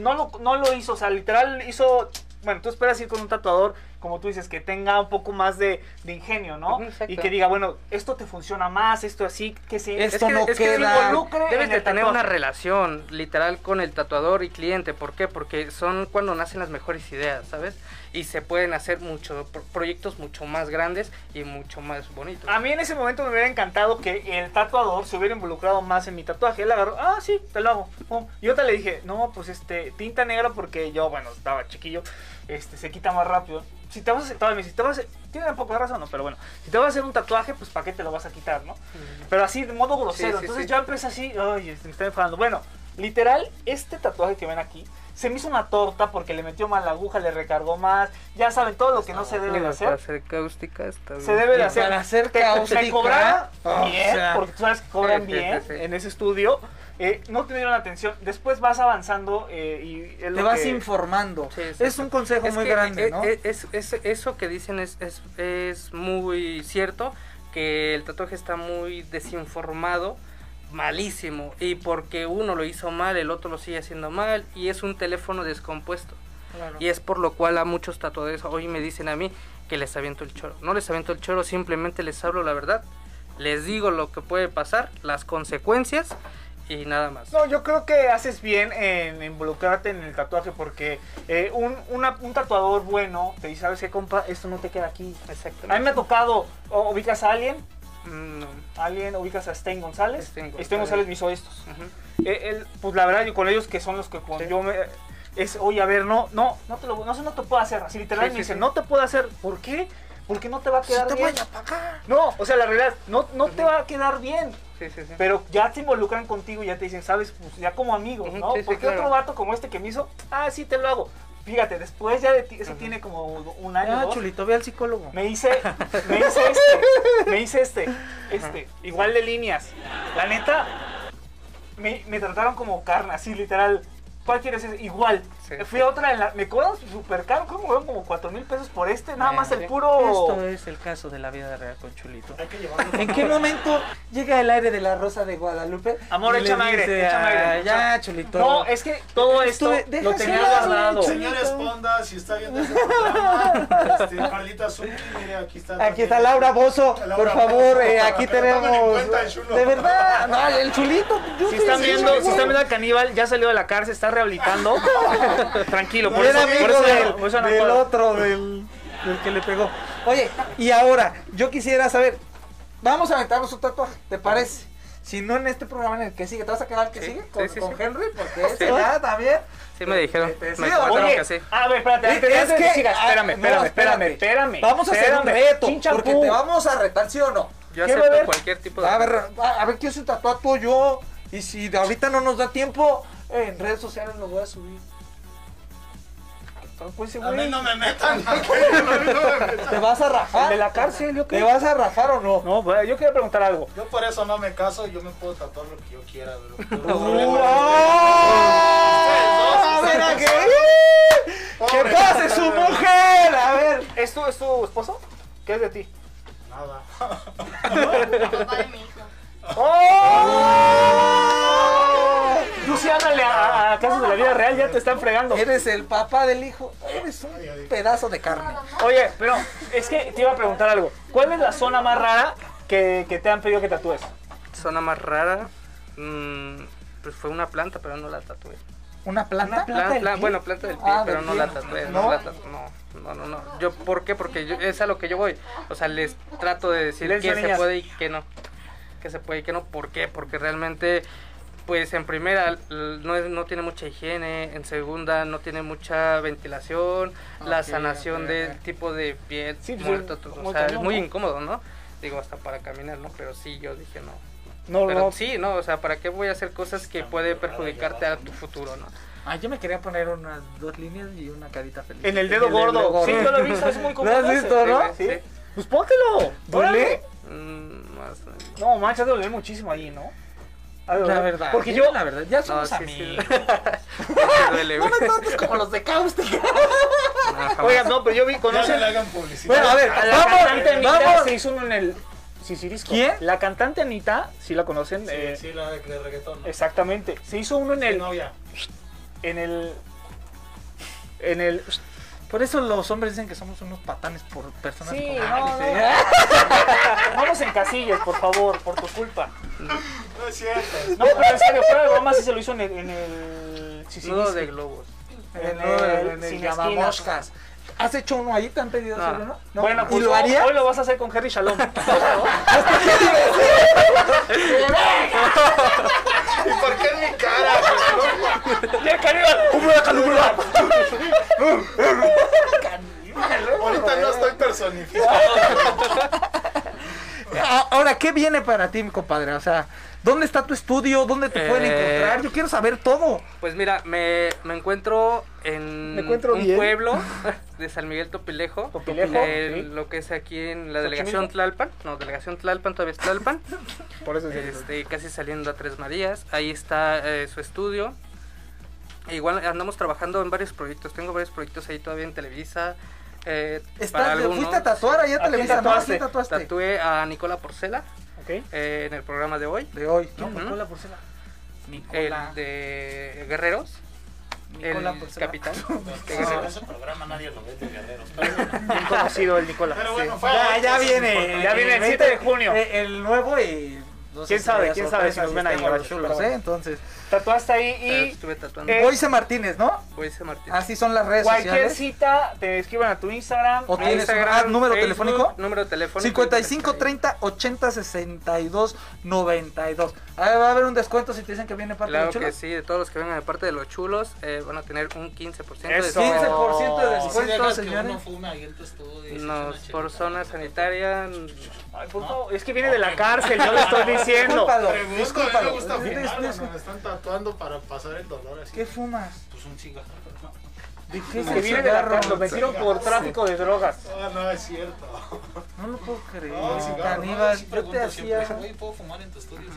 [SPEAKER 3] No lo, no lo hizo, o sea, literal hizo... Bueno, tú esperas ir con un tatuador, como tú dices, que tenga un poco más de, de ingenio, ¿no?
[SPEAKER 9] Ujú, exacto.
[SPEAKER 3] Y que diga, bueno, esto te funciona más, esto así, que se...
[SPEAKER 2] Esto
[SPEAKER 9] que-
[SPEAKER 2] no
[SPEAKER 9] es que
[SPEAKER 2] queda.
[SPEAKER 3] involucre
[SPEAKER 9] Debes
[SPEAKER 3] en
[SPEAKER 9] de
[SPEAKER 3] el
[SPEAKER 9] tener
[SPEAKER 3] tatuaje.
[SPEAKER 9] una relación literal con el tatuador y cliente. ¿Por qué? Porque son cuando nacen las mejores ideas, ¿sabes? Y se pueden hacer muchos proyectos mucho más grandes y mucho más bonitos.
[SPEAKER 3] A mí en ese momento me hubiera encantado que el tatuador se hubiera involucrado más en mi tatuaje. Él agarró, ah, sí, te lo hago. pum. Y otra le dije, no, pues este, tinta negra porque yo, bueno, estaba chiquillo, este, se quita más rápido. Si te vas a hacer, todavía me dice, si te vas a hacer, tiene un poco de razón, ¿no? Pero bueno, si te vas a hacer un tatuaje, pues ¿para qué te lo vas a quitar, no? Pero así, de modo grosero.
[SPEAKER 9] Sí, sí,
[SPEAKER 3] Entonces
[SPEAKER 9] sí.
[SPEAKER 3] yo empecé así, ay, este, me está enfadando. Bueno, literal, este tatuaje que ven aquí, se me hizo una torta porque le metió mal la aguja, le recargó más. Ya saben, todo lo que no se
[SPEAKER 2] Ah,
[SPEAKER 3] debe de
[SPEAKER 9] Digo,
[SPEAKER 3] hacer
[SPEAKER 9] para ser cáustica está
[SPEAKER 3] se
[SPEAKER 9] bien.
[SPEAKER 3] debe de
[SPEAKER 2] Y
[SPEAKER 3] hacer.
[SPEAKER 2] para hacer
[SPEAKER 3] Te-
[SPEAKER 2] cáustica,
[SPEAKER 3] Me cobraron
[SPEAKER 2] Ah, o
[SPEAKER 3] bien,
[SPEAKER 2] sea.
[SPEAKER 3] porque tú sabes que cobran
[SPEAKER 9] Sí, sí,
[SPEAKER 3] bien
[SPEAKER 9] sí, sí.
[SPEAKER 3] en ese estudio. Eh, no te dieron atención. Después vas avanzando eh, y es
[SPEAKER 2] Te
[SPEAKER 3] lo
[SPEAKER 2] vas
[SPEAKER 3] que- e-
[SPEAKER 2] informando.
[SPEAKER 9] Sí, exacto.
[SPEAKER 2] es un consejo
[SPEAKER 9] Es
[SPEAKER 2] muy
[SPEAKER 9] que,
[SPEAKER 2] grande,
[SPEAKER 9] eh,
[SPEAKER 2] ¿no?
[SPEAKER 9] eh, es- es- eso que dicen es, es, eh, es muy cierto, que el tatuaje está muy desinformado, malísimo, y porque uno lo hizo mal, el otro lo sigue haciendo mal, y es un teléfono descompuesto. Y es por lo cual a muchos tatuadores hoy me dicen a mí que les aviento el choro. No les aviento el choro, simplemente les hablo la verdad, les digo lo que puede pasar, las consecuencias y nada más.
[SPEAKER 3] No, yo creo que haces bien en involucrarte en el tatuaje porque eh, un, una- un tatuador bueno te dice, ¿sabes qué, compa? Esto no te queda aquí. A mí
[SPEAKER 9] Exactamente.
[SPEAKER 3] me ha tocado, o- ubicas a alguien,
[SPEAKER 9] Mm, no.
[SPEAKER 3] alguien, ubicas a Stein González.
[SPEAKER 9] Stein
[SPEAKER 3] Stein
[SPEAKER 9] González.
[SPEAKER 3] González me hizo estos.
[SPEAKER 9] Ujú.
[SPEAKER 3] Eh, él, pues la verdad, yo con ellos que son los que con-
[SPEAKER 9] Sí.
[SPEAKER 3] yo me, es, oye, a ver, no, no, no te lo, no, se- no te puedo hacer. Así literal
[SPEAKER 9] Sí,
[SPEAKER 3] me
[SPEAKER 9] sí,
[SPEAKER 3] dicen,
[SPEAKER 9] sí.
[SPEAKER 3] no te puedo hacer. ¿Por qué? Porque no te va a quedar
[SPEAKER 2] te
[SPEAKER 3] bien.
[SPEAKER 2] vaya pa' acá.
[SPEAKER 3] No, o sea, la realidad, no, no te va a quedar bien.
[SPEAKER 9] Sí, sí, sí.
[SPEAKER 3] Pero ya te involucran contigo y ya te dicen, sabes, pues ya como amigos,
[SPEAKER 9] Ujú,
[SPEAKER 3] ¿no?
[SPEAKER 9] sí, sí,
[SPEAKER 3] Porque
[SPEAKER 9] claro.
[SPEAKER 3] otro vato como este que me hizo, ah, sí, te lo hago. Fíjate, después ya de ti, eso
[SPEAKER 9] Ujú.
[SPEAKER 3] tiene como un año.
[SPEAKER 2] Ah,
[SPEAKER 3] dos,
[SPEAKER 2] chulito, ve al psicólogo.
[SPEAKER 3] me hice, me hice este, me hice este, este, igual de líneas. La neta, me, me trataron como carne, así literal. ¿Cuál quieres? ese? Igual.
[SPEAKER 9] Sí.
[SPEAKER 3] Fui a otra, en la, me cobran súper caro, creo que me cobran como 4 mil pesos por este, nada
[SPEAKER 9] Eh,
[SPEAKER 3] más el
[SPEAKER 9] sí.
[SPEAKER 3] puro...
[SPEAKER 2] Esto es el caso de la vida real con Chulito.
[SPEAKER 5] Hay que llevarlo.
[SPEAKER 2] ¿En qué momento llega el aire de la rosa de Guadalupe?
[SPEAKER 3] Amor,
[SPEAKER 2] Y le
[SPEAKER 3] échame aire,
[SPEAKER 2] dice,
[SPEAKER 3] échame aire,
[SPEAKER 2] "Ah,
[SPEAKER 3] échame".
[SPEAKER 2] Ya, Chulito.
[SPEAKER 3] No, es que todo esto
[SPEAKER 2] Estuve- deja
[SPEAKER 3] lo tenía
[SPEAKER 2] sola,
[SPEAKER 3] guardado.
[SPEAKER 2] güey.
[SPEAKER 5] Señores Ponda, si está viendo este programa, este, Carlita Zucchi, mire, aquí está.
[SPEAKER 2] Aquí
[SPEAKER 5] también.
[SPEAKER 2] está Laura Bozo,
[SPEAKER 5] Laura
[SPEAKER 2] por favor,
[SPEAKER 5] Bozzo,
[SPEAKER 2] eh, aquí
[SPEAKER 5] pero tengan en
[SPEAKER 2] tenemos. eh,
[SPEAKER 5] cuenta el chulo.
[SPEAKER 2] De verdad, no, el chulito. yo
[SPEAKER 3] Si
[SPEAKER 2] soy
[SPEAKER 3] están
[SPEAKER 2] el
[SPEAKER 3] viendo,
[SPEAKER 2] chulo,
[SPEAKER 3] si están
[SPEAKER 2] güey.
[SPEAKER 3] viendo al caníbal, ya salió de la cárcel, está rehabilitando. Tranquilo, por
[SPEAKER 2] Y
[SPEAKER 3] eso,
[SPEAKER 2] era
[SPEAKER 3] por
[SPEAKER 2] amigo
[SPEAKER 3] eso ya
[SPEAKER 2] del,
[SPEAKER 3] no- por eso no
[SPEAKER 2] del
[SPEAKER 3] puedo.
[SPEAKER 2] otro, del, del que le pegó. Oye, y ahora, yo quisiera saber, vamos a aventarnos un tatuaje, ¿te parece? Si no en este programa en el que sigue, ¿te vas a quedar el que
[SPEAKER 9] Sí,
[SPEAKER 2] sigue?
[SPEAKER 9] sí,
[SPEAKER 2] Con,
[SPEAKER 9] sí,
[SPEAKER 2] con
[SPEAKER 9] sí.
[SPEAKER 2] Henry, porque ese
[SPEAKER 9] Sí.
[SPEAKER 2] ya también.
[SPEAKER 9] Sí me dijeron.
[SPEAKER 2] Te- te-
[SPEAKER 9] me
[SPEAKER 2] sí,
[SPEAKER 3] Ah,
[SPEAKER 9] contaron
[SPEAKER 2] oye,
[SPEAKER 9] que sí.
[SPEAKER 3] A ver, espérate, antes,
[SPEAKER 2] Es
[SPEAKER 3] antes de
[SPEAKER 2] que-
[SPEAKER 3] que sigas,
[SPEAKER 2] ah,
[SPEAKER 3] espérame,
[SPEAKER 2] no,
[SPEAKER 3] espérame, espérame,
[SPEAKER 2] espérate.
[SPEAKER 3] espérame.
[SPEAKER 2] Vamos a hacer un
[SPEAKER 3] espérame.
[SPEAKER 2] reto,
[SPEAKER 3] Chin, champú.
[SPEAKER 2] porque te vamos a retar, ¿sí o no?
[SPEAKER 9] Yo
[SPEAKER 3] ¿qué va a
[SPEAKER 9] acepto
[SPEAKER 3] haber?
[SPEAKER 9] cualquier tipo de.
[SPEAKER 2] A ver, a a ver, quiero un tatuaje yo, y si de ahorita no nos da tiempo, en redes sociales lo voy a subir. Pues,
[SPEAKER 5] A mí
[SPEAKER 2] güey,
[SPEAKER 5] no me metan, a mí no me metan.
[SPEAKER 2] ¿Te vas a rajar?
[SPEAKER 3] El de la cárcel, ¿yo qué?
[SPEAKER 2] ¿Te vas a rajar o no?
[SPEAKER 3] No, bueno, yo quería preguntar algo.
[SPEAKER 5] Yo por eso no me caso, yo me puedo tatuar lo que yo quiera, bro.
[SPEAKER 2] ¡Oh! ¡Ah!
[SPEAKER 5] Ustedes
[SPEAKER 2] Mira
[SPEAKER 5] dos,
[SPEAKER 2] que-
[SPEAKER 5] ustedes
[SPEAKER 2] ¡Que pase su mujer! A ver.
[SPEAKER 3] ¿Es tu, es tu esposo? ¿Qué es de ti?
[SPEAKER 5] Nada.
[SPEAKER 11] papá de mi hijo.
[SPEAKER 3] ¡Oh! Lucy, ándale a, a casos de la vida real, ya te están fregando.
[SPEAKER 2] Eres el papá del hijo. Eres un pedazo de carne.
[SPEAKER 3] Oye, pero es que te iba a preguntar algo. ¿Cuál es la zona más rara que, que te han pedido que tatúes?
[SPEAKER 9] Zona más rara. mm, pues fue una planta, pero no la tatué.
[SPEAKER 2] ¿Una planta?
[SPEAKER 9] Plan- plan- bueno, planta del pie,
[SPEAKER 2] Ah,
[SPEAKER 9] pero
[SPEAKER 2] del
[SPEAKER 9] no
[SPEAKER 2] pie.
[SPEAKER 9] la tatué.
[SPEAKER 2] ¿No?
[SPEAKER 9] No, la tatué, no, no, no, no. Yo, ¿Por qué? Porque yo- es a lo que yo voy. O sea, les trato de decir
[SPEAKER 3] Les
[SPEAKER 9] que se
[SPEAKER 3] enseñas.
[SPEAKER 9] puede y que no. Que se puede y que no. ¿Por qué? Porque realmente, pues en primera, l- no, es- no tiene mucha higiene. En segunda, no tiene mucha ventilación. la
[SPEAKER 2] Ok,
[SPEAKER 9] sanación
[SPEAKER 2] ok,
[SPEAKER 9] del tipo de piel
[SPEAKER 3] Sí, pues,
[SPEAKER 9] muerta.
[SPEAKER 3] es
[SPEAKER 9] todo.
[SPEAKER 3] muy
[SPEAKER 9] o sea, es
[SPEAKER 3] cañón,
[SPEAKER 9] muy
[SPEAKER 3] ¿no?
[SPEAKER 9] incómodo, ¿no? Digo, hasta para caminar, ¿no? Pero sí, yo dije no.
[SPEAKER 3] No,
[SPEAKER 9] Pero
[SPEAKER 3] no.
[SPEAKER 9] sí, ¿no? O sea, ¿para qué voy a hacer cosas que puede perjudicarte a tu futuro, ¿no?
[SPEAKER 2] Ah, yo me quería poner unas dos líneas y una carita feliz.
[SPEAKER 3] En el dedo gordo. Sí, yo lo he visto, es muy
[SPEAKER 2] ¿Lo has
[SPEAKER 3] común ese.
[SPEAKER 2] visto, no?
[SPEAKER 9] Sí, sí.
[SPEAKER 3] Pues póntelo.
[SPEAKER 2] ¿Duele?
[SPEAKER 3] Órale.
[SPEAKER 9] Mm, más o menos.
[SPEAKER 3] No, mancha, duele muchísimo ahí, ¿no? A ver,
[SPEAKER 2] La verdad.
[SPEAKER 3] Porque yo,
[SPEAKER 2] La verdad, ya somos
[SPEAKER 9] sí,
[SPEAKER 2] amigos.
[SPEAKER 9] sí. Sí duele,
[SPEAKER 2] No
[SPEAKER 9] güey.
[SPEAKER 2] me trates como los de Causte.
[SPEAKER 9] No, jamás.
[SPEAKER 3] oigan, no, pero yo vi,
[SPEAKER 5] Ya no
[SPEAKER 3] conocen
[SPEAKER 5] le hagan publicidad.
[SPEAKER 3] Bueno, a ver,
[SPEAKER 2] A
[SPEAKER 3] la
[SPEAKER 2] la cantante
[SPEAKER 3] cantante
[SPEAKER 2] Anita
[SPEAKER 3] Anita se
[SPEAKER 2] se
[SPEAKER 3] hizo uno en el Sisirisco.
[SPEAKER 2] ¿Quién?
[SPEAKER 3] La cantante Anita, si la conocen,
[SPEAKER 5] Sí,
[SPEAKER 3] eh,
[SPEAKER 5] sí, la de, de reggaetón. ¿no?
[SPEAKER 3] exactamente. Se hizo uno en
[SPEAKER 5] Mi
[SPEAKER 3] el.
[SPEAKER 5] novia.
[SPEAKER 3] En el. En el.
[SPEAKER 2] Por eso los hombres dicen que somos unos patanes por personas
[SPEAKER 3] Sí,
[SPEAKER 2] como-
[SPEAKER 3] no, no. Vamos en casillas, por favor, por tu culpa.
[SPEAKER 5] No es cierto.
[SPEAKER 3] No, pero en serio, fuera de broma, sí se lo hizo en el. En el Sisirisco.
[SPEAKER 9] Nudo de globos.
[SPEAKER 2] En
[SPEAKER 3] En
[SPEAKER 2] el,
[SPEAKER 3] el- sin
[SPEAKER 2] llamamoscas. ¿Has hecho uno ahí? ¿Te han pedido
[SPEAKER 9] No.
[SPEAKER 2] hacer uno? No.
[SPEAKER 3] Bueno, pues
[SPEAKER 2] ¿Y lo
[SPEAKER 3] hoy-
[SPEAKER 2] haría?
[SPEAKER 3] hoy lo vas a hacer con Harry Shalom.
[SPEAKER 5] ¿Y por qué en mi cara?
[SPEAKER 3] ¡Ya, caníbal!
[SPEAKER 5] Ahorita no estoy personificado.
[SPEAKER 2] A- Ah, Ahora, ¿qué viene para ti, mi compadre? O sea, ¿dónde está tu estudio? ¿Dónde te pueden
[SPEAKER 9] Eh.
[SPEAKER 2] encontrar? Yo quiero saber todo.
[SPEAKER 9] Pues mira, me, me encuentro en
[SPEAKER 2] Me encuentro
[SPEAKER 9] un
[SPEAKER 2] bien.
[SPEAKER 9] pueblo de San Miguel Topilejo.
[SPEAKER 3] Topilejo,
[SPEAKER 9] eh,
[SPEAKER 3] sí.
[SPEAKER 9] Lo que es aquí en la
[SPEAKER 3] ¿Xochimilco?
[SPEAKER 9] delegación Tlalpan. No, delegación Tlalpan, todavía es Tlalpan.
[SPEAKER 3] Por eso
[SPEAKER 9] este, casi saliendo a Tres Marías. Ahí está eh, su estudio. E igual andamos trabajando en varios proyectos. Tengo varios proyectos ahí todavía en Televisa. eh, para
[SPEAKER 2] ¿Estás,
[SPEAKER 9] algunos.
[SPEAKER 2] ¿Fuiste a tatuar allá
[SPEAKER 3] ¿A
[SPEAKER 2] a
[SPEAKER 3] quién
[SPEAKER 2] Televisa? ¿no?
[SPEAKER 3] tatuaste?
[SPEAKER 2] ¿Quién tatuaste?
[SPEAKER 9] Tatué a Nicola Porcela
[SPEAKER 3] Ok.
[SPEAKER 9] eh, en el programa de hoy.
[SPEAKER 2] De hoy.
[SPEAKER 9] Ujú.
[SPEAKER 2] Nicola Porcela.
[SPEAKER 9] El de Guerreros.
[SPEAKER 2] Nicola
[SPEAKER 9] el
[SPEAKER 2] Porcela.
[SPEAKER 9] capitán.
[SPEAKER 3] Este,
[SPEAKER 9] de
[SPEAKER 5] En
[SPEAKER 9] Guerreros.
[SPEAKER 5] ese programa nadie lo ve de guerreros. Pero bueno,
[SPEAKER 3] Bien conocido el Nicola.
[SPEAKER 5] pero bueno, fue
[SPEAKER 2] Ya,
[SPEAKER 5] ahorita,
[SPEAKER 2] ya
[SPEAKER 5] sí,
[SPEAKER 2] viene.
[SPEAKER 5] porque-
[SPEAKER 3] ya viene el 7 de junio.
[SPEAKER 2] eh, El nuevo y. no sé
[SPEAKER 3] ¿Quién
[SPEAKER 2] si
[SPEAKER 3] sabe?
[SPEAKER 2] haya
[SPEAKER 3] ¿Quién sabe
[SPEAKER 2] sorpresas
[SPEAKER 3] si
[SPEAKER 2] este,
[SPEAKER 3] nos ven ahí,
[SPEAKER 2] estemos
[SPEAKER 3] gallos?
[SPEAKER 2] chulos,
[SPEAKER 3] Pero bueno.
[SPEAKER 2] ¿eh? Entonces,
[SPEAKER 3] Tatuaste
[SPEAKER 9] Pero
[SPEAKER 3] ahí
[SPEAKER 9] estuve tatuando.
[SPEAKER 3] eh,
[SPEAKER 2] Moise Martínez, ¿no?
[SPEAKER 9] Moise Martínez.
[SPEAKER 2] Así son las
[SPEAKER 3] y
[SPEAKER 2] redes
[SPEAKER 3] cualquier
[SPEAKER 2] sociales.
[SPEAKER 3] cita te escriban a tu Instagram.
[SPEAKER 2] O
[SPEAKER 3] a
[SPEAKER 2] tienes
[SPEAKER 3] Instagram.
[SPEAKER 2] un- ah, número telefónico?
[SPEAKER 9] Número telefónico.
[SPEAKER 2] 55 30 80 62 92. A ver, va a haber un descuento si te dicen que viene parte
[SPEAKER 9] Claro
[SPEAKER 2] de Chulo.
[SPEAKER 9] que sí, de todos los que vengan de parte de los chulos, eh, van a tener un 15% de
[SPEAKER 3] Eso.
[SPEAKER 9] descuento.
[SPEAKER 2] 15% de
[SPEAKER 5] Y si
[SPEAKER 2] descuento,
[SPEAKER 5] dejas que uno
[SPEAKER 2] señores.
[SPEAKER 5] fume ahí en tu estudio. y se
[SPEAKER 9] Nos,
[SPEAKER 5] echa una
[SPEAKER 9] por
[SPEAKER 5] chelita.
[SPEAKER 9] zona sanitaria.
[SPEAKER 3] Ay, por favor, es que viene de la cárcel, yo le estoy diciendo.
[SPEAKER 2] Discúlpalo,
[SPEAKER 5] Pregunto, a mí
[SPEAKER 2] discúlpalo.
[SPEAKER 5] me gusta
[SPEAKER 2] Dis-
[SPEAKER 5] fumar,
[SPEAKER 2] dis-
[SPEAKER 5] o sea, me están tatuando para pasar el dolor así.
[SPEAKER 2] ¿Qué fumas?
[SPEAKER 5] Pues un cigarro. ¿no?
[SPEAKER 2] ¿De qué
[SPEAKER 3] Es
[SPEAKER 2] es
[SPEAKER 3] que
[SPEAKER 2] el
[SPEAKER 3] viene de la
[SPEAKER 2] cigarro?
[SPEAKER 3] cárcel, lo metieron por tráfico de drogas.
[SPEAKER 5] Ah, no, es cierto.
[SPEAKER 2] No lo puedo creer,
[SPEAKER 5] No, el cigarro, no,
[SPEAKER 2] Caníbal.
[SPEAKER 5] sí
[SPEAKER 2] yo te
[SPEAKER 5] pregunto siempre,
[SPEAKER 2] hacía.
[SPEAKER 5] "Oye, ¿puedo fumar en tu estudio?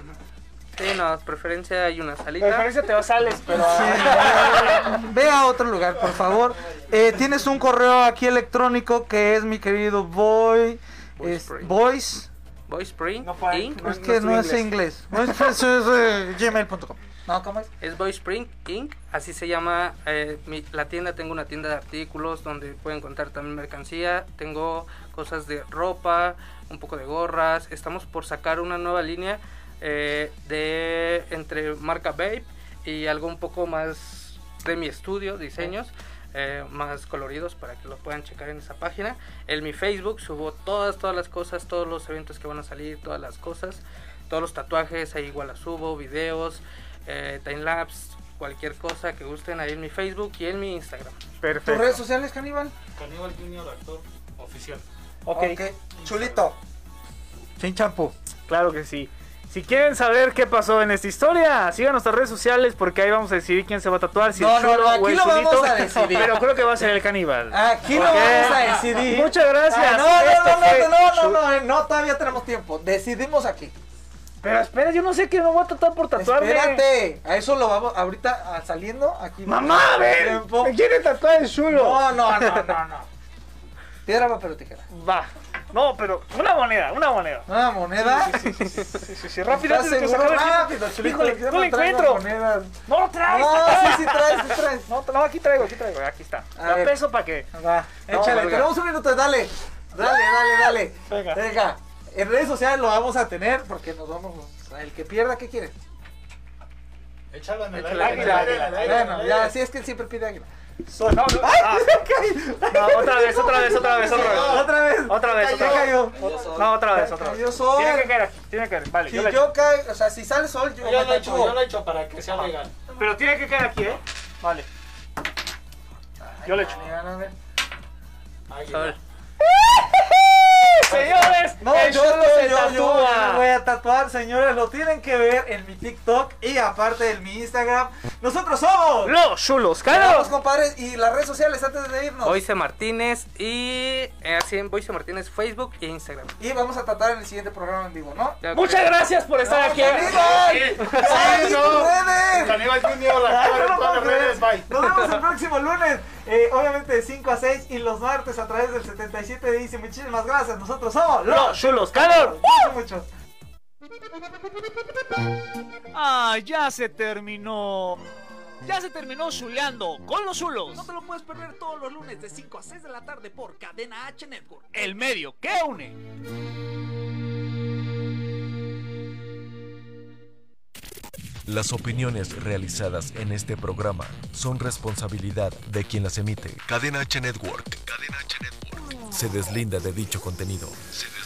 [SPEAKER 9] Sí, no, preferencia hay una
[SPEAKER 3] La
[SPEAKER 9] salita.
[SPEAKER 3] diferencia te vas sales, pero. ah,
[SPEAKER 2] Sí. Ve a otro lugar, por favor. Eh, tienes un correo aquí electrónico que es mi querido Boy.
[SPEAKER 9] Voice
[SPEAKER 2] es-
[SPEAKER 9] Print.
[SPEAKER 2] Voice.
[SPEAKER 9] Voice Print
[SPEAKER 3] No puede-
[SPEAKER 9] Inc.
[SPEAKER 3] No,
[SPEAKER 2] es
[SPEAKER 3] no
[SPEAKER 2] que
[SPEAKER 3] es tu
[SPEAKER 2] no es
[SPEAKER 3] inglés.
[SPEAKER 2] inglés. No es, es, es, eh, gmail.com. No, ¿cómo es?
[SPEAKER 9] Es Voice Print Inc. Así se llama eh, mi- la tienda. Tengo una tienda de artículos donde pueden encontrar también mercancía. Tengo cosas de ropa, un poco de gorras. Estamos por sacar una nueva línea eh, de entre marca Vape y algo un poco más de mi estudio, diseños. eh, más coloridos para que lo puedan checar en esa página. En mi Facebook subo todas, todas las cosas, todos los eventos que van a salir, todas las cosas, todos los tatuajes, ahí igual las subo, videos, eh, timelapse, cualquier cosa que gusten ahí en mi Facebook y en mi Instagram.
[SPEAKER 2] ¿Tus redes
[SPEAKER 3] Perfecto.
[SPEAKER 2] sociales, Caníbal?
[SPEAKER 5] Caníbal Junior, actor oficial.
[SPEAKER 2] ok. Chulito. Sin champú.
[SPEAKER 3] Claro que sí. Si quieren saber qué pasó en esta historia, sigan nuestras redes sociales porque ahí vamos a decidir quién se va a tatuar. Si
[SPEAKER 2] No,
[SPEAKER 3] el
[SPEAKER 2] no,
[SPEAKER 3] chulo
[SPEAKER 2] no,
[SPEAKER 3] o
[SPEAKER 2] aquí
[SPEAKER 3] el
[SPEAKER 2] lo vamos
[SPEAKER 3] chulito,
[SPEAKER 2] a decidir.
[SPEAKER 3] Pero creo que va a ser el caníbal.
[SPEAKER 2] Aquí lo
[SPEAKER 3] Ok.
[SPEAKER 2] vamos a decidir.
[SPEAKER 3] Muchas gracias.
[SPEAKER 2] Ah, no, no, no,
[SPEAKER 3] Esto
[SPEAKER 2] no,
[SPEAKER 3] fue
[SPEAKER 2] no, no, no, eh, no, todavía tenemos tiempo. Decidimos aquí.
[SPEAKER 3] Pero espera, yo no sé que me voy a tatuar por tatuarme.
[SPEAKER 2] Espérate, a eso lo vamos ahorita a- saliendo aquí.
[SPEAKER 3] Mamá, ven.
[SPEAKER 2] Tiempo.
[SPEAKER 3] Me quiere tatuar el chulo.
[SPEAKER 2] No, no, no, no, no. Piedra, papel o tijera.
[SPEAKER 3] Va. No, pero una moneda, una moneda.
[SPEAKER 2] Una moneda.
[SPEAKER 3] Sí, sí, sí, rápido, antes de que se
[SPEAKER 2] seguro? Ah,
[SPEAKER 3] acabe el
[SPEAKER 2] Rápido,
[SPEAKER 3] tiempo.
[SPEAKER 2] chulito,
[SPEAKER 3] Híjole,
[SPEAKER 2] yo
[SPEAKER 3] no lo
[SPEAKER 2] traigo
[SPEAKER 3] encuentro.
[SPEAKER 2] monedas.
[SPEAKER 3] No lo traes.
[SPEAKER 2] No,
[SPEAKER 3] acá.
[SPEAKER 2] sí, sí traes, sí traes.
[SPEAKER 3] No, no, aquí traigo, aquí traigo, aquí está.
[SPEAKER 2] A
[SPEAKER 3] La
[SPEAKER 2] ver.
[SPEAKER 3] peso para que.
[SPEAKER 2] Va, échale,
[SPEAKER 9] valga.
[SPEAKER 2] tenemos un minuto, dale. Dale, dale, dale.
[SPEAKER 3] Venga.
[SPEAKER 2] Venga. En redes sociales lo vamos a tener porque nos vamos. a- El que pierda, ¿qué quiere?
[SPEAKER 5] Échala en el
[SPEAKER 9] Échala
[SPEAKER 5] aire,
[SPEAKER 9] en el
[SPEAKER 5] en el
[SPEAKER 9] aire,
[SPEAKER 5] aire, en el aire, en el
[SPEAKER 2] Bueno,
[SPEAKER 5] aire.
[SPEAKER 2] ya, sí es que él siempre pide águila.
[SPEAKER 3] No, no, ah, no, otra vez, otra vez, otra vez, otra vez.
[SPEAKER 2] Otra vez.
[SPEAKER 3] Otra vez,
[SPEAKER 2] Se
[SPEAKER 3] otra vez.
[SPEAKER 2] cayó.
[SPEAKER 3] Ot- No, otra vez, otra
[SPEAKER 2] Yo
[SPEAKER 3] vez.
[SPEAKER 2] soy.
[SPEAKER 3] Tiene que caer aquí, tiene que caer. Vale,
[SPEAKER 2] Si
[SPEAKER 3] yo la
[SPEAKER 2] yo caigo, o sea, si sale sol, yo
[SPEAKER 5] Yo
[SPEAKER 2] mato
[SPEAKER 5] lo he
[SPEAKER 2] al
[SPEAKER 5] hecho,
[SPEAKER 2] cubo.
[SPEAKER 5] yo lo he hecho para que sea legal.
[SPEAKER 3] echo. Pero tiene que caer aquí, ¿eh? Vale. Yo le echo.
[SPEAKER 2] Mira, no, mira.
[SPEAKER 5] Ahí,
[SPEAKER 9] Sol.
[SPEAKER 3] Señores,
[SPEAKER 2] No,
[SPEAKER 3] el
[SPEAKER 2] yo,
[SPEAKER 3] Cholo
[SPEAKER 2] no, yo, yo,
[SPEAKER 3] se
[SPEAKER 2] yo me voy
[SPEAKER 3] tatúa.
[SPEAKER 2] a tatuar, señores. Lo tienen que ver en mi TikTok y aparte en mi Instagram. Nosotros somos
[SPEAKER 3] Los chulos,
[SPEAKER 2] Vamos,
[SPEAKER 3] caros.
[SPEAKER 2] compadres. Y las redes sociales antes de irnos.
[SPEAKER 9] Voice Martínez y eh, así en Voice Martínez Facebook e Instagram.
[SPEAKER 2] Y vamos a tratar en el siguiente programa en vivo, ¿no?
[SPEAKER 9] Ya,
[SPEAKER 3] Muchas
[SPEAKER 9] ok.
[SPEAKER 3] gracias por estar aquí.
[SPEAKER 2] ¡Caníbal! ¡Ay,
[SPEAKER 5] no.
[SPEAKER 2] redes!
[SPEAKER 5] Caníbal Junior, actor
[SPEAKER 2] No
[SPEAKER 5] en
[SPEAKER 2] lo
[SPEAKER 5] todas
[SPEAKER 2] puedo
[SPEAKER 5] las redes,
[SPEAKER 2] creer.
[SPEAKER 5] bye.
[SPEAKER 2] Nos vemos el próximo lunes, eh, obviamente de 5 a 6 y los martes a través del 77 de Easy. Muchísimas gracias, nosotros somos
[SPEAKER 3] Los chulos, caros.
[SPEAKER 2] Los muchos.
[SPEAKER 4] Ah, ya se terminó. Ya se terminó chuleando con los chulos.
[SPEAKER 12] No te lo puedes perder todos los lunes de 5 a 6 de la tarde por Cadena H Network.
[SPEAKER 4] El medio que une.
[SPEAKER 1] Las opiniones realizadas en este programa son responsabilidad de quien las emite. Cadena H Network. Cadena H Network. Se deslinda de dicho contenido. Se deslinda.